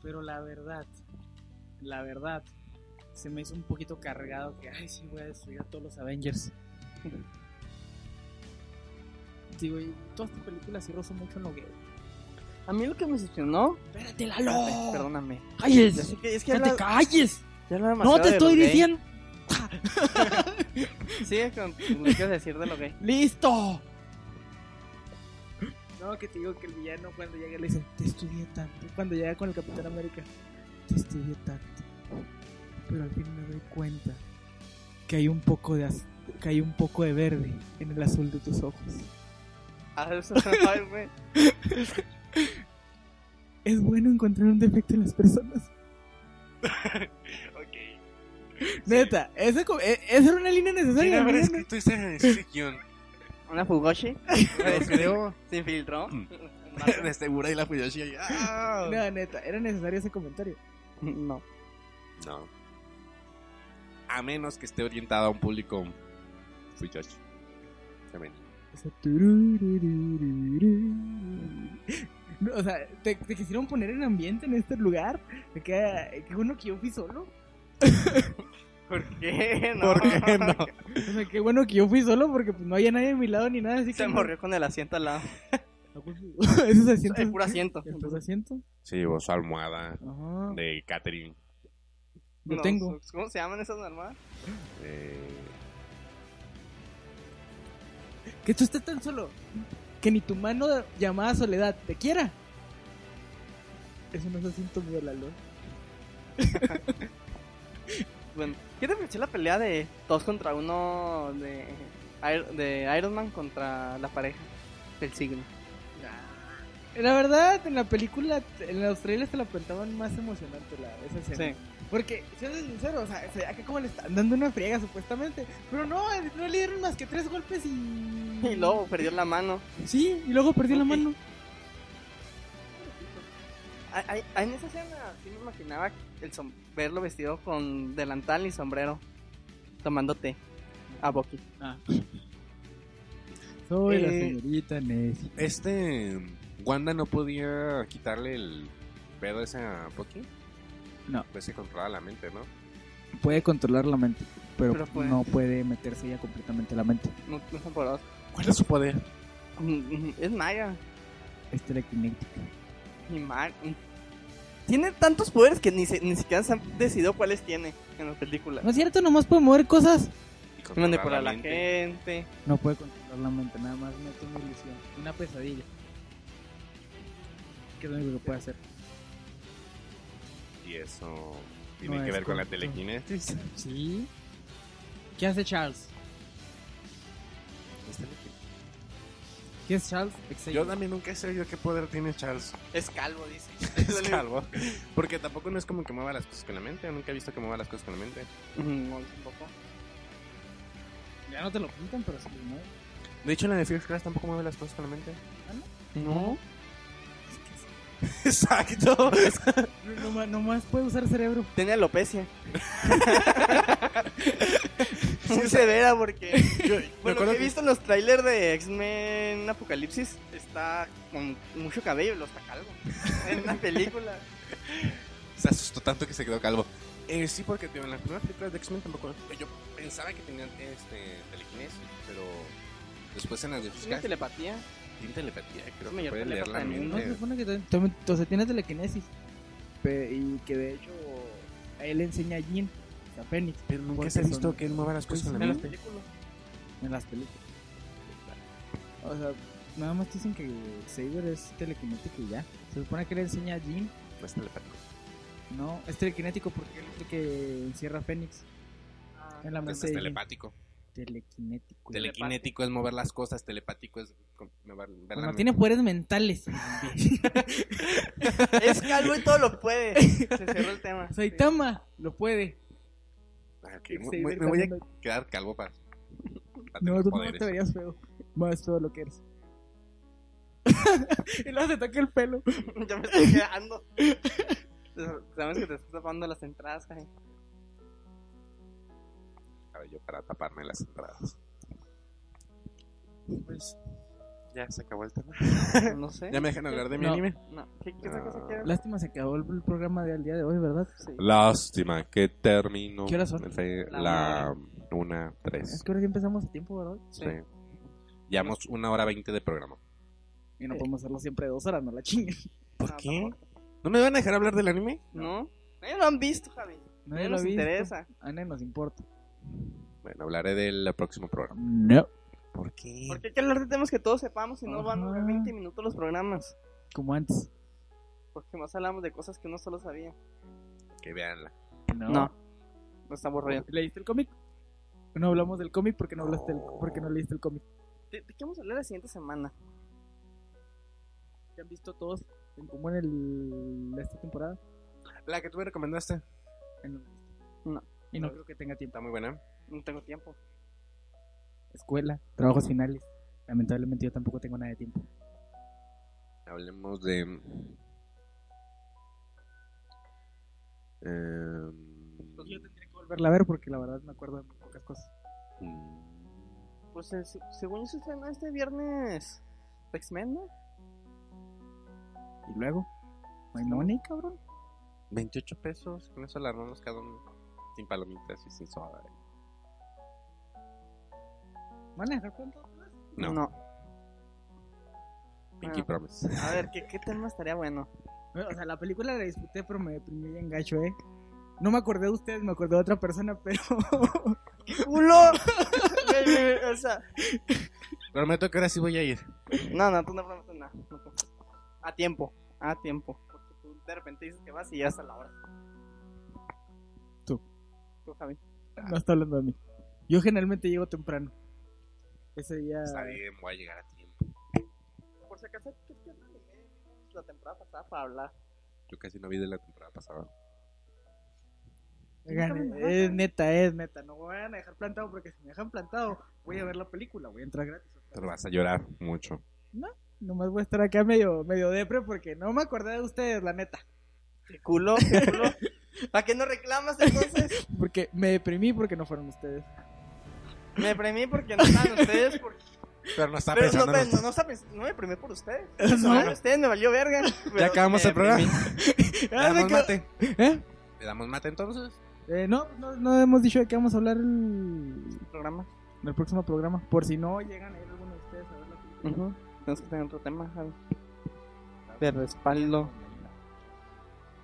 Speaker 3: Pero la verdad, la verdad, se me hizo un poquito cargado que, ay, sí, voy a destruir a todos los Avengers. Digo, y toda esta película se roza mucho en lo que...
Speaker 5: A mí lo que me decepcionó.
Speaker 3: ¡Espérate,
Speaker 5: Espérate,
Speaker 3: Lalo!
Speaker 5: Perdóname.
Speaker 3: ¡Calles!
Speaker 5: Ya sé que- es que
Speaker 3: ¡No te
Speaker 5: habla-
Speaker 3: calles!
Speaker 5: ya habla
Speaker 3: ¡No
Speaker 5: demasiado
Speaker 3: te
Speaker 5: de lo
Speaker 3: estoy
Speaker 5: gay.
Speaker 3: diciendo!
Speaker 5: Sigue con lo que quieres decir de lo gay.
Speaker 3: ¡Listo! No, que te digo que el villano cuando llega le dice, te estudié tanto. Cuando llega con el Capitán América, te estudié tanto. Pero al fin me doy cuenta que hay un poco de az- que hay un poco de verde en el azul de tus ojos.
Speaker 5: Ah, eso- ay, güey.
Speaker 3: Es bueno encontrar un defecto en las personas.
Speaker 4: Ok.
Speaker 3: Neta, esa, co- e- esa era una línea
Speaker 4: ¿Quién
Speaker 3: necesaria.
Speaker 4: habrá
Speaker 3: ¿no?
Speaker 4: escrito ese, ese guión?
Speaker 5: Una Fugoshi.
Speaker 4: Lo creo.
Speaker 5: Se infiltró.
Speaker 4: Desde Buray la Fuyoshi. ahí. ¡Ah!
Speaker 3: No, neta, era necesario ese comentario.
Speaker 5: No.
Speaker 4: No. A menos que esté orientada a un público Fuyoshi. También.
Speaker 3: Ese turururururu. No, o sea, ¿te, te quisieron poner en ambiente en este lugar. De que, que bueno que yo fui solo.
Speaker 5: ¿Por qué? No.
Speaker 4: ¿Por qué no?
Speaker 3: O sea, qué bueno que yo fui solo porque pues, no había nadie a mi lado ni nada. Así
Speaker 5: Se
Speaker 3: que
Speaker 5: morrió con el asiento al lado.
Speaker 3: Esos
Speaker 5: El
Speaker 3: asientos.
Speaker 5: puro asiento.
Speaker 3: ¿Estos asientos?
Speaker 4: Se llevó su almohada
Speaker 3: Ajá.
Speaker 4: de Catherine.
Speaker 3: Yo
Speaker 5: No,
Speaker 3: tengo.
Speaker 5: ¿Cómo se llaman esas normas?
Speaker 4: eh,
Speaker 3: Que tú estés tan solo. Que ni tu mano llamada soledad te quiera. Eso no es asiento mío, Lalo.
Speaker 5: Bueno, ¿qué te pareció la pelea de dos contra uno de, Air- de Iron Man contra la pareja del signo?
Speaker 3: La verdad, en la película, en los trailers te la contaban más emocionante la, esa escena.
Speaker 5: Sí.
Speaker 3: Porque, siendo sincero, o sea, se veía que como le están dando una friega supuestamente, pero no, eh, no le dieron más que tres golpes y...
Speaker 5: Y luego perdió la mano.
Speaker 3: Sí, y luego perdió la
Speaker 5: Ok.
Speaker 3: mano.
Speaker 5: Ay, ay, ay, en esa escena sí me imaginaba el som- verlo vestido con delantal y sombrero tomando té a Bucky.
Speaker 3: Soy
Speaker 5: Eh.
Speaker 4: la
Speaker 3: señorita Nessie.
Speaker 4: Este. Wanda no podía quitarle el pedo ese a Poki.
Speaker 3: No.
Speaker 4: Pues se controla la mente, ¿no?
Speaker 3: Puede controlar la mente,
Speaker 5: Pero puede. no
Speaker 3: puede meterse ya completamente la mente.
Speaker 5: No, no son por dos.
Speaker 4: ¿Cuál es su poder?
Speaker 5: Es maga.
Speaker 3: Es telequinética.
Speaker 5: Y ma- Tiene tantos poderes que ni, se- ni siquiera se han decidido cuáles tiene en la película.
Speaker 3: No es cierto, nomás puede mover cosas.
Speaker 4: Y controlar
Speaker 5: Manipular a la
Speaker 4: mente.
Speaker 5: gente.
Speaker 3: No puede controlar la mente, nada más mete una ilusión, una pesadilla. Que es lo único que puede hacer.
Speaker 4: Y eso tiene
Speaker 3: No
Speaker 4: que
Speaker 3: es
Speaker 4: ver con la
Speaker 3: correcto.
Speaker 4: telequinesis.
Speaker 3: Sí. ¿Qué hace Charles?
Speaker 4: Este
Speaker 3: ¿Qué es Charles?
Speaker 4: Yo también nunca he sabido qué poder tiene Charles.
Speaker 5: Es calvo, dice.
Speaker 4: Es calvo. Porque tampoco no es como que mueva las cosas con la mente. Nunca he visto que mueva las cosas con la mente.
Speaker 5: Mm, No, tampoco.
Speaker 3: Ya no te lo pintan, pero sí, ¿no?
Speaker 4: De hecho, en la de First Class tampoco mueve las cosas con la mente.
Speaker 5: No.
Speaker 4: Exacto.
Speaker 3: Nomás, nomás puede usar cerebro.
Speaker 5: Tiene alopecia. Muy severa porque. Por lo que he visto en los trailers de X-Men Apocalipsis, está con mucho cabello, lo está calvo. En la película.
Speaker 4: Se asustó tanto que se quedó calvo. Eh, sí, porque tío, en las primeras películas de X-Men tampoco. Yo pensaba que tenían este, telequinesis, pero después en las de First
Speaker 5: Tiene
Speaker 4: Class.
Speaker 5: telepatía.
Speaker 4: tiene telepatía, creo
Speaker 5: Es
Speaker 4: que
Speaker 5: mayor
Speaker 4: puede leer
Speaker 5: telepata
Speaker 4: la
Speaker 5: del mundo.
Speaker 3: No se
Speaker 4: mente.
Speaker 3: supone que también- también- o sea, tiene telequinesis. Pe- y que de hecho a él le enseña a Jin, a Phoenix,
Speaker 4: Pero nunca
Speaker 3: Porque
Speaker 4: se ha visto
Speaker 3: son-
Speaker 4: que él mueva las cosas
Speaker 3: pues,
Speaker 4: con la
Speaker 3: en las
Speaker 4: mente.
Speaker 3: películas. En las películas. O sea, nada más dicen que Saber es telequinético y ya. Se supone que le enseña a Jin,
Speaker 4: No es pues, telepático.
Speaker 3: no, es telequinético porque él es el que encierra a Fénix en la mente
Speaker 4: Entonces es
Speaker 3: de Jin.
Speaker 4: telepático.
Speaker 3: Telequinético.
Speaker 4: Telequinético es mover las cosas, telepático es con- mover ver la
Speaker 3: Bueno,
Speaker 4: mente.
Speaker 3: tiene poderes mentales.
Speaker 5: Es calvo y todo lo puede. Se cerró el tema.
Speaker 3: Saitama lo puede.
Speaker 4: Ah, ok,
Speaker 3: Saber
Speaker 4: me- me, me voy a
Speaker 3: también
Speaker 4: quedar calvo para, para
Speaker 3: No,
Speaker 4: tener
Speaker 3: tú no
Speaker 4: poderes.
Speaker 3: te verías feo. Más feo lo que eres. y luego se toca el pelo.
Speaker 5: Ya me estoy quedando. Sabes que te estás tapando las entradas, Jaime.
Speaker 4: cabello para taparme las entradas. Pues ya se acabó el tema.
Speaker 5: No sé.
Speaker 4: Ya me dejan hablar de mi
Speaker 3: No.
Speaker 4: anime.
Speaker 5: No, ¿qué, qué otra cosa quieres?
Speaker 3: Lástima, se acabó el, el programa del día de hoy, ¿verdad?
Speaker 5: Sí.
Speaker 4: Lástima que terminó.
Speaker 3: ¿Qué horas son?
Speaker 4: el fe-
Speaker 5: La
Speaker 4: La, una, tres.
Speaker 3: Es que ahora sí empezamos a tiempo, ¿verdad?
Speaker 4: Sí. Llevamos una hora veinte de programa.
Speaker 3: Y no podemos hacerlo siempre de dos horas, no la chinguen.
Speaker 4: ¿Por
Speaker 5: Ah,
Speaker 4: qué? ¿No me van a dejar hablar del anime?
Speaker 5: ¿No? Ellos lo han visto, Javi. No
Speaker 3: Nadie lo
Speaker 5: nos
Speaker 3: ha visto.
Speaker 5: interesa.
Speaker 3: A nadie nos importa.
Speaker 4: Bueno, hablaré del próximo programa.
Speaker 3: No.
Speaker 4: ¿Por qué?
Speaker 5: Porque hay que hablar de temas que todos sepamos y no van a durar
Speaker 3: Ajá.
Speaker 5: 20 minutos los programas.
Speaker 3: Como antes.
Speaker 5: Porque más hablamos de cosas que uno solo sabía.
Speaker 4: Que veanla.
Speaker 3: No.
Speaker 5: No. No está aburrido.
Speaker 3: ¿Leíste el cómic? No hablamos del cómic porque no,
Speaker 4: No.
Speaker 3: hablaste del- porque no leíste el cómic.
Speaker 5: ¿De, de qué vamos a hablar la siguiente semana?
Speaker 3: ¿Ya han visto todos en como en el, esta temporada?
Speaker 4: La que tú me recomendaste.
Speaker 3: En-
Speaker 5: No.
Speaker 3: Y no creo que tenga tiempo.
Speaker 4: Está muy buena.
Speaker 5: No tengo tiempo.
Speaker 3: Escuela, trabajos finales. Lamentablemente yo tampoco tengo nada de tiempo.
Speaker 4: Hablemos de. em,
Speaker 3: Pues yo tendría que volverla a ver porque la verdad me acuerdo de muy pocas cosas.
Speaker 4: mm.
Speaker 5: Pues eh, se- según yo se estrenó este viernes. X-Men, ¿no?
Speaker 3: Y luego, no hay money, cabrón.
Speaker 4: 28 pesos. Con eso la armamos cada uno. Sin palomitas y sin soda.
Speaker 3: ¿Van a dejar cuánto?
Speaker 4: No, Pinky
Speaker 5: Ah.
Speaker 4: Promise.
Speaker 5: A ver, ¿qué, qué tema estaría bueno?
Speaker 3: Bueno, O sea, la película la disfruté, pero me deprimí bien gacho, ¿eh? No me acordé de ustedes, me acordé de otra persona, pero...
Speaker 5: ¡Culo! Ve, ve, ve, o sea,
Speaker 4: Prometo que ahora sí voy a ir.
Speaker 5: no, no, tú no prometes nada. No prometes. A tiempo, a tiempo. Porque tú de repente dices que vas y ya hasta la hora.
Speaker 3: Tú.
Speaker 5: Tú, Javi.
Speaker 3: No está hablando de mí. Yo generalmente llego temprano. Ese día...
Speaker 4: Está bien, voy a llegar a tiempo.
Speaker 5: Por si acaso, ¿qué qué anime vimos la temporada pasada para hablar?
Speaker 4: Yo casi no vi de la temporada pasada.
Speaker 3: Oigan,
Speaker 5: Nunca me
Speaker 3: es neta, es neta. No me van a dejar plantado porque si me dejan plantado, voy a ver la película, voy a entrar gratis.
Speaker 4: Te lo vas a llorar mucho.
Speaker 3: Nomás voy a estar acá medio, medio depre porque no me acordé de ustedes, la neta.
Speaker 5: ¿Qué culo? ¿Qué culo? ¿Para qué no reclamas entonces?
Speaker 3: Porque me deprimí porque no fueron ustedes.
Speaker 5: Me premié porque no estaban ustedes. Porque...
Speaker 4: Pero no está
Speaker 5: Pero no,
Speaker 4: pensando. en
Speaker 5: no, no,
Speaker 4: nosotros.
Speaker 5: está pens- no me premié por ustedes.
Speaker 3: No.
Speaker 5: Por ustedes me valió verga. pero
Speaker 4: acabamos
Speaker 5: me
Speaker 4: el programa.
Speaker 5: deprimí.
Speaker 4: Le damos mate.
Speaker 3: ¿Eh?
Speaker 4: ¿Le damos mate entonces?
Speaker 3: Ah, Eh, no, no, no hemos dicho de qué vamos a hablar el-
Speaker 5: Programa.
Speaker 3: en el próximo programa. Por si no llegan a ir alguno de ustedes a ver la película.
Speaker 5: Ujú. Tenemos que tener otro tema, Javi. De respaldo.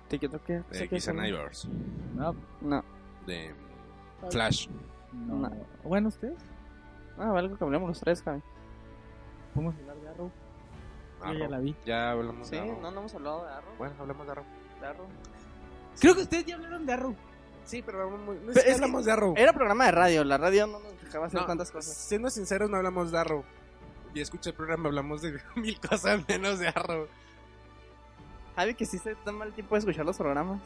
Speaker 5: ¿Te quiero que?
Speaker 4: De Kiss and Ivors.
Speaker 3: No,
Speaker 5: No.
Speaker 4: De Flash.
Speaker 3: no.
Speaker 5: No.
Speaker 3: Bueno, ustedes.
Speaker 5: Ah, algo que hablemos los tres, Javi.
Speaker 3: Podemos hablar de Arrow.
Speaker 4: Ah,
Speaker 3: Yo ya
Speaker 4: no.
Speaker 3: la vi.
Speaker 4: Ya hablamos
Speaker 5: Sí,
Speaker 4: de Arrow.
Speaker 5: no, no hemos hablado de Arrow.
Speaker 4: Bueno, hablemos de Arrow.
Speaker 5: De Arrow.
Speaker 3: Creo que ustedes ya hablaron de Arrow.
Speaker 4: Sí, pero hablamos muy...
Speaker 5: es que-
Speaker 4: hablamos de Arrow.
Speaker 5: Era programa de radio. La radio no nos dejaba hacer
Speaker 4: eh, No,
Speaker 5: tantas cosas.
Speaker 4: Siendo sinceros, no hablamos de Arrow. Y escucha el programa, hablamos de mil cosas menos de Arrow.
Speaker 5: Javi, que sí se toma el tiempo de escuchar los programas.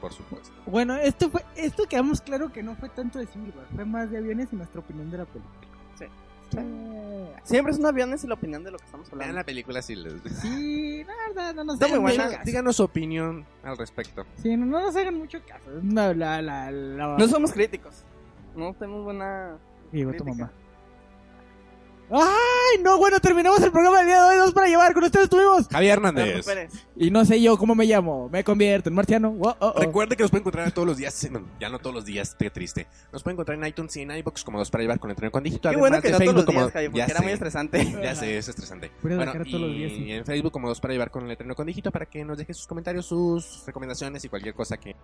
Speaker 4: Por supuesto.
Speaker 3: Bueno, esto fue, esto quedamos claro que no fue tanto de Silver, fue más de aviones y nuestra opinión de la película.
Speaker 5: Sí.
Speaker 3: Eh,
Speaker 5: Siempre es un aviones y la opinión de lo que estamos
Speaker 4: Vean
Speaker 5: hablando.
Speaker 4: la película si les...
Speaker 3: Sí, la verdad, no nos
Speaker 5: Está muy
Speaker 3: hagan
Speaker 5: buena.
Speaker 3: mucho caso.
Speaker 4: Díganos su opinión al respecto.
Speaker 3: Sí, no, no nos hagan mucho caso. No, la, la, la...
Speaker 5: No somos críticos. No tenemos buena.
Speaker 3: Llegó tu
Speaker 5: crítica.
Speaker 3: mamá. ¡Ah!
Speaker 7: Ay, no, bueno, terminamos el programa del día de hoy. Dos para llevar. Con ustedes tuvimos.
Speaker 4: Javier
Speaker 5: Eduardo
Speaker 4: Hernández.
Speaker 5: Pérez.
Speaker 7: Y no sé yo cómo me llamo. Me convierto en marciano. Wo- oh, oh.
Speaker 4: Recuerde que nos puede encontrar todos los días, no, ya no todos los días, qué triste. Nos puede encontrar en iTunes y en iBox como dos para llevar con Entreno con Digital.
Speaker 5: Qué bueno
Speaker 4: además
Speaker 5: que
Speaker 4: de
Speaker 5: no todos los
Speaker 4: Facebook
Speaker 5: días,
Speaker 4: como-
Speaker 5: Javi, porque
Speaker 4: ya
Speaker 5: era
Speaker 4: sé,
Speaker 5: muy estresante.
Speaker 4: Ya sé, es estresante.
Speaker 3: Pura de la
Speaker 4: Bueno,
Speaker 3: cara todos los días,
Speaker 4: y
Speaker 3: sí.
Speaker 4: en Facebook como dos para llevar con Entreno con Digital para que nos deje sus comentarios, sus recomendaciones y cualquier cosa que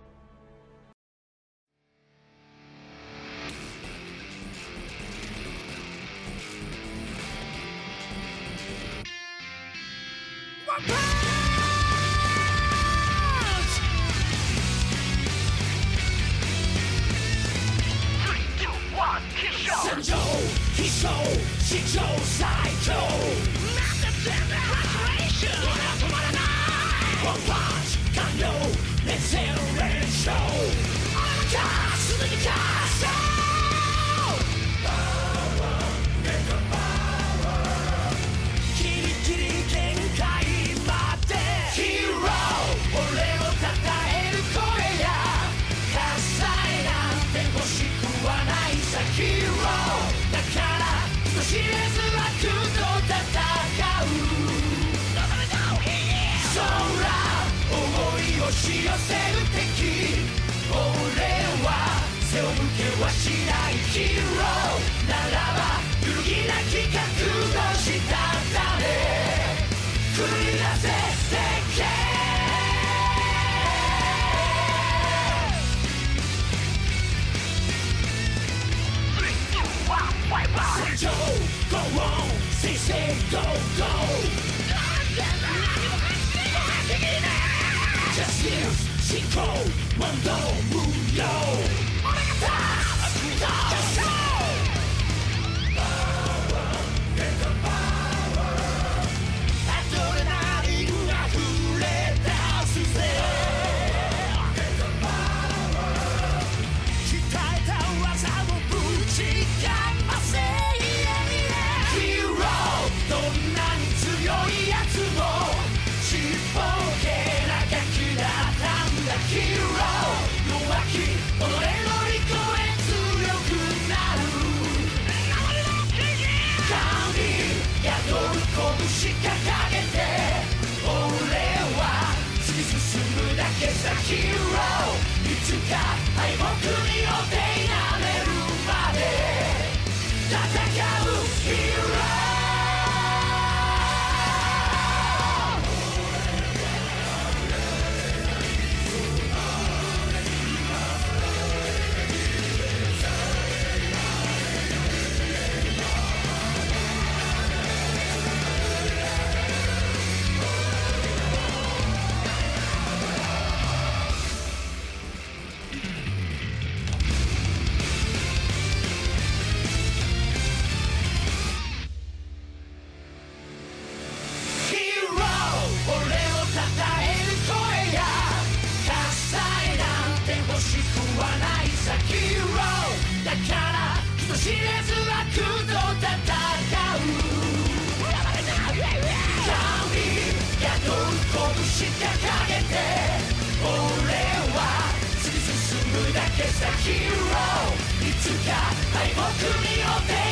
Speaker 1: Hero, いつか敗北にお手